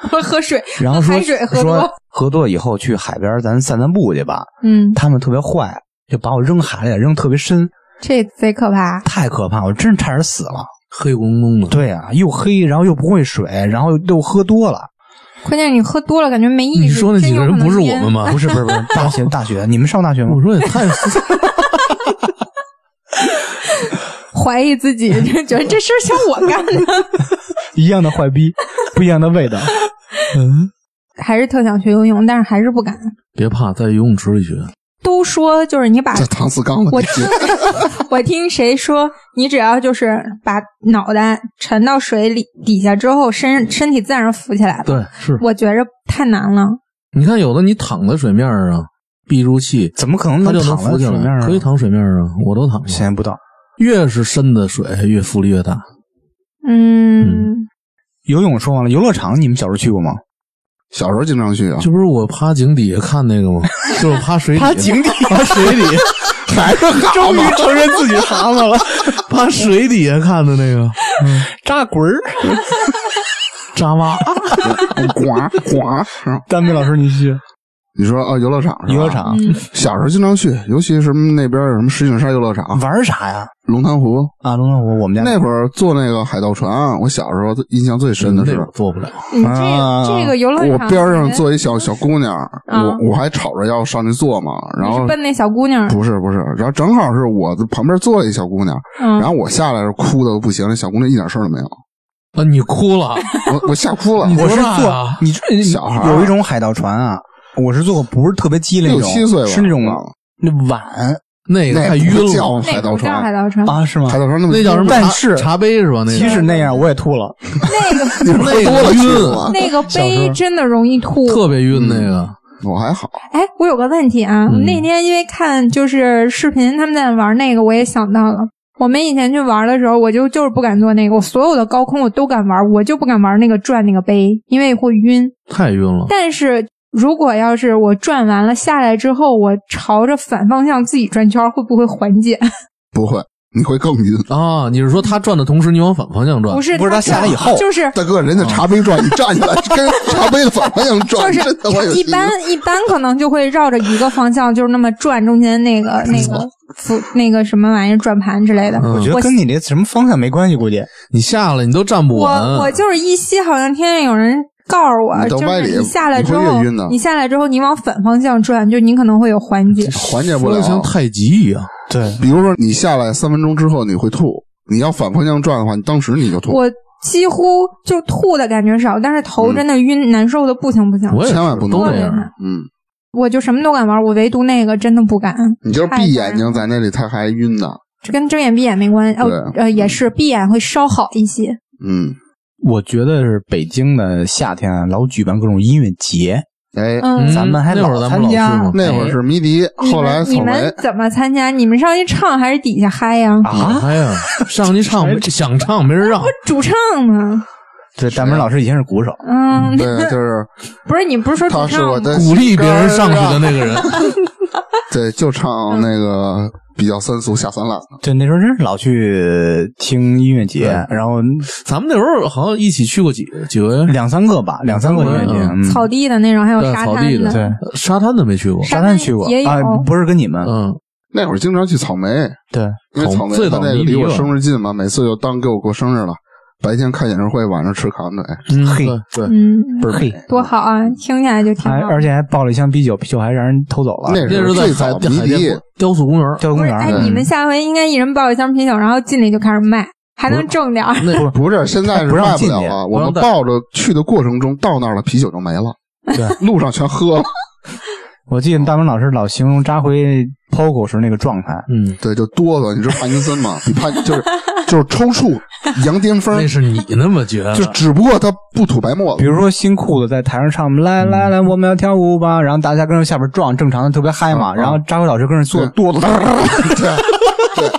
D: 不是喝水，
A: 然后说
D: 开水喝
A: 说
D: 多。
A: 喝多了以后去海边咱散散步去吧，
D: 嗯，
A: 他们特别坏，就把我扔海里，扔特别深，
D: 这贼可怕。
A: 太可怕，我真是差点死了。
B: 黑咕隆咚的。
A: 对啊，又黑，然后又不会水，然后又喝多了。
D: 关键是你喝多了，感觉没意识。
B: 你说那几个人啊不是我们
D: 吗？
B: 吗？
A: 不是不是不是，大学大学，你们上大学吗
B: 我？说也太
D: 怀疑自己，就觉得这事儿像我干的，
A: 一样的坏逼，不一样的味道。
D: 还是特想学游泳，但是还是不敢。
B: 别怕，在游泳池里学。
D: 都说就是你把
C: 这唐四刚的
D: 我听 我听谁说，你只要就是把脑袋沉到水里底下之后，身身体自然浮起来了。
B: 对，是。
D: 我觉着太难了，
B: 你看，有的你躺在水面上，闭住气，
A: 怎么可能
B: 它就
A: 躺在
B: 浮起
A: 水面
B: 来，
A: 上？
B: 可以，躺水面上，我都躺过。
A: 现在不到。
B: 越是深的水，越浮力越大。
D: 嗯，
A: 游泳说完了，游乐场你们小时候去过吗？
C: 小时候经常去啊，
B: 这不是我趴井底下看那个 吗？就是趴水底，趴井底， 趴水底，
C: 还是蛤蟆，
B: 承认自己 蛤蟆了，趴水底
A: 啊
B: 下 看的那个
A: 扎滚儿。
B: 扎蛙。
C: 呱呱。是吧
A: 丹梅老师，你去
C: 你说啊，游乐场是吧
A: 游乐场
D: 嗯
C: 小时候经常去，尤其什么那边有什么石景山游乐场、
A: 玩啥呀？
C: 龙潭湖，
A: 啊，龙龙，我我们家
C: 那会儿坐那个海盗船，我小时候印象最深的是
B: 嗯那，我做不了，
D: 你这、
A: 啊
D: 这个游乐
C: 我
D: 场
C: 边上坐一小小姑娘，
D: 啊
C: 我我还吵着要上去坐嘛，然
D: 你
C: 后
D: 是奔那小姑娘，
C: 不是不是，然后正好是我的旁边坐了一小姑娘，
D: 嗯
C: 然，后我下来的时候哭的不行，那小姑娘一点事儿都没有，
B: 啊，你哭了，
C: 我我吓哭了，
B: 你
A: 我是
B: 多大
A: 坐
B: 呀
A: 你这
C: 小孩儿
A: 有一种海盗船啊，我是坐过，不是特别激烈那
C: 六
A: 种，
C: 七岁吧，
A: 是那种
C: 啊
A: 那碗
B: 那个
C: 那
B: 太晕
C: 不
B: 了，
C: 叫
D: 那
C: 海
D: 个
C: 盗
D: 不叫海
C: 船，
D: 盗船，
A: 啊，是吗
C: 海？盗船那么
B: 那叫什么？
A: 但
B: 茶
A: 是
B: 茶杯是吧？那个
A: 即使那样，我也吐了。
C: 你喝
B: 那
C: 多
B: 个
C: 了去
B: 晕
C: 了，嗯
D: 那个
A: 小时候
D: 杯真的容易吐，
B: 特别晕那个。
C: 我还好，
D: 哎，我有个问题啊，
B: 嗯
D: 那天因为看就是视频他们在玩那个，我也想到了。我们以前去玩的时候，我就就是不敢坐那个，我所有的高空我都敢玩，我就不敢玩那个转那个杯，因为会晕。
B: 太晕了，
D: 但是如果要是我转完了下来之后，我朝着反方向自己转圈儿，会不会缓解？
C: 不会，你会更晕。
B: 啊！你是说他转的同时，你往反方向转
D: 不？是，
A: 不是他下来以后
D: 就是
C: 大哥，人家茶杯转，你站起来跟茶杯的反方向
D: 就
C: 转，
D: 是
C: 真 的我有
D: 一般一般可能就会绕着一个方向，就是那么转中间那个那个扶那个什么玩意儿转盘之类的。
B: 嗯
A: 我觉得跟你这什么方向没关系，估计
B: 你下来你都站不稳。
D: 我我就是依稀好像听见有人告诉我，
C: 你到
D: 就
C: 外
D: 是
C: 里
D: 你下来之
C: 你会
D: 后
C: 越晕的，
D: 你下来之后你往反方向转，就你可能会有缓解。
C: 缓解不
B: 说
C: 了
B: 得。像太极一样。
A: 对。
C: 比如说你下来三分钟之后你会吐，你要反方向转的话，你当时你就吐，
D: 我几乎就吐的感觉少，但是
C: 嗯
D: 头真的晕，难受的不行不行。
B: 我也是
C: 千万不能
B: 都那
D: 这样
B: 样。
C: 嗯，
D: 我就什么都敢玩，我唯独那个真的不敢，
C: 你就是闭眼睛在那里，他还晕呢。
D: 这跟睁眼闭眼没关系。哦，
C: 对
D: 呃，也是闭眼会稍好一些。
C: 嗯，
A: 我觉得是北京的夏天啊老举办各种音乐节，
C: 哎，
D: 嗯，
A: 咱们还
B: 那会儿
A: 老
B: 咱
A: 参
B: 们老去
A: 加
B: 吗
C: 那会儿是迷笛，
D: 你
C: 后来哎
D: 们
C: 草
D: 你
C: 莓
D: 们，怎么参加？你们上去唱还是底下嗨呀？
A: 啊，
B: 哎呀，上 去唱想唱没人让，
D: 主唱吗？
A: 对，大明老师以前是啊鼓手，
D: 嗯，
C: 对， 就是
D: 不是你不是说
C: 他
D: 主
C: 是
D: 唱
C: 我
D: 吗？
C: 的
B: 鼓励别人上去的那 个人。
C: 对，就唱
D: 嗯
C: 那个比较三俗下三滥的，
A: 对，那时候真是老去听音乐节，
B: 对
A: 然后
B: 咱们那时候好像一起去过几几回，
A: 两三个吧，两三个音乐节，
B: 嗯
A: 嗯
D: 草地的那种，还有
B: 对
D: 沙
B: 草
D: 滩
B: 地的
A: 对，
B: 呃沙滩的没去过。
D: 沙
A: 沙滩去过
D: 也有
A: 啊，不是跟你们，
B: 嗯，
C: 那会儿经常去草莓，
A: 对，
C: 因为
B: 草
C: 草莓
B: 最
C: 他
B: 早
C: 那个
B: 迷
C: 离
B: 笛
C: 我
B: 了
C: 生日近嘛，每次就当给我过生日了，白天看演唱会，晚上吃烤腿，
B: 嗯
A: 嘿
B: 对对，
D: 嗯，
C: 倍儿
A: 嘿
C: 美，
D: 多好啊，听起来就挺
A: 还
D: 好。
A: 而且还抱了一箱啤酒，啤酒还让人偷走了。
C: 那
B: 那
C: 是
B: 是
C: 最
B: 在海
C: 早
B: 海
C: 迷笛
B: 淀，雕塑公园儿，
A: 教育
D: 不
A: 公
D: 是，
A: 园儿嗯
D: 哎，
C: 对
D: 你们下回应该一人抱一箱啤酒，然后进去就开始卖，还能挣点儿。，
B: 那
C: 不是现在是
A: 嗯不让
C: 卖不
A: 进
C: 了
A: 去
C: 了。
B: 不
C: 我
B: 让
C: 们
B: 带
C: 抱着去的过程中，到那儿了啤酒就没了，
A: 对，
C: 路上全喝了，
A: 我记得大明老师老形容扎辉 POGO 时那个状态，
B: 嗯，
C: 对，就哆嗦。你知道帕金森吗？比帕就是就是抽搐、羊癫疯
B: 那，是你那么觉得
C: 就，只不过他不吐白沫
A: 比
C: 子。
A: 如说新裤子在台上唱“来来来，我们要跳舞吧”，然后大家跟着下边撞，正常的特别嗨嘛，
C: 嗯嗯
A: 然后扎辉老师跟着做
C: 对
A: 哆嗦，
C: 对对，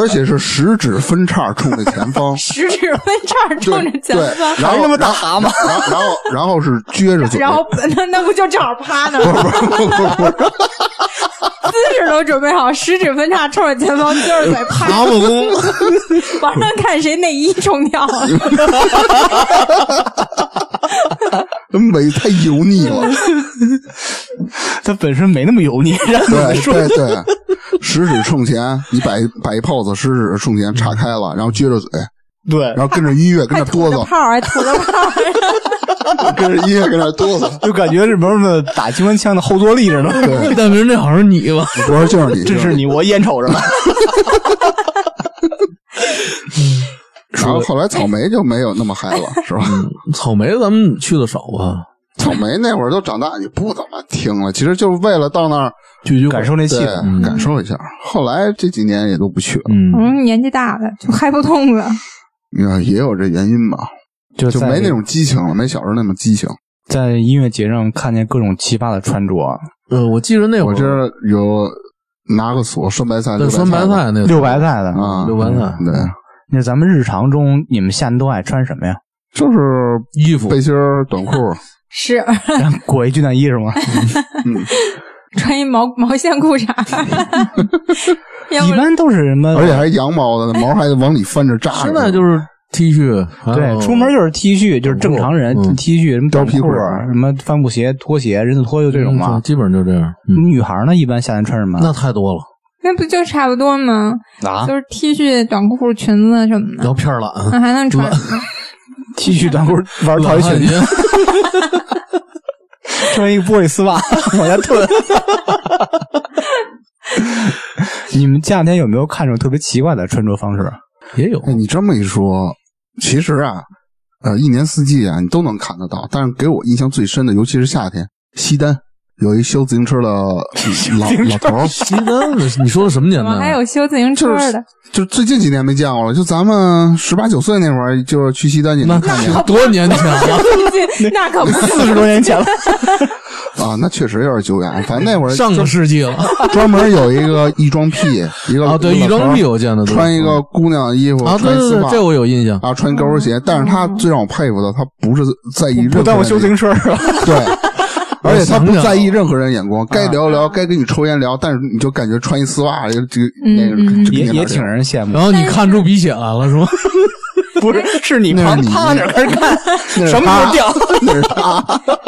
C: 而且是食指分叉冲着前方
D: 食指分叉冲着前
C: 对，
D: 方，
C: 然后那么大蛤蟆，然后然后然后是撅着嘴，
D: 然后那那不就正好趴那儿
C: 不
D: 吗，
C: 是不是不是不是
D: 姿势都准备好，食指分叉冲着前方，撅着嘴趴，
B: 蛤蟆功，
D: 往上看谁内衣冲掉了。
C: 美太油腻了，
A: 他本身没那么油腻，然后
C: 对
A: 说
C: 对对，食指冲前，你摆摆一 pose，食指冲前岔开了，然后撅着嘴，
A: 对
C: 然，后跟着音乐跟着
D: 还吐
C: 哆
D: 了
C: 嗦，
D: 泡，还吐了泡，
C: 跟着音乐跟着哆 嗦。
A: 就感觉这边的打机关枪的后坐力着呢。
C: 对，
B: 大明，那好像是你吧？
C: 我说就是你，
A: 这
C: 就是
A: 你，
C: 你。
A: 我眼瞅着 呢。
C: 然后后来草莓就没有那么嗨了，是吧？
B: 草莓咱们去的少吧？
C: 草莓那会儿都长大，你不怎么听了，其实就是为了到那儿
B: 聚聚会
A: 感受那气
C: 对
A: 氛，嗯
C: 感受一下。后来这几年也都不去了，
B: 嗯，
D: 嗯，年纪大了就嗨不动了。
C: 你看也有这原因吧，
A: 就
C: 就
A: 在
C: 没那种激情了，没小时候那么激情。
A: 在音乐节上看见各种奇葩的穿着，
B: 呃，我记着那会
C: 我
B: 儿
C: 这儿有拿个锁拴白菜，
B: 对
C: 溜
B: 酸白
C: 的
B: 菜嗯那
A: 六白菜的
C: 啊，
B: 溜白菜
C: 对，
A: 那咱们日常中，你们夏天都爱穿什么 呀？
C: 就是
B: 衣服
C: 背心儿、短裤，
D: 是
A: 然后裹一军大衣是吗？
C: 嗯，
D: 穿一毛毛线裤衩 儿，要
A: 一
D: 不
A: 般都是什么？
C: 而且还是羊毛的，毛还往里翻着扎着。
B: 现在就是 T 恤，还有
A: 对，出门就是 T 恤，就是正常人
B: 嗯
A: T 恤，什么短
C: 哦貂皮
A: 裤
C: 裤
A: 儿，什么帆布鞋、拖鞋、人字拖就这种
B: 嗯
A: 嘛。
B: 基本就这样。嗯，
A: 女孩呢，一般夏天穿什么？
B: 那太多了，
D: 那不就差不多吗？
A: 啊
D: 就是 T 恤、短裤、裙子什么
B: 然
D: 的，
B: 后片儿懒，
D: 那还能穿什么？
A: ，T 恤、短裤、玩
B: 老
A: 套一
B: 汉
A: 裙
B: 奸
A: 子，穿一个玻璃丝袜 往下吞。你们夏天有没有看着特别奇怪的穿着方式？
B: 也有
C: 哎，你这么一说，其实啊，呃，一年四季啊，你都能看得到。但是给我印象最深的，尤其是夏天，西单有一修自行车的嗯老老头儿，
B: 西单的，你说的什么年
D: 怎
B: 代
D: 么
B: 啊？
D: 还有修自行车的？
C: 就最近几年没见过了。就咱们十八九岁那会儿，就是去西单也能
B: 那
C: 看见
B: 多年前了，
D: 那可不是，
A: 四十多年前了，
C: 啊，那确实有点久远。反正那会儿
B: 上个世纪了
C: 专门有一个异装癖，一个
B: 啊！对，
C: 老
B: 玉
C: 头儿
B: 装癖我见的多
C: 穿一个姑娘的衣服，
B: 啊，对
C: 穿一
B: 对
C: 丝
B: 对，
C: 袜
B: 这我有印象。
C: 啊，穿高跟
A: 哦
C: 鞋。但是他最让我佩服的，他不是在意任何
A: 不
C: 人的
A: 耽误修自行车啊是吧？
C: 对，而且他
B: 想
C: 不
B: 想
C: 在意任何人眼光，
A: 嗯
C: 该聊聊，该跟你抽烟聊，但是你就感觉穿一丝袜就就
D: 嗯
C: 那个
D: 嗯
C: 就跟
A: 也也
C: 那边
A: 挺
C: 儿
A: 让人羡慕
B: 然。后你看出鼻血来了是吗？
A: 不是，是你
C: 那
A: 旁
C: 是你
A: 趴那儿开始看，
C: 那是
A: 什么时候掉？
C: 那是他，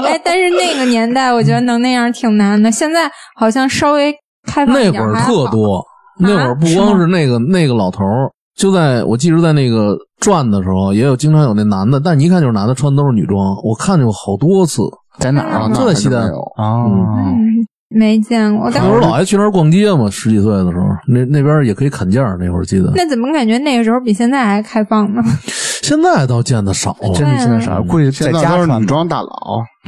D: 哎，但是那个年代我觉得能那样挺难的，现在好像稍微开放
B: 那
D: 一
B: 会
D: 点
B: 儿
D: 还好啊
B: 特，多，那会儿不光是那个那个老头儿，就在我记得在那个转的时候，也有经常有那男的，但你一看就是男的穿都是女装，我看见过好多次。
A: 在哪儿啊？
C: 那
B: 就在西单
C: 还真没有
A: 啊，
D: 嗯，没见过。但
B: 那会儿老爱去那儿逛街嘛，十几岁的时候，那那边也可以砍价儿。那会儿记得，
D: 那怎么感觉那个时候比现在还开放呢？
B: 现在倒见的少啊了。
A: 真的真的少，估计在
C: 现在
A: 家
C: 都是
A: 穿嗯
C: 女
A: 吧。
C: 装大佬，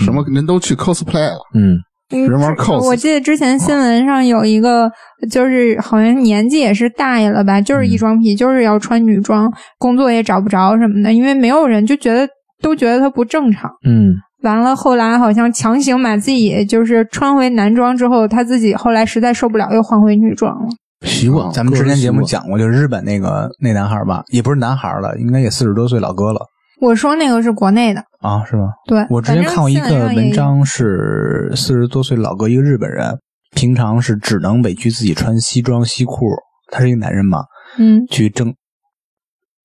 C: 什么人都去 cosplay 了，
B: 嗯，
D: 嗯
C: 人玩
D: 这
C: cos
D: 我记得之前新闻上有一个，就是好像年纪也是大爷了吧，就是
A: 嗯
D: 异装癖，就是要穿女装，工作也找不着什么的，因为没有人就觉得都觉得他不正常。
B: 嗯，
D: 完了，后来好像强行把自己就是穿回男装之后，他自己后来实在受不了，又换回女装了。
B: 习惯。
A: 咱们之前节目
B: 个人习
A: 讲过，就是日本那个那男孩儿吧，也不是男孩儿了，应该也四十多岁老哥了
D: 我说那个是国内的，
A: 啊，是吗？
D: 对
A: 我之前看过一个文，章，是四十多岁老哥，一个日本人，平常是只能委屈自己穿西装西裤，他是一个男人嘛，
D: 反正新闻也有嗯，
A: 去争。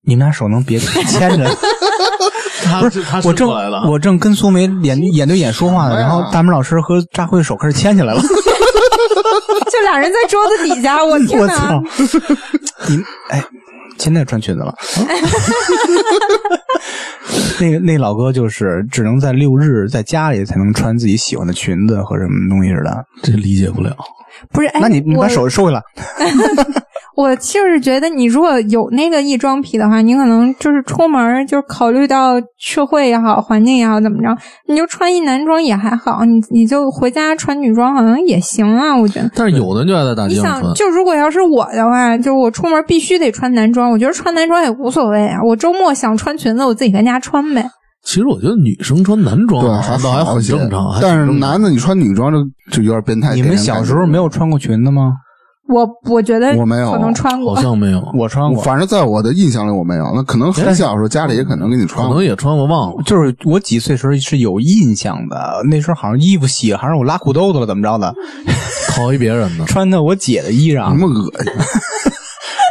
A: 你们俩手能别牵 着？
B: 惯，
A: 不
B: 不是他
A: 我正我正跟苏梅眼眼对眼说话呢，
C: 哎呀
A: 然后大明老师和扎辉手开始牵起来了。
D: 就俩人在桌子底下，我天
A: 嗯 我
D: 哪
A: 操！！你哎，现在穿裙子了。 那个那老哥就是只能在六日在家里才能穿自己喜欢的裙子和什么东西似的。
B: 这理解不了。
D: 不是，哎，
A: 那你你把
D: 我
A: 手收回来，
D: 我就是觉得，你如果有那个异装癖的话，你可能就是出门儿就是考虑到社会也好，环境也好，怎么着，你就穿一男装也还好，你你就回家穿女装好像也行啊，我觉得。
B: 但是有的人就爱在大
D: 你
B: 街上
D: 想，
B: 穿，
D: 就如果要是我的话，就是我出门必须得穿男装，我觉得穿男装也无所谓啊。我周末想穿裙子，我自己在家穿呗。
B: 其实我觉得女生穿男
A: 哦
B: 装
C: 对，
B: 啊
C: 还
B: 倒还
C: 好
B: 很
C: 一些
B: 正常。还
C: 但
B: 挺
C: 是
B: 正常
C: 男的你穿女装就就有点变态。
A: 你
C: 给
A: 们
C: 人
A: 小
C: 感
A: 时
C: 觉
A: 候没有穿过裙子吗？
D: 我我觉得
C: 我没有
D: 可能穿过
B: 好，像没有，
A: 我穿过，哎
C: 反正在我的印象里我没有，那可能很小的时候家里也可能给你
B: 可
C: 穿，
B: 能也穿过忘了。
A: 就是我几岁时候是有印象的，那时候好像衣服洗了，还是我拉裤兜子了，怎么着的，
B: 淘一别人的，
A: 穿的我姐的衣
C: 那
A: 裳，
C: 么恶心。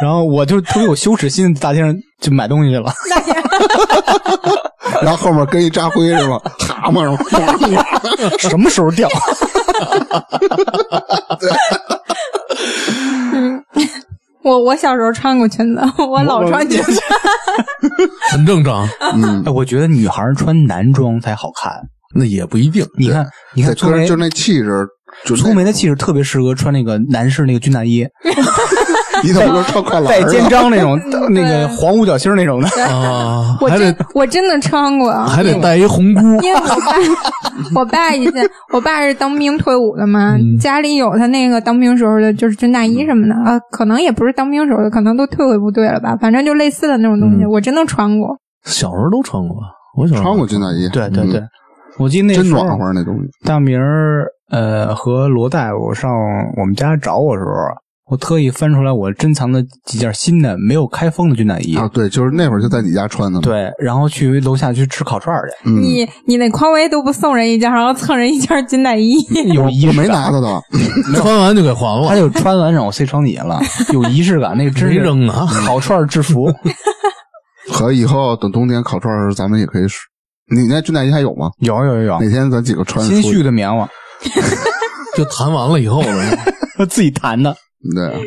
A: 然后我就特别有羞耻心，大街上就买东西 去了。
C: 然后后面跟一扎灰是吧？蛤蟆是吧？
A: 什么时候掉？
D: 我我小时候穿过裙子，我老穿裙子。
B: 很正 常。
C: 嗯，
A: 哎，我觉得女孩穿男装才好看。
B: 那也不一定。
A: 你看，你
C: 对，
A: 看粗
C: 可
A: 眉
C: 是就，那气质，就那
A: 粗眉的气质特别适合穿那个男士那个军大衣，
C: 你怎么说穿跨栏
A: 带
C: 儿
A: 肩
C: 了？
A: 章那种，那个黄五角星那种的。
B: 啊，
D: 我
B: 还
D: 真
B: 得
D: 我真的穿过啊，
B: 还得带一红箍，
D: 因为我爸，我爸以前我爸是当兵退伍的嘛，
B: 嗯
D: 家里有他那个当兵时候的，就是军大衣什么的啊，可能也不是当兵时候的，可能都退回部队了吧，反正就类似的那种东西，
B: 嗯
D: 我真的穿过。
B: 小时候都穿过吧，我小时候
C: 穿过军大衣，
A: 对对
C: 嗯
A: 对，，我记得那
C: 真
A: 时候
C: 暖和那东西。
A: 大明儿呃和罗大夫上我们家找我的时候，我特意翻出来我珍藏的几件新的没有开封的军大衣，
C: 啊，对，就是那会儿就在你家穿的嘛。，
A: 对，然后去楼下去吃烤串 儿去。
C: 嗯，
D: 你你那匡威都不送人一件，然后蹭人一件军大衣，
A: 有仪
C: 我
A: 式
C: 没
A: 感，
C: 拿到的，
B: 穿完就给还
A: 他
B: 了，
A: 就穿完让我塞床底下了，有仪式感，那个真
B: 没
A: 是
C: 啊
B: 扔啊呢。
A: 烤串儿制服。
C: 和以后等冬天烤串儿，咱们也可以试。你那军大衣还有吗？
A: 有有有有，
C: 哪天咱几个穿着
A: 新
C: 出
A: 续
C: 去？
A: 的棉 花，
B: 就谈完了以后了，
A: 自己弹的。
C: 对，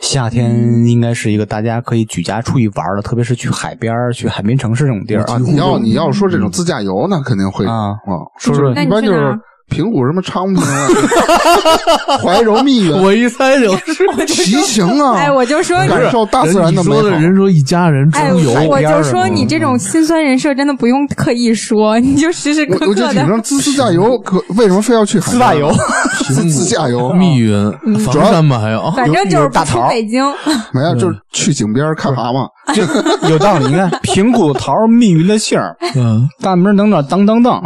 A: 夏天应该是一个大家可以举家出去玩儿的，特别是去海边儿、去海边城市这种地儿
C: 啊，
A: 啊。
C: 你要你要说这种自驾游，那肯定会
A: 嗯啊
C: 说
A: 说
D: 那
C: 一
D: 你
C: 般
D: 去
C: 就
D: 哪
C: 是
D: 儿
C: 平谷什么昌平啊， 怀柔密云，
B: 我一 猜就是。
C: 骑行啊，
D: 哎，我就说你。
C: 感受大自然的
B: 人
C: 美
B: 你
C: 好
B: 说。的人说一家人出
D: 哎，
B: 游，
D: 我我
A: 海边儿
D: 就
A: 什
D: 说
A: 么的
D: 你这种心酸人设真的不用刻意说，你就时时刻
C: 我我
D: 刻
C: 就
D: 的
C: 挺正自自驾游，可为什么非要去海边
A: 自驾游？
C: 自自驾啊 游
B: 密云、
C: 嗯
B: 啊房山吧，还有
D: 反正就是
A: 有大
D: 不出
A: 桃
D: 北京，
C: 没
B: 嗯
C: 有，就是去井边看蛤蟆。
A: 有道理，你 看平谷桃儿密云的杏儿，
B: 嗯，
A: 大明儿等等当当当。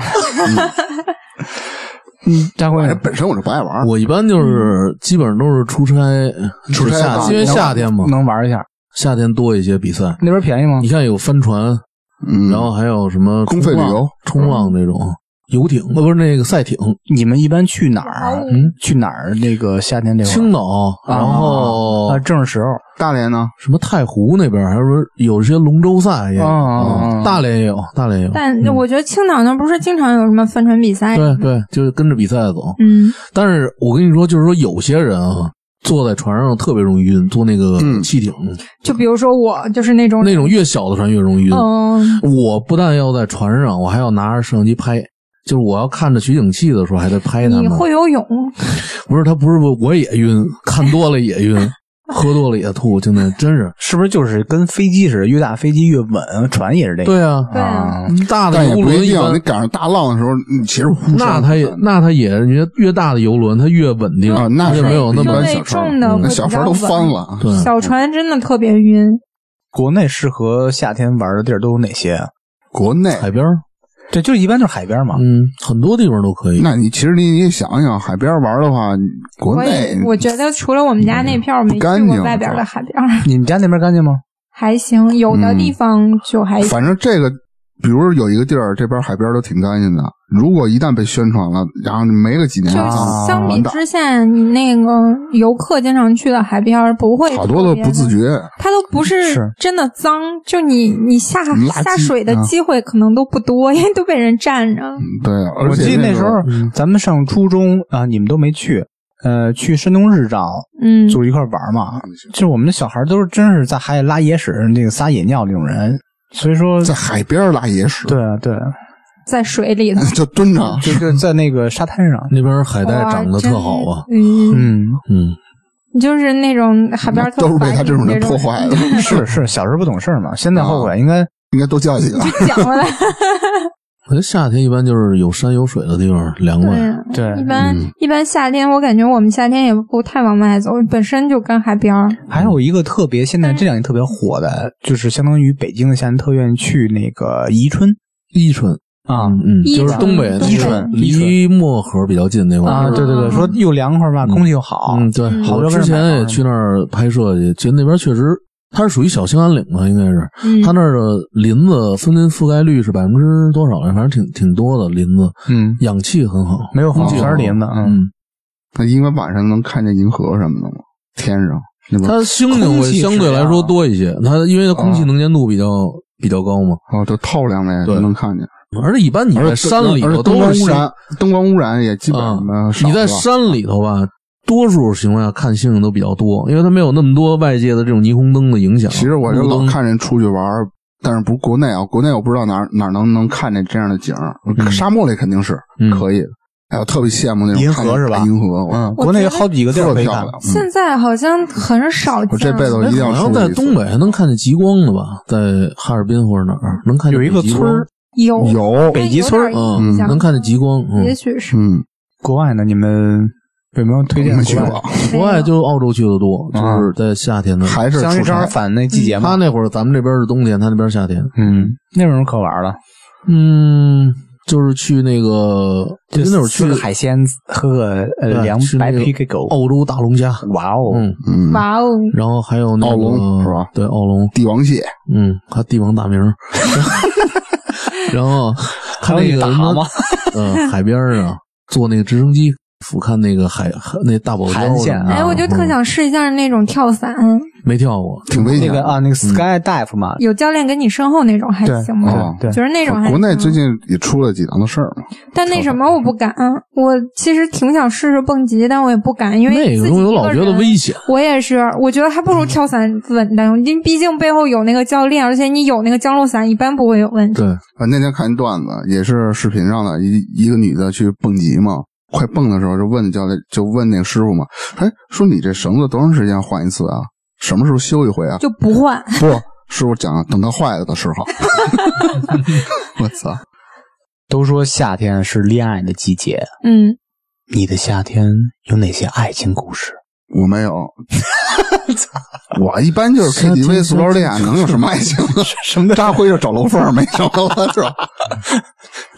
A: 嗯，大辉
C: 反正哎本身我就不爱玩，
B: 我一般
D: 嗯
B: 就是基本上都是出差，
C: 嗯出差
B: 夏
C: 吧
B: 因为夏天嘛，
A: 能玩一下，
B: 夏天多一些比赛。
A: 那边便宜吗
B: 你？看有帆船，
C: 嗯，
B: 然后还有什么
C: 公费旅游、嗯
B: 冲浪这种游艇，呃，不是那个赛艇，
A: 你们一般去哪儿啊？
B: 嗯，
A: 去哪儿？那个夏天这会儿
B: 青岛，
A: 啊
B: 然后
A: 啊，正是时候
C: 大连呢？
B: 什么太湖那边，还有说有些龙舟赛也有，
A: 啊啊啊啊
B: 嗯大连也有，大连也有。
D: 但
B: 嗯
D: 我觉得青岛那不是经常有什么帆船比赛？
B: 对对，就是跟着比赛走。
D: 嗯，
B: 但是我跟你说，就是说有些人啊，坐在船上特别容易晕，坐那个
C: 嗯
B: 汽艇，
D: 就比如说我就是那种
B: 那种越小的船越容易晕。
D: 嗯，
B: 我不但要在船上，我还要拿着摄像机拍，就是我要看着取景器的时候还得拍他
D: 你
B: 们。
D: 会游泳，
B: 不是他不是我我也晕，看多了也晕， 喝多了也吐，真的真是。
A: 是不是就是跟飞机似的，越大飞机越稳，船也是这个。
B: 对啊，
D: 对啊
A: 啊，
B: 大的
C: 但
B: 游
C: 也不
B: 轮
C: 一
B: 一
C: 定，啊
B: 般
C: 你赶上大浪的时候，你其实呼声
B: 那它也那它也，你觉得越大的游轮它越稳定
C: 啊那
B: 它就是没有那
D: 相
B: 么
C: 一般
D: 对
C: 小船
D: 重的
B: 嗯
D: 会
C: 那
D: 比
C: 小
D: 较
C: 船都翻
D: 稳。
C: 了。
B: 对。
D: 小船真的特别晕，
A: 国内适合夏天玩的地儿都有哪些啊？
C: 国内，
B: 海边儿，
A: 对，就是一般就是海边嘛。
B: 嗯，很多地方都可以。
C: 那你其实你你想想，海边玩的话，你国
D: 我
C: 内
D: 也我觉得除了我们家那片儿，我没去
C: 干
D: 过
C: 净
D: 外边儿的海边儿，
A: 你们家那边干净吗？
D: 还行，有
C: 嗯
D: 的地方就还行。
C: 反正这个，比如有一个地儿，这边海边都挺干净的。如果一旦被宣传了，然后没个几
D: 就
C: 年，
D: 是
A: 啊
D: 相比
C: 完蛋
D: 之下，你那个游客经常去的海边儿不会
C: 好多都
D: 特别
C: 不自
D: 的
C: 觉。
D: 它都不
A: 是
D: 是真的脏，就你你下
C: 垃圾
D: 下水的
C: 啊
D: 机会可能都不多，因为都被人占着。
C: 对，而
A: 我
C: 且
A: 记得那时候
C: 个
A: 咱们上初中啊，你们都没去。呃，去山东日照
D: 嗯，
A: 组织一块儿玩儿嘛。就是我们的小孩都是真是在海里拉野屎、那个撒野尿这种人，所以说，
C: 在海边拉野屎，
A: 对啊对啊，
D: 在水里头，
C: 就蹲着，
A: 就就在那个沙滩上，
B: 那边海带
D: 哇
B: 长得特好啊，
D: 真嗯，
A: 嗯，
B: 嗯，
D: 就是那种海边儿特
C: 都是被他这种人
D: 那
C: 破坏的，
A: 嗯是是，小时候不懂事儿嘛，现在后悔应该
C: 应该都叫几个。
D: 就讲回来，
B: 我觉得夏天一般就是有山有水的地方凉快，
D: 对，啊
A: 对，
D: 一般
C: 嗯
D: 一般夏天，我感觉我们夏天也不太往外走，本身就跟海边儿，
A: 还有一个特别，现在这两年特别火的，就是相当于北京的夏天特愿去那个宜春
B: 伊春，
A: 啊
B: 嗯，嗯
D: 伊
B: 就是
D: 春
B: 东北那
A: 伊
B: 个
A: 春伊春
B: 离漠河比较近那块儿
A: 啊，对对对，说又凉快嘛，空气又好，
B: 嗯，对，
D: 嗯
B: 我之前
A: 啊
B: 也去那儿拍摄去，其实那边确实，它是属于小兴安岭嘛，应该是，
D: 嗯，
B: 它那儿的林子森林覆盖率是百分之多少来着？反正挺挺多的林子，
A: 嗯，
B: 氧气很好，
A: 没有风
B: 空气
A: 全是林子，嗯，
B: 嗯，
C: 那因为晚上能看见银河什么的吗？天上那边
B: 嗯它星星
A: 空
B: 会
A: 气
B: 相对来说多一些，它因为它空气
C: 啊
B: 能见度比较比较高嘛，
C: 哦，就透亮呗，
B: 对
C: 就能看见。
B: 而且一般你
C: 而
B: 在
C: 且
B: 山里
C: 而且灯
B: 头都
C: 光
B: 是
C: 污
B: 星
C: 染，灯光污染也基本
B: 啊
C: 上呢少
B: 你在
C: 是吧
B: 山里头吧，多数情况下看星星都比较多，因为它没有那么多外界的这种霓虹灯的影响。嗯
C: 其实我就
B: 路
C: 老
B: 灯
C: 看人出去玩儿，但是不是国内啊？国内我不知道哪儿哪儿能能看见这样的景儿，
A: 嗯
C: 沙漠里肯定是、
B: 嗯
C: 可以的。哎，我特别羡慕那种
A: 银河
C: 看见
A: 是吧
C: 大银河，我
A: 嗯，国内有好几个地
C: 特
A: 儿可
C: 别
A: 以
C: 漂
A: 看
C: 亮，。嗯
D: 现在好像很少见。
C: 我这辈子我
B: 哎
C: 一定要
B: 好
C: 出去
B: 像在
C: 一次
B: 东北还能看见极光呢吧？在哈尔滨或者哪儿能看见
A: 有一个
B: 北极
A: 村儿
B: 光，
D: 有
C: 有，
A: 北极村儿
B: 嗯，能看见极，光。
D: 有点印象哎也
B: 嗯，
D: 许是
C: 嗯，
A: 国外呢，你们有没有推荐
C: 没
A: 的
C: 去
A: 国
C: 过
A: 外？，
B: 国外就澳洲去的多，就
A: 啊
B: 是在夏天的。
C: 还是
A: 相当
C: 出
A: 于正好
C: 差。
A: 反那季节
B: 他
A: 嘛，
B: 那会儿咱们这边是冬天，他那边夏天。
A: 嗯，那有什么可玩的？
B: 嗯，就是去那个，就那会儿去
A: 吃个海鲜，喝个呃
B: 对
A: 凉
B: 吃那
A: 白
B: 个
A: 皮给狗，
B: 澳洲大龙虾，
A: 哇哦，
B: 嗯，
C: 嗯，
D: 哇哦，
B: 然后还有那个
C: 奥龙是吧
B: 对，奥龙，
C: 帝王蟹，
B: 嗯，还帝王大名儿， 然后
A: 还
B: 还
A: 有那
B: 那个
A: 个大
B: 什
A: 蛤
B: 么
A: 蟆，
B: 嗯，海边儿啊，坐那个直升机俯瞰那个海，海那大堡礁
A: 海岸线啊
B: 什么的
D: 哎，我就特
B: 嗯
D: 想试一下那种跳伞，
B: 没跳过，
C: 挺危
A: 那
C: 险
A: 个
C: 的。
A: 啊，那个 sky dive 嘛，
D: 有教练跟你身后那种还
A: 对
D: 行吗？
C: 哦
A: 对
D: 就
A: 对，
D: 是那种还嗯
C: 国内
D: 行
C: 最近也出了几档子事儿嘛，
D: 但那什么我不敢，我其实挺想试试蹦极，但我也不敢，因为
B: 那
D: 自
B: 个
D: 己
B: 东西我
D: 一
B: 老觉得
D: 人
B: 危险。
D: 我也是，我觉得还不如跳伞稳当，
C: 嗯
D: 因为毕竟背后有那个教练，而且你有那个降落伞，一般不会有问题。
B: 对，
C: 啊，那天看一段子，也是视频上的一一个女的去蹦极嘛，快蹦的时候就问教练，就问那个师傅嘛，哎，说你这绳子多长时间换一次啊？什么时候修一回啊？
D: 就不换，
C: 不，师傅讲等它坏了的时候。 我操，
A: 都说夏天是恋爱的季节，
D: 嗯，
A: 你的夏天有哪些爱情故事？
C: 我没有， 我一般就是 KTV 塑料店，能有什么爱情啊？
A: 什么
C: 扎灰就找楼缝儿，没什么了，是吧？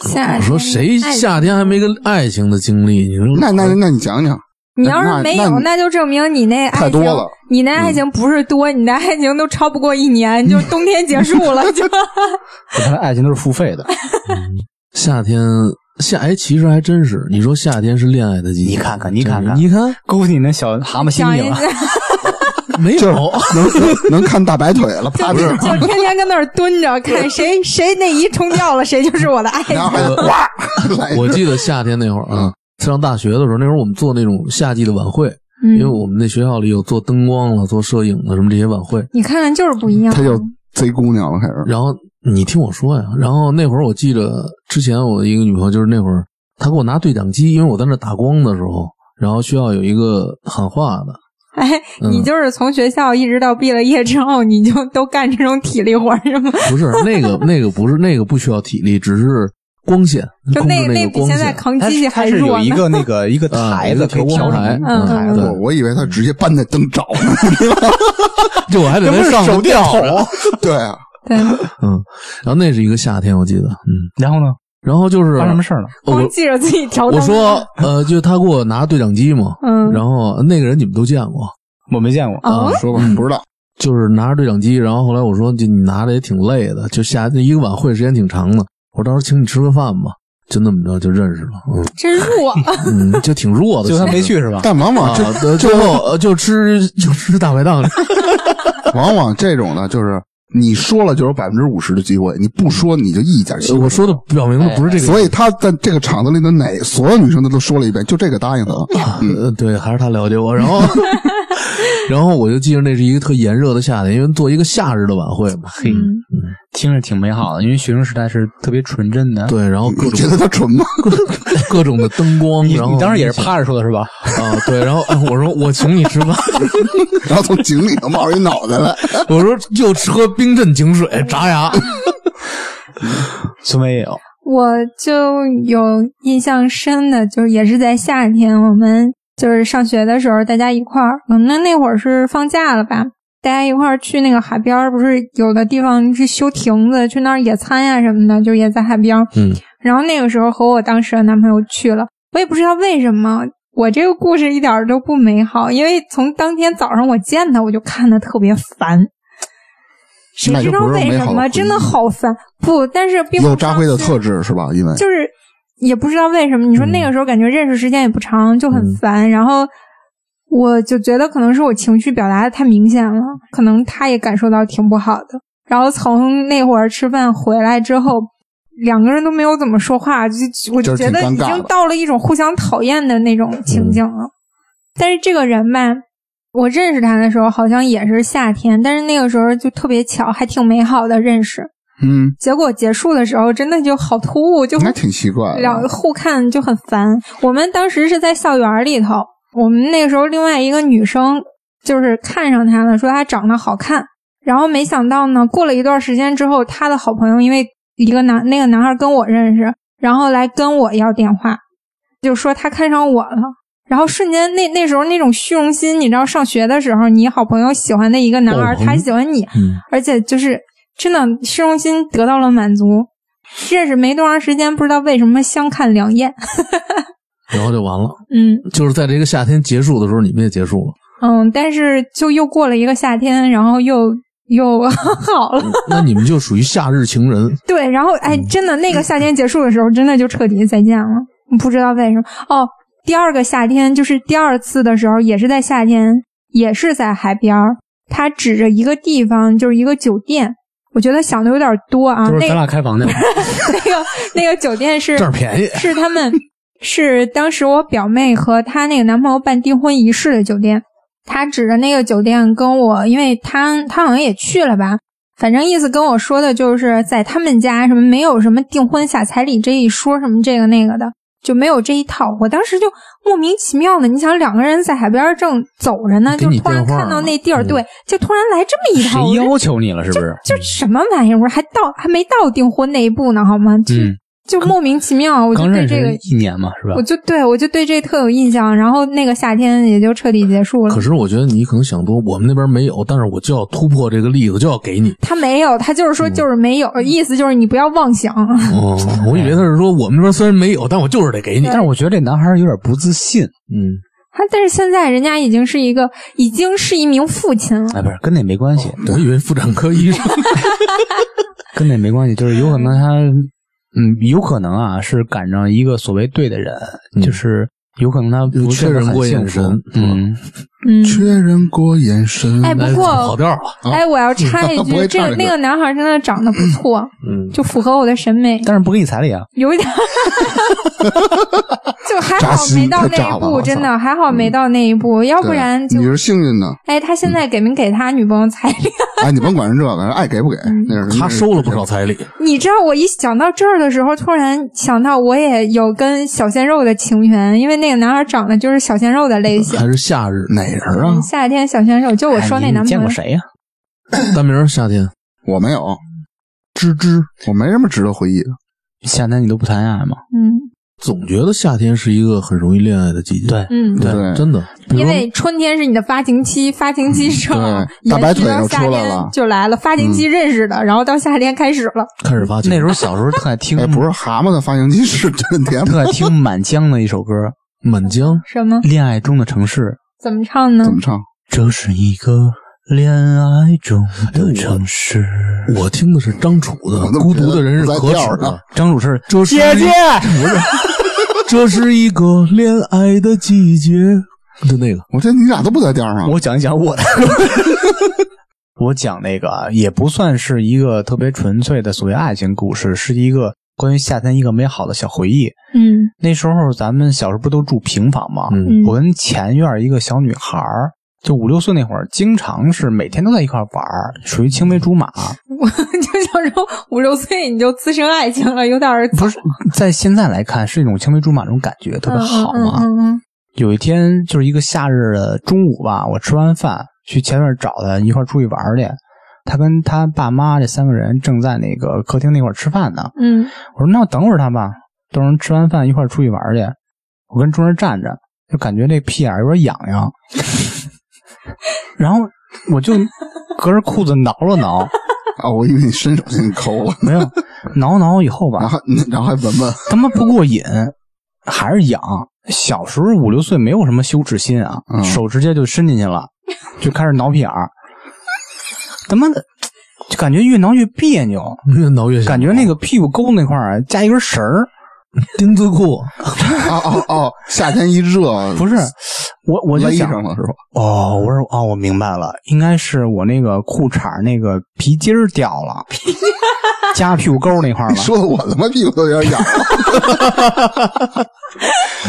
D: 夏
B: 我说谁
D: 哎爱
B: 夏天还没个爱情的经历？你说
C: 那那那你讲讲，
D: 你要是
C: 那
D: 没有，
C: 那
D: 那
C: 你
D: 就证明你那爱
C: 太
D: 情
C: 多了嗯
D: 你那爱情不是多，你的爱情都超不过一年，就冬天结束 了，就
A: 我看爱情都是付费的，
B: 夏天夏哎，其实还真是，你说夏天是恋爱的季节，
A: 你看看你看看
B: 真是你看
A: 勾起你那小蛤蟆心
D: 想一
A: 情了啊
D: 下。，
B: 没 有？
C: 能能看大白腿了，啪
D: 就
C: 地
D: 哎是
C: 上，
D: 就天天跟那儿蹲着看谁谁内衣冲掉了，谁就是我的爱 情
C: 然。后还 得哇，来一
B: 我
C: 只
B: 记得夏天那会儿啊，上大学的时候，那会儿我们做那种夏季的晚会，因为
D: 嗯，
B: 我们那学校里有做灯光了、做摄影的什么这些晚会。
D: 你看看就是不一样。啊
C: 他就贼姑娘了，开始。
B: 然后你听我说呀，然后那会儿我记着之前我一个女朋友，就是那会儿她给我拿对讲机，因为我在那打光的时候，然后需要有一个喊话的。
D: 哎，
B: 嗯
D: 你就是从学校一直到毕了业之后，你就都干这种体力活儿是吗？
B: 不是那个那个不是那个不需要体力，只是光线
D: 就
B: 控
D: 那
B: 制
D: 那
B: 个
D: 比
B: 光
D: 现在
B: 线。
D: 扛
A: 它
D: 机器
A: 是
D: 还
A: 它是有
D: 弱
A: 一
D: 呢。
A: 个那 个一个台
B: 啊
A: 子
B: 一个
A: 可以
B: 调
A: 调整
B: 光台
A: 嗯
B: 嗯
A: 台
B: 对
A: 子
C: 我我以为他直接搬那灯照，
B: 就我 还得在上头
C: 电筒。 对啊，
D: 对，
B: 嗯，然后那是一个夏天，我记得，嗯，
A: 然后呢，
B: 然后就是
A: 发生什么事儿了？
B: 我
D: 光记着自己调灯。
B: 我说，呃，就他给我拿对讲机嘛，
D: 嗯
B: 然后那个人你们都见过，
A: 我没见过，
D: 哦，
B: 嗯
C: 说吧，不知道，
B: 就是拿着对讲机，然后后来我说，就你拿着也挺累的，就下那一个晚会时间挺长的，我说到时候请你吃个饭吧，就那么着就认识了，
D: 真弱。
B: 嗯，嗯就挺弱的，
A: 就算没
B: 其实。
A: 去是吧？
C: 但往往
B: 啊
C: 这，
B: 对最后呃就吃就吃大排档，
C: 往往这种的，就是你说了就有百分之五十的机会，你不说你就一点机会。
B: 我说的表明的不是这个，
C: 所以他在这个场子里的哪所有女生他都说了一遍，就这个答应他了。
B: 呃， 对，还是他了解我。然后，然后我就记着那是一个特炎热的夏天，因为做一个夏日的晚会嘛。
A: 嘿，
D: 嗯
A: 听着挺美好的，因为学生时代是特别纯真的。，
B: 对，然后各
C: 你觉
B: 种
C: 得他蠢吗？
B: 各种的灯光，
A: 你
B: 然后
A: 你当时也是趴着说的是吧？
B: 啊，对，然后、哎、我说我请你吃饭，
C: 然后从井里头冒出一脑袋来，
B: 我说就吃喝冰镇井水炸牙，
A: 孙伟也有，
D: 我就有印象深的，就是也是在夏天，我们就是上学的时候，大家一块儿，可能那会儿是放假了吧，大家一块儿去那个海边儿，不是有的地方是修亭子，去那儿野餐呀、什么的，就也在海边儿。
B: 嗯，
D: 然后那个时候和我当时的男朋友去了，我也不知道为什么。我这个故事一点儿都不美好，因为从当天早上我见他，我就看他特别烦。 谁
C: 那
D: 知
C: 就
D: 道
C: 不是
D: 为
C: 美
D: 什
C: 好的
D: 么？
C: 回
D: 真的
C: 忆
D: 好烦。不，但是并不
C: 有扎
D: 伤
C: 辉的
D: 心
C: 特质是吧？因为
D: 就是也不知道为什么，你说
B: 嗯
D: 那个时候感觉认识时间也不长，就很
B: 嗯
D: 烦。然后我就觉得可能是我情绪表达的太明显了，可能他也感受到挺不好的。然后从那会儿吃饭回来之后，两个人都没有怎么说话，就我
C: 就
D: 就
C: 是挺
D: 觉得
C: 尴
D: 已
C: 尬
D: 经
C: 的嗯
D: 到了一种互相讨厌的那种情景了。但是这个人吧，我认识他的时候好像也是夏天，但是那个时候就特别巧，还挺美好的认识。
C: 嗯，
D: 结果结束的时候，真的就好突兀， 就
C: 还挺奇怪的。
D: 两互看就很烦。我们当时是在校园里头，我们那个时候另外一个女生就是看上他了，说他长得好看，然后没想到呢，过了一段时间之后，他的好朋友因为一个男那个男孩跟我认识，然后来跟我要电话，就说他看上我了。然后瞬间，那那时候那种虚荣心，你知道，上学的时候，你好朋友喜欢的一个男孩，
B: 爆棚
D: 他喜欢你，
B: 嗯，
D: 而且就是真的虚荣心得到了满足。认识没多长时间，不知道为什么相看两厌。
B: 然后就完了。
D: 嗯
B: 就是在这个夏天结束的时候，你们也结束了。
D: 嗯，但是就又过了一个夏天，然后又又好了。
B: 那你们就属于夏日情人，
D: 对，然后哎，真的那个夏天结束的时候，真的就彻底再见了。不知道为什么哦。第二个夏天就是第二次的时候，也是在夏天，也是在海边儿。他指着一个地方，就是一个酒店。我觉得想的有点多啊。
A: 就是咱
D: 那个
A: 俩开房去了，
D: 那个那个酒店是
B: 这儿便宜。
D: 是他们是当时我表妹和她那个男朋友办订婚仪式的酒店，她指着那个酒店跟我，因为她她好像也去了吧，反正意思跟我说的就是在他们家什么没有什么订婚下彩礼这一说，什么这个那个的。就没有这一套，我当时就莫名其妙的，你想两个人在海边正走着呢，
B: 给
D: 就
B: 你
D: 突然
B: 电话
D: 看到
B: 了
D: 那地儿，
B: 嗯
D: 对，就突然来这么一
A: 谁
D: 套，我就
A: 要求你了？是不是？
D: 就什么玩意儿，我还到还没到订婚那一步呢，好吗？就、
A: 嗯，
D: 就莫名其妙，我就
A: 刚
D: 对
A: 认识
D: 这个
A: 一年嘛，是吧
D: 我？就对我就对这特有印象，然后那个夏天也就彻底结束了
B: 可。是我觉得你可能想多，我们那边没有，但是我就要突破这个例子，就要给你。
D: 他没有，他就是说
C: 嗯
D: 就是没有，意思就是你不要妄想。
B: 哦，我以
A: 哎
B: 为他是说我们那边虽然没有，但我就是得给你
A: 但。是我觉得这男孩有点不自信，
B: 嗯，
D: 他但是现在人家已经是一个已经是一名父亲了，
A: 哎，不是跟那没关系，
B: 我以为妇产科医生。
A: 跟那没关系，就是有可能他，嗯，有可能啊，是赶上一个所谓对的人，
B: 嗯
A: 就是有可能他不是
B: 确认
A: 很
B: 过
A: 幸
B: 眼
A: 福
B: 神
A: 嗯，
D: 嗯。
C: 确认过眼神，
D: 哎不
B: 哎
D: 过
B: 跑调
C: 啊
B: 了。
D: 哎，我要插一
C: 不
D: 句，
C: 会
D: 这
C: 唱
D: 个
C: 这歌
D: 那个男孩真的长得不错，
B: 嗯，
D: 就符合我的审美，
A: 但是不给你彩礼啊，
D: 有一点， 就还
C: 扎
D: 好
C: 心
D: 没到
C: 太
D: 那
C: 炸
D: 一
C: 了
D: 步，
C: 我操
D: 真的还好没到那一步，要不
C: 对
D: 然就
C: 你是嗯幸运的。
D: 哎，他现在给没给他女朋友彩礼？
C: 哎，你甭管是这个，爱给不给，
D: 嗯
C: 那是
B: 他收了不少彩礼。
D: 你知道我一想到这儿的时候，突然想到我也有跟小鲜肉的情缘，因为那个男孩长得就是小鲜肉的类型。
B: 还是夏日
C: 哪人啊
D: 嗯？夏天小鲜肉，就我说
A: 哎
D: 那
A: 你
D: 男
A: 你见
D: 朋友
A: 过，谁呀？
B: 大明儿夏天，
C: 我没有，
B: 芝芝
C: 我没什么值得回忆的。
A: 夏天你都不谈恋爱吗？
D: 嗯
B: 总觉得夏天是一个很容易恋爱的季节。
A: 对
D: 嗯，
A: 对
C: 对
B: 真的，比如
D: 因为春天是你的发情期，发情期少，
C: 对
D: 延
C: 大白
D: 续
C: 腿
D: 到
C: 就
D: 夏
C: 出来
D: 天
C: 了
D: 就来了，发情期认识的，然后到夏天开始了。
B: 开始发情，
A: 那时候小时候特爱
B: 嗯
A: 听，
C: 哎，不是蛤蟆的发行机是真甜吗？
A: 特爱听满江的一首歌《
B: 满江
D: 什么？
A: 恋爱中的城市》，
D: 怎么唱呢
C: 怎？么唱？
A: 这是一个恋爱中的城市。
B: 哎我听的是张楚的
C: 我
B: 《
C: 都
B: 孤独的人是
C: 不在
B: 可耻
C: 调
B: 的
C: 上》，
A: 张主持，
B: 这是一 不是，这是一个恋爱的季节。就那个，
D: 啊
C: 我这你俩都不在调上，
A: 我讲一讲我的。我讲那个啊，也不算是一个特别纯粹的所谓爱情故事，是一个关于夏天一个美好的小回忆。
D: 嗯
A: 那时候咱们小时候不都住平房吗？
B: 嗯
D: 嗯
A: 我跟前院一个小女孩儿，就五六岁那会儿，经常是每天都在一块儿玩儿，属于青梅竹马。
D: 我 就想说五六岁你就滋生爱情了，有点儿
A: 不是，在现在来看是一种青梅竹马那种感觉，特别好嘛。
D: 嗯嗯嗯
A: 有一天就是一个夏日的中午吧，我吃完饭去前面找他一块儿出去玩儿去。他跟他爸妈这三个人正在那个客厅那块儿吃饭呢。
D: 嗯
A: 我说那我等会儿他吧，等会儿吃完饭一块儿出去玩儿去。我跟中间站着，就感觉这屁眼儿有点痒痒， 然后我就隔着裤子挠了挠，
C: 啊，我以为你伸手给你抠了，
A: 没有挠挠以后吧，
C: 然后 然后还闻闻，
A: 他妈不过瘾，还是痒。小时候五六岁没有什么羞耻心啊，
C: 嗯
A: 手直接就伸进去了，就开始挠屁眼儿，他妈的就感觉越挠越别扭，
B: 越挠越想
A: 感觉那个屁股沟那块儿啊加一根绳儿，
B: 丁字裤，
C: 哦哦哦，夏天一热，
A: 不是我我就
C: 勒
A: 想
C: 上了是吧？
A: 哦，我说哦，我明白了，应该是我那个裤衩儿那个皮筋儿掉了，夹屁股沟那块儿
C: 你
A: 了。
C: 说的我他妈屁股都有 点痒，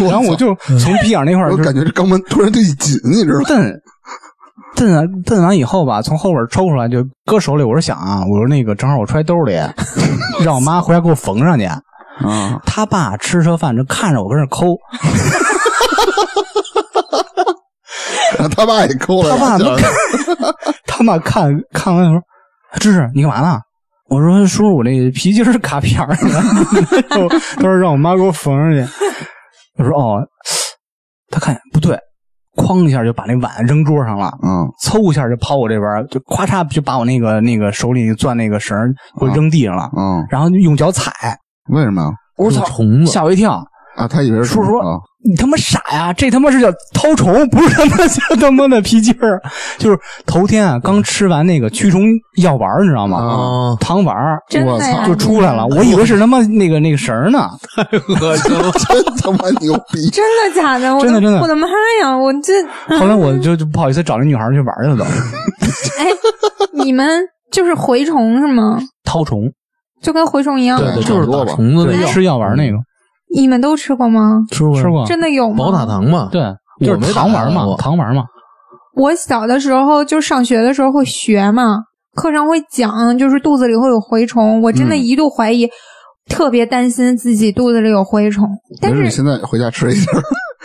A: 然后我就从屁眼儿那块儿
C: 我
A: 就
C: 感觉这肛门突然就一紧，你知道吗？
A: 蹬蹬完蹬完以后吧，从后边抽出来就搁手里。我说想啊，我说那个正好我揣兜里，让我妈回来给我缝上去。
C: 啊，
A: 他爸吃着饭就看着我跟那儿抠，
C: 然后 他爸也抠了
A: 他爸
C: 两下，
A: 能 他爸看看完说：“芝芝，你干嘛呢？”我说：“叔，我那皮筋儿卡片儿 了。”他说：“让我妈给我缝上去。”我说：“哦。”他看不对，哐一下就把那碗扔桌上了。
C: 嗯，
A: 嗖一下就抛我这边儿，就咵嚓就把我那个那个手里攥那个绳儿给我扔地上了，
C: 嗯，
A: 然后就用脚踩，
C: 为什么呀？
A: 我
B: 有
A: 操，
B: 虫子，
A: 吓我一跳！
C: 啊，他以为是
A: 叔叔
C: 啊
A: 你他妈傻呀！这他妈是叫绦虫，不是他妈叫他妈的皮筋儿。 就是头天啊，刚吃完那个驱虫药丸儿，你知道吗？
B: 啊，
A: 糖丸儿
D: 真
C: 我
D: 的
C: 操
D: 呀
A: 就出来了，我以为是他妈那个那个绳儿呢。
B: 恶心了，
C: 真他妈牛逼！
D: 真的假的？我
A: 真的真的
D: 我的妈呀！我这
A: 后来我就就不好意思找那女孩儿去玩儿去了都。
D: 哎，你们就是蛔虫是吗？
A: 绦虫，
D: 就跟蛔虫一样，
B: 对对，
C: 差
B: 就
C: 不
B: 是
C: 多
B: 打
C: 吧
B: 虫子的
A: 对，
B: 药，
A: 吃药丸儿那个
D: 你们都吃过吗？
B: 吃过
A: 吃过，
D: 真的有吗？
B: 宝塔糖嘛，
A: 对，就
B: 我没
A: 是糖丸儿
B: 打
A: 嘛
B: 过，
A: 糖丸儿嘛。
D: 我小的时候就上学的时候会学嘛，课上会讲，就是肚子里会有蛔虫。我真的
A: 嗯
D: 一度怀疑，特别担心自己肚子里有蛔虫。但
C: 没事，
D: 是
C: 现在回家吃一下。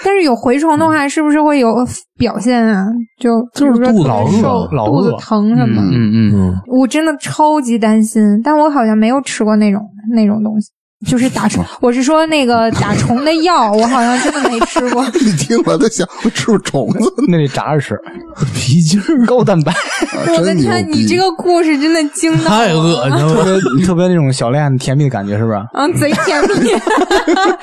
D: 但是有蛔虫的话，是不是会有呃表现啊？就
B: 就是
D: 比如说
B: 肚子
D: 特别
B: 饿
D: 瘦
A: 老
D: 肚子
A: 饿
D: 疼什么的。
C: 嗯
A: 嗯嗯，
B: 嗯，
D: 我真的超级担心，但我好像没有吃过那种那种东西。就是 打虫，我是说那个打虫的药，我好像真的没吃 过。
C: 你听了，他想我吃过虫子，
A: 那得炸着吃， 皮筋儿高蛋白，
C: 啊
D: 我的
C: 真牛
D: 天，
C: 逼！
D: 你这个故事真的惊到
B: 太
D: 我
B: 恶心
A: 特
B: 了，
A: 别特别那种小恋甜蜜的感觉，是不是？
D: 啊， 贼甜蜜。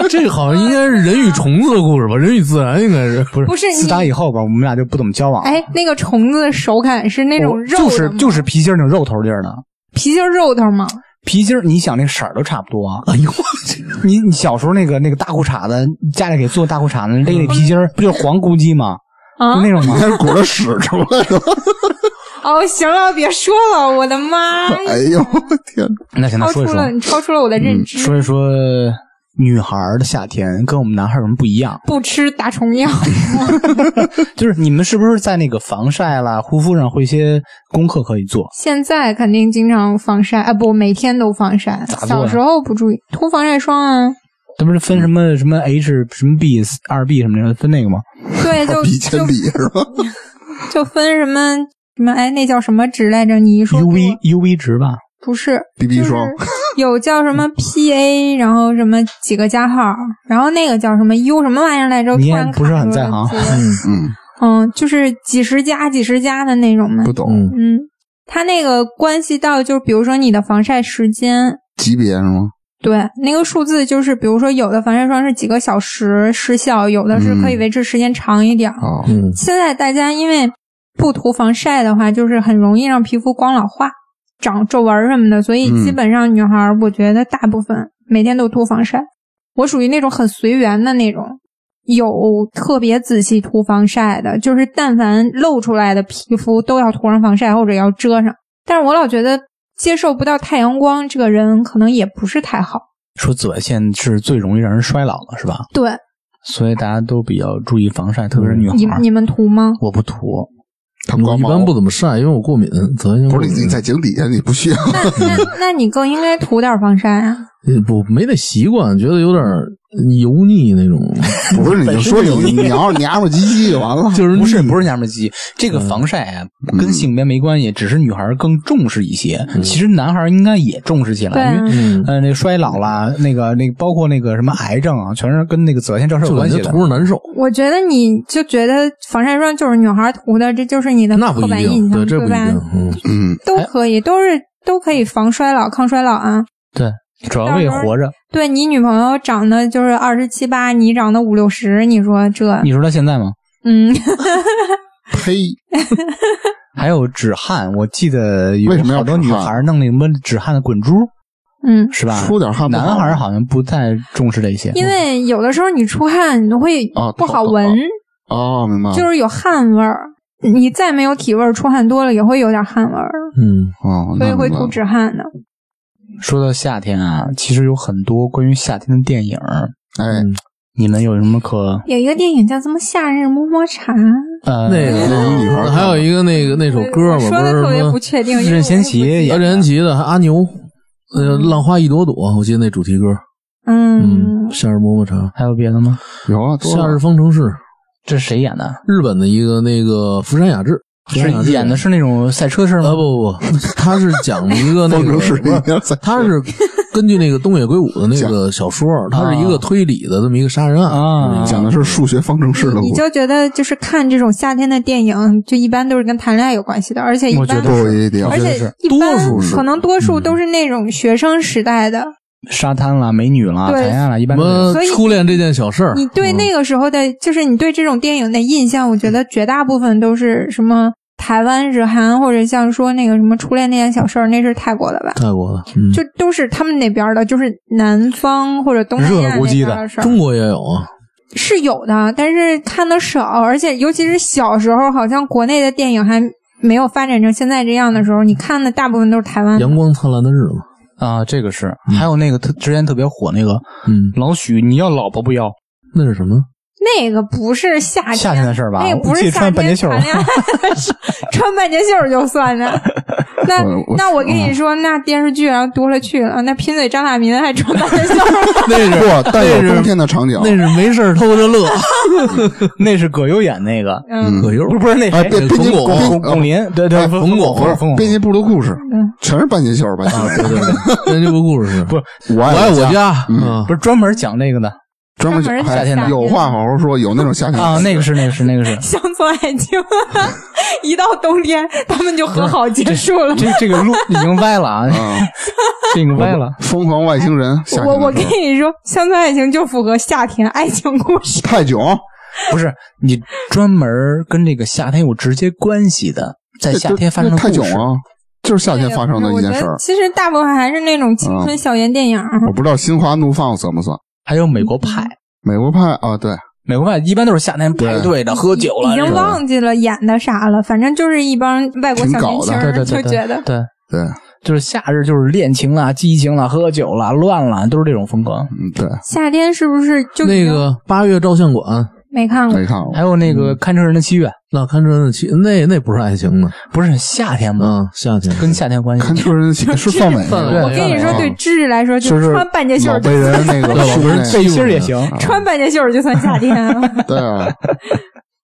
B: 这好像应该是人与虫子的故事吧，人与自然应该是不是
D: 不是
A: 自打
D: 你，
A: 以后吧，我们俩就不怎么交往了。
D: 哎，那个虫子的手感是那种
A: 我
D: 肉的
A: 哦就
D: 吗
A: 是就是皮筋儿那种肉头劲儿的。
D: 皮筋肉头吗？
A: 皮筋儿，你想那色儿都差不多。哎呦， 你你小时候那个那个大裤衩子，家里给做大裤衩子勒那皮筋儿，不就是黄咕叽吗？
D: 啊
A: 就那种
C: 你
A: 吗？
C: 还是裹着屎出来的吗？
D: 哦，行了，别说了，我的妈！
C: 哎呦，我天！
A: 那行，那
D: 超
A: 说
D: 出
A: 一说
D: 哦
A: 嗯
D: 了，你超出了我的认知。
A: 说一说女孩儿的夏天跟我们男孩儿有什么不一样？
D: 不吃打虫药，
A: 就是你们是不是在那个防晒啦、护肤上会一些功课可以做？
D: 现在肯定经常防晒啊，不，每天都防晒。
A: 做呀
D: 小时候不注意，涂防晒霜啊。
A: 这不是分什么什么 H 什么 B 二 B 什么的分那个吗？
D: 对，就
C: 比铅笔
D: 就是
C: 吧？
D: 就分什么什么，哎，那叫什么值来着？你一说
A: UV UV 值吧，
D: 不是
C: BB
D: 就是
C: 霜，
D: 有叫什
A: 嗯
D: 么 PA，然后什么几个加号，然后那个叫什么 U 什么玩意儿来着？
A: 你
D: 突
A: 也
D: 然
A: 不是很在行啊
D: 卡住了
C: 嗯，
D: 嗯，就是几十加几十加的那种嘛
C: 不。懂
B: 嗯，
D: 嗯，它那个关系到就是比如说你的防晒时间，
C: 级别是吗？
D: 对，那个数字就是比如说有的防晒霜是几个小时失效，有的是可以
C: 嗯
D: 维持时间长一
A: 哦
D: 点儿。
C: 啊，
B: 嗯，
D: 现在大家因为不涂防晒的话，就是很容易让皮肤光老化、长皱纹儿什么的，所以
C: 嗯
D: 基本上女孩儿，我觉得大部分每天都涂防晒。我属于那种很随缘的那种，有特别仔细涂防晒的，就是但凡露出来的皮肤都要涂上防晒或者要遮上。但是我老觉得接受不到太阳光，这个人可能也不是太好。
A: 说紫外线是最容易让人衰老的，是吧？
D: 对，
A: 所以大家都比较注意防晒，特别是女
D: 你
A: 孩儿。
D: 你们涂吗？
A: 我不涂，
C: 他
B: 我
C: 刮
B: 一
C: 毛
B: 般不怎么晒，因为我过敏，紫外线过
C: 不是
B: 敏。
C: 你你在井底下你不需要，
D: 那那那你更应该涂点防晒啊！
B: 呃不没那习惯，觉得有点油腻那种。
C: 不是你就说你你要是娘们唧唧就完了。
B: 就是
A: 不是不是娘们儿鸡，这个防晒啊跟性别没关系，只是女孩儿更重视一些。其实男孩儿应该也重视起
D: 对
A: 来，因
D: 啊
A: 为，
B: 嗯，
A: 呃，那个衰老啦，那个那个包括那个什么癌症啊，全是跟那个紫外线照射有
B: 就
A: 关
B: 感
A: 系
B: 觉
A: 的
B: 涂。着难受。
D: 我觉得你就觉得防晒霜就是女孩涂的，这就是你的
B: 那不
D: 刻
B: 一
D: 板
B: 定，
D: 印象，
B: 对，这不一
D: 吧？
B: 定。嗯，
C: 嗯，
D: 都可以，都是都可以防衰老、抗衰老啊。
A: 主要为活着。
D: 对你女朋友长得就是二十七八，你长得五六十，你说 这，
A: 你说他现在吗？
D: 嗯，
C: 呸，
A: 还有止汗，我记得有
C: 为什么要
A: 好多女
C: 止汗
A: 孩儿弄那什么止汗的滚珠，
D: 嗯，
A: 是吧？
C: 出点汗不好吗
A: 男孩儿好像不太重视这
B: 哎
A: 些。
D: 因为有的时候你出汗，你会
C: 啊
D: 不好闻，
C: 懂懂
B: 嗯
C: 哦，明白了，
D: 就是有汗味儿。你再没有体味儿，出汗多了也会有点汗味儿，
B: 嗯，
C: 哦，
D: 所以
C: 那
D: 会
C: 明白
D: 涂
C: 了
D: 止汗的。
A: 说到夏天啊，其实有很多关于夏天的电影儿，
C: 哎，
B: 嗯
A: 你们有什么可
D: 有一个电影叫什么《夏日么么茶》，
A: 呃
B: 那个
C: 那女孩儿
B: 还有一个那个那首歌
D: 我
B: 嘛，
D: 说
B: 不
D: 的
B: 是
D: 特别
B: 什
D: 不
B: 么
D: 确定。因为
A: 任
D: 我
A: 贤
D: 也不
A: 齐
D: 记得
A: 也
B: 任贤齐的还阿牛，呃，浪花一朵朵，我记得那主题歌，嗯，
D: 嗯，
B: 夏日么么茶，
A: 还有别的吗？
C: 有啊，多了
B: 夏日方程式，
A: 这是谁演的？
B: 日本的一个那个福山雅治，福山雅
A: 是
B: 治
A: 演的是那种赛车是
B: 啊
A: 吗？
C: 呃
B: 不不不，他是讲一个那
C: 方
B: 个
C: 程式一样在
B: 他是根据那个东野圭吾的那个小说，它是一个推理的这么一个杀人案。嗯
A: 啊，
C: 讲的是数学方程式的
D: 你
C: 故事，
D: 就觉得就是看这种夏天的电影，就一般都是跟谈恋爱有关系的，而且一
A: 我觉
D: 般
A: 得
C: 不一定
D: 而
A: 我觉得
D: 且
A: 是
D: 一般
B: 多数是
D: 可能多数都是那种学生时代的，
A: 沙滩啦、美女啦、
D: 对
A: 谈恋爱啦，一
B: 什
A: 般都
B: 么
A: 是
D: 所以
B: 初恋这件小事儿，
A: 嗯
B: 嗯
D: 你对那个时候的，就是你对这种电影的印象，我觉得绝大部分都是什么台湾、日韩，或者像说那个什么初恋那件小事儿，那是泰国的吧？
B: 泰国的，嗯
D: 就都是他们那边的，就是南方或者东南亚
A: 热乎
D: 那
A: 鸡
D: 边
A: 的
D: 的事儿
B: 中国也有啊。
D: 是有的，但是看的少，而且尤其是小时候，好像国内的电影还没有发展成现在这样的时候，你看的大部分都是台湾的。
B: 阳光灿烂的日子，
A: 啊，这个是。
C: 嗯
A: 还有那个特之前特别火那个
B: 嗯，
A: 老许，你要老婆不要
B: 那是什么？
D: 那个不是夏天
A: 夏天的事儿吧？
D: 那个不
A: 我记
D: 是
A: 得
D: 夏
A: 穿半
D: 天
A: 截袖儿
D: 谈恋爱的事，穿半截袖儿就 算了。那
C: 我我
D: 那我跟
A: 嗯
D: 你说，那电视剧上多了去了，那贫嘴张大民还穿半截袖儿
B: 那是
C: 不，但有冬天的场景
B: 那，是没事儿偷着 乐，
A: 那是葛优演那个，
D: 嗯，
B: 葛优
A: 不是不是那
C: 啊，
A: 谁？
C: 编编辑
B: 冯巩
A: 巩
C: 编
A: 巩林，对对，
C: 哎
A: 冯
B: 冯巩
A: 不是冯
C: 编
A: 巩，
C: 辑部的故事
D: 嗯，
C: 全是半截袖儿半截袖
B: 啊，对对对，那这部故事是
A: 不
C: 儿。我
B: 我
C: 爱
B: 爱
C: 我
B: 我
C: 家，
B: 家，
C: 嗯
B: 嗯，
A: 啊不是专门讲那个的
C: 专门
D: 专门
C: 哎
D: 夏天的
C: 有话好好说，有那种夏天
A: 啊，那个是那个是那个是。
D: 乡村爱情， 一到冬天他们就和好结束了。
A: 这这个路已经歪了啊，
C: 啊，
A: 这已经歪了。
C: 疯狂外星人，夏
D: 我
C: 天
D: 我
C: 的
D: 跟
C: 时候
D: 你说，乡村爱情就符合夏天爱情故事。
C: 泰囧，
A: 不是你专门跟这个夏天有直接关系的，在夏天发生的
C: 泰囧
A: 故事。
C: 啊，就是夏天发生的一件事
D: 我觉得
C: 儿。嗯
D: 其实大部分还是那种青春校园电影儿。
C: 我不知道《心花怒放》算不算
A: 还有美国派，
C: 美国派啊？对，
A: 美国派一般都是夏天排队的，喝酒了
D: 已
A: 这种，
D: 经忘记了演的啥了，反正就是一帮外国小年轻
A: 对
D: 儿
A: 对
D: 就
A: 对
D: 觉得
A: 对对，
C: 对，
A: 就是夏日就是恋情啦、激情啦、喝酒啦、乱啦，都是这种风格。
C: 嗯，对，
D: 夏天是不是就已
B: 那
D: 经
B: 个八月照相馆，
D: 没看过
C: 没看过
A: 还。有那个堪称人的七月，
B: 那堪称的其那那不是爱情的，
A: 不是夏天吗？
B: 嗯，夏天
A: 跟夏天有关
C: 看
A: 系。
C: 车人是范伟
B: 范
C: 那
B: 伟
C: 个，
D: 我跟你说，
C: 对
D: 对芝芝来说，
C: 啊就
D: 就是穿半截袖
C: 老
D: 儿
C: 被人那个
B: 对
C: 胸
B: 不是
C: 那
B: 这
A: 背心儿也行，
D: 穿半截袖儿就算夏 天了。
C: 对啊，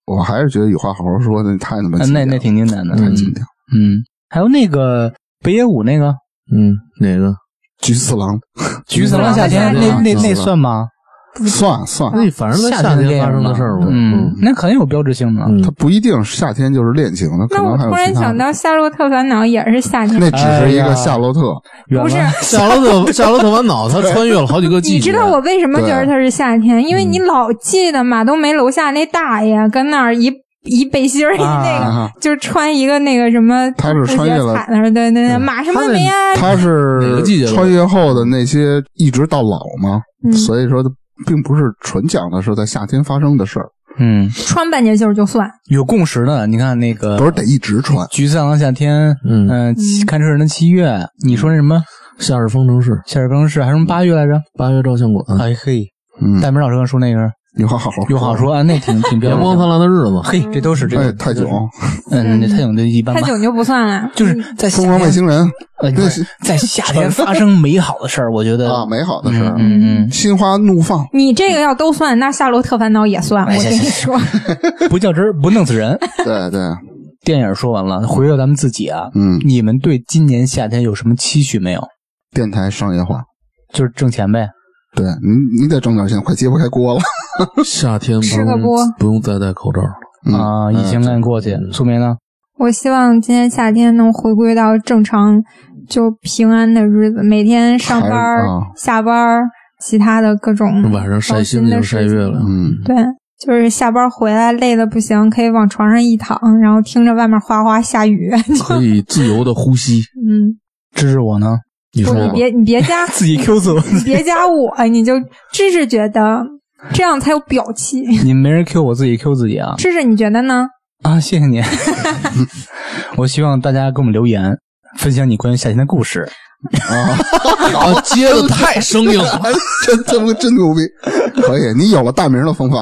C: 我还是觉得有话好好说，那太他妈
A: 嗯
C: 经
A: 那
C: 典了
A: 那挺经典的。
C: 太经典了。
A: 嗯，还有那个北野武那个
B: 嗯哪个
D: 啊
C: 菊次郎
A: 菊次郎夏天，那那那算吗？
C: 算算，
B: 那反正在夏
A: 天
B: 天发生的事儿嘛，
A: 嗯，那肯定有标志性的。
B: 嗯
C: 它不一定是夏天就是恋情，它可
D: 那我
C: 能还
D: 突
C: 有
D: 然
C: 其他
D: 想
C: 的。
D: 到《夏洛特烦恼》也是夏天，
C: 那只是一
A: 哎呀
C: 个夏洛特，
A: 原
B: 嗯
D: 不是
A: 来。
B: 夏洛特夏洛特烦恼，他穿越了好几个季节。
D: 你知道我为什么觉
C: 对啊嗯
D: 得它是夏天？因为你老记得马冬梅楼下那大爷跟那儿一一背心儿，一那个、
C: 啊
D: 就是穿一个那个什么，
C: 他是穿越了嗯
D: 踩那儿，对对对，马什么梅啊，
C: 他
B: 哪
C: 是
B: 个季节的
C: 穿越后的那些一直到老嘛，
D: 嗯
C: 所以说并不是纯讲的是在夏天发生的事儿，
A: 嗯，
D: 穿半截袖儿就算，
A: 有共识的。你看那个
C: 不是得一直穿。
A: 橘子的夏天，
B: 嗯
A: 嗯，七看车人的七月，你说那什么
B: 夏日方程式，
A: 夏日更是还有什么八月来着？
B: 八月照相馆，
A: 哎嘿，
C: 嗯，
A: 戴明老师刚说那个
C: 有话好好
A: 有好，说啊，那挺挺标
B: 阳
A: 准的
B: 光灿烂的日子，
A: 嘿，这都是这
C: 哎，
A: 个
C: 泰囧，
A: 嗯，那太勇就一般
D: 太
A: 吧，
D: 久就不算了。
A: 就是在夏
C: 疯狂外
A: 天，
C: 星人
A: 呃，不 是在夏天发生美好的事儿，我觉得
C: 啊，美好的事儿，
A: 嗯嗯
C: 心花怒放，
D: 你这个要都算，那《夏洛特烦恼》也算。
A: 哎
D: 我跟你
A: 行
D: 说，
A: 嗯，不较真儿不弄死人。
C: 对对，
A: 电影说完了，回到咱们自己啊，
C: 嗯，
A: 你们对今年夏天有什么期许没有？
C: 电台商业化，
A: 就是挣钱呗。
C: 对你你得挣点钱，快揭不开锅了，
B: 夏天不
D: 吃个
B: 用
D: 播
B: 不用再戴口罩了，
C: 嗯
A: 啊，疫情赶紧过去。苏梅呢？
D: 我希望今年夏天能回归到正常、就平安的日子，每天上班儿、
C: 还啊
D: 下班儿，其他的各种
B: 晚上晒
D: 糟
B: 星
D: 嗯心的
B: 星
D: 事
B: 晒
D: 情
B: 月亮，
C: 嗯，
D: 对，就是下班回来累的不行，可以往床上一躺，然后听着外面哗哗下雨。
B: 可以自由的呼吸。
D: 嗯，
A: 支持我呢？
B: 你
D: 不
B: 说
D: 是你
B: 吧，
D: 别你别加
A: 自己 Q 自我。
D: 你别加我，你就芝芝觉得这样才有表气。
A: 你们没人 Q 我自己 Q 自己啊
D: 芝芝，你觉得呢？
A: 啊！谢谢你。 我希望大家给我们留言，分享你关于夏天的故事。
B: 啊，接的太生硬了。
C: 哎，真真真牛逼，可以，你有了大名的风范，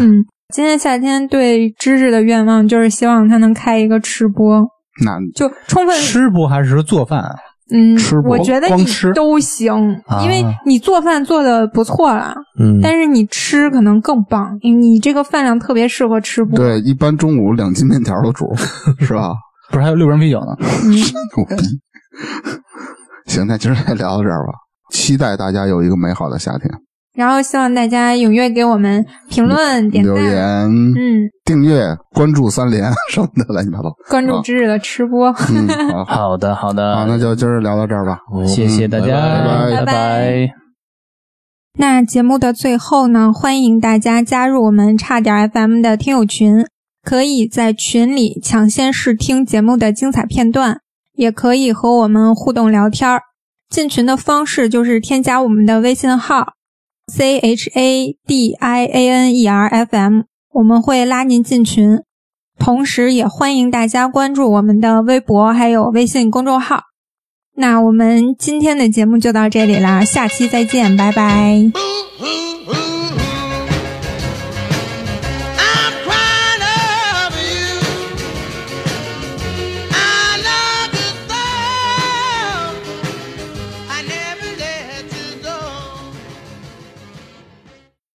D: 嗯，今年夏天对芝芝的愿望就是希望她能开一个吃播，
C: 那
D: 就充分
A: 吃不还是说做饭啊？
D: 嗯
C: 吃，播
D: 我觉得
A: 光
D: 你
A: 吃
D: 都行，因为
A: 啊
D: 你做饭做的不错了，
B: 嗯，
D: 但是你吃可能更棒，你这个饭量特别适合吃播。
C: 对，一般中午两斤面条都煮， 是吧？
A: 不是还有六瓶啤酒呢？
D: 嗯
C: 牛逼。 行，那今儿先聊到这儿吧。期待大家有一个美好的夏天，
D: 然后希望大家踊跃给我们评论、点
C: 留
D: 赞，
C: 言、
D: 嗯，
C: 订阅、关注三连 什么的，乱七八糟。
D: 关注
C: 啊
D: 芝芝的吃播。
C: 嗯，好，好，
A: 好的，好
C: 好那
A: 的，
C: 就今儿聊到这儿吧。
B: 哦
A: 谢谢大家，
C: 拜
D: 拜拜
A: 拜。
D: 那节目的最后呢，欢迎大家加入我们差点 FM 的听友群，可以在群里抢先试听节目的精彩片段，也可以和我们互动聊天儿。进群的方式就是添加我们的微信号 c h a d i a n e r f m，我们会拉您进群。同时，也欢迎大家关注我们的微博还有微信公众号。那我们今天的节目就到这里啦，下期再见，拜拜。
E: Boo hoo hoo.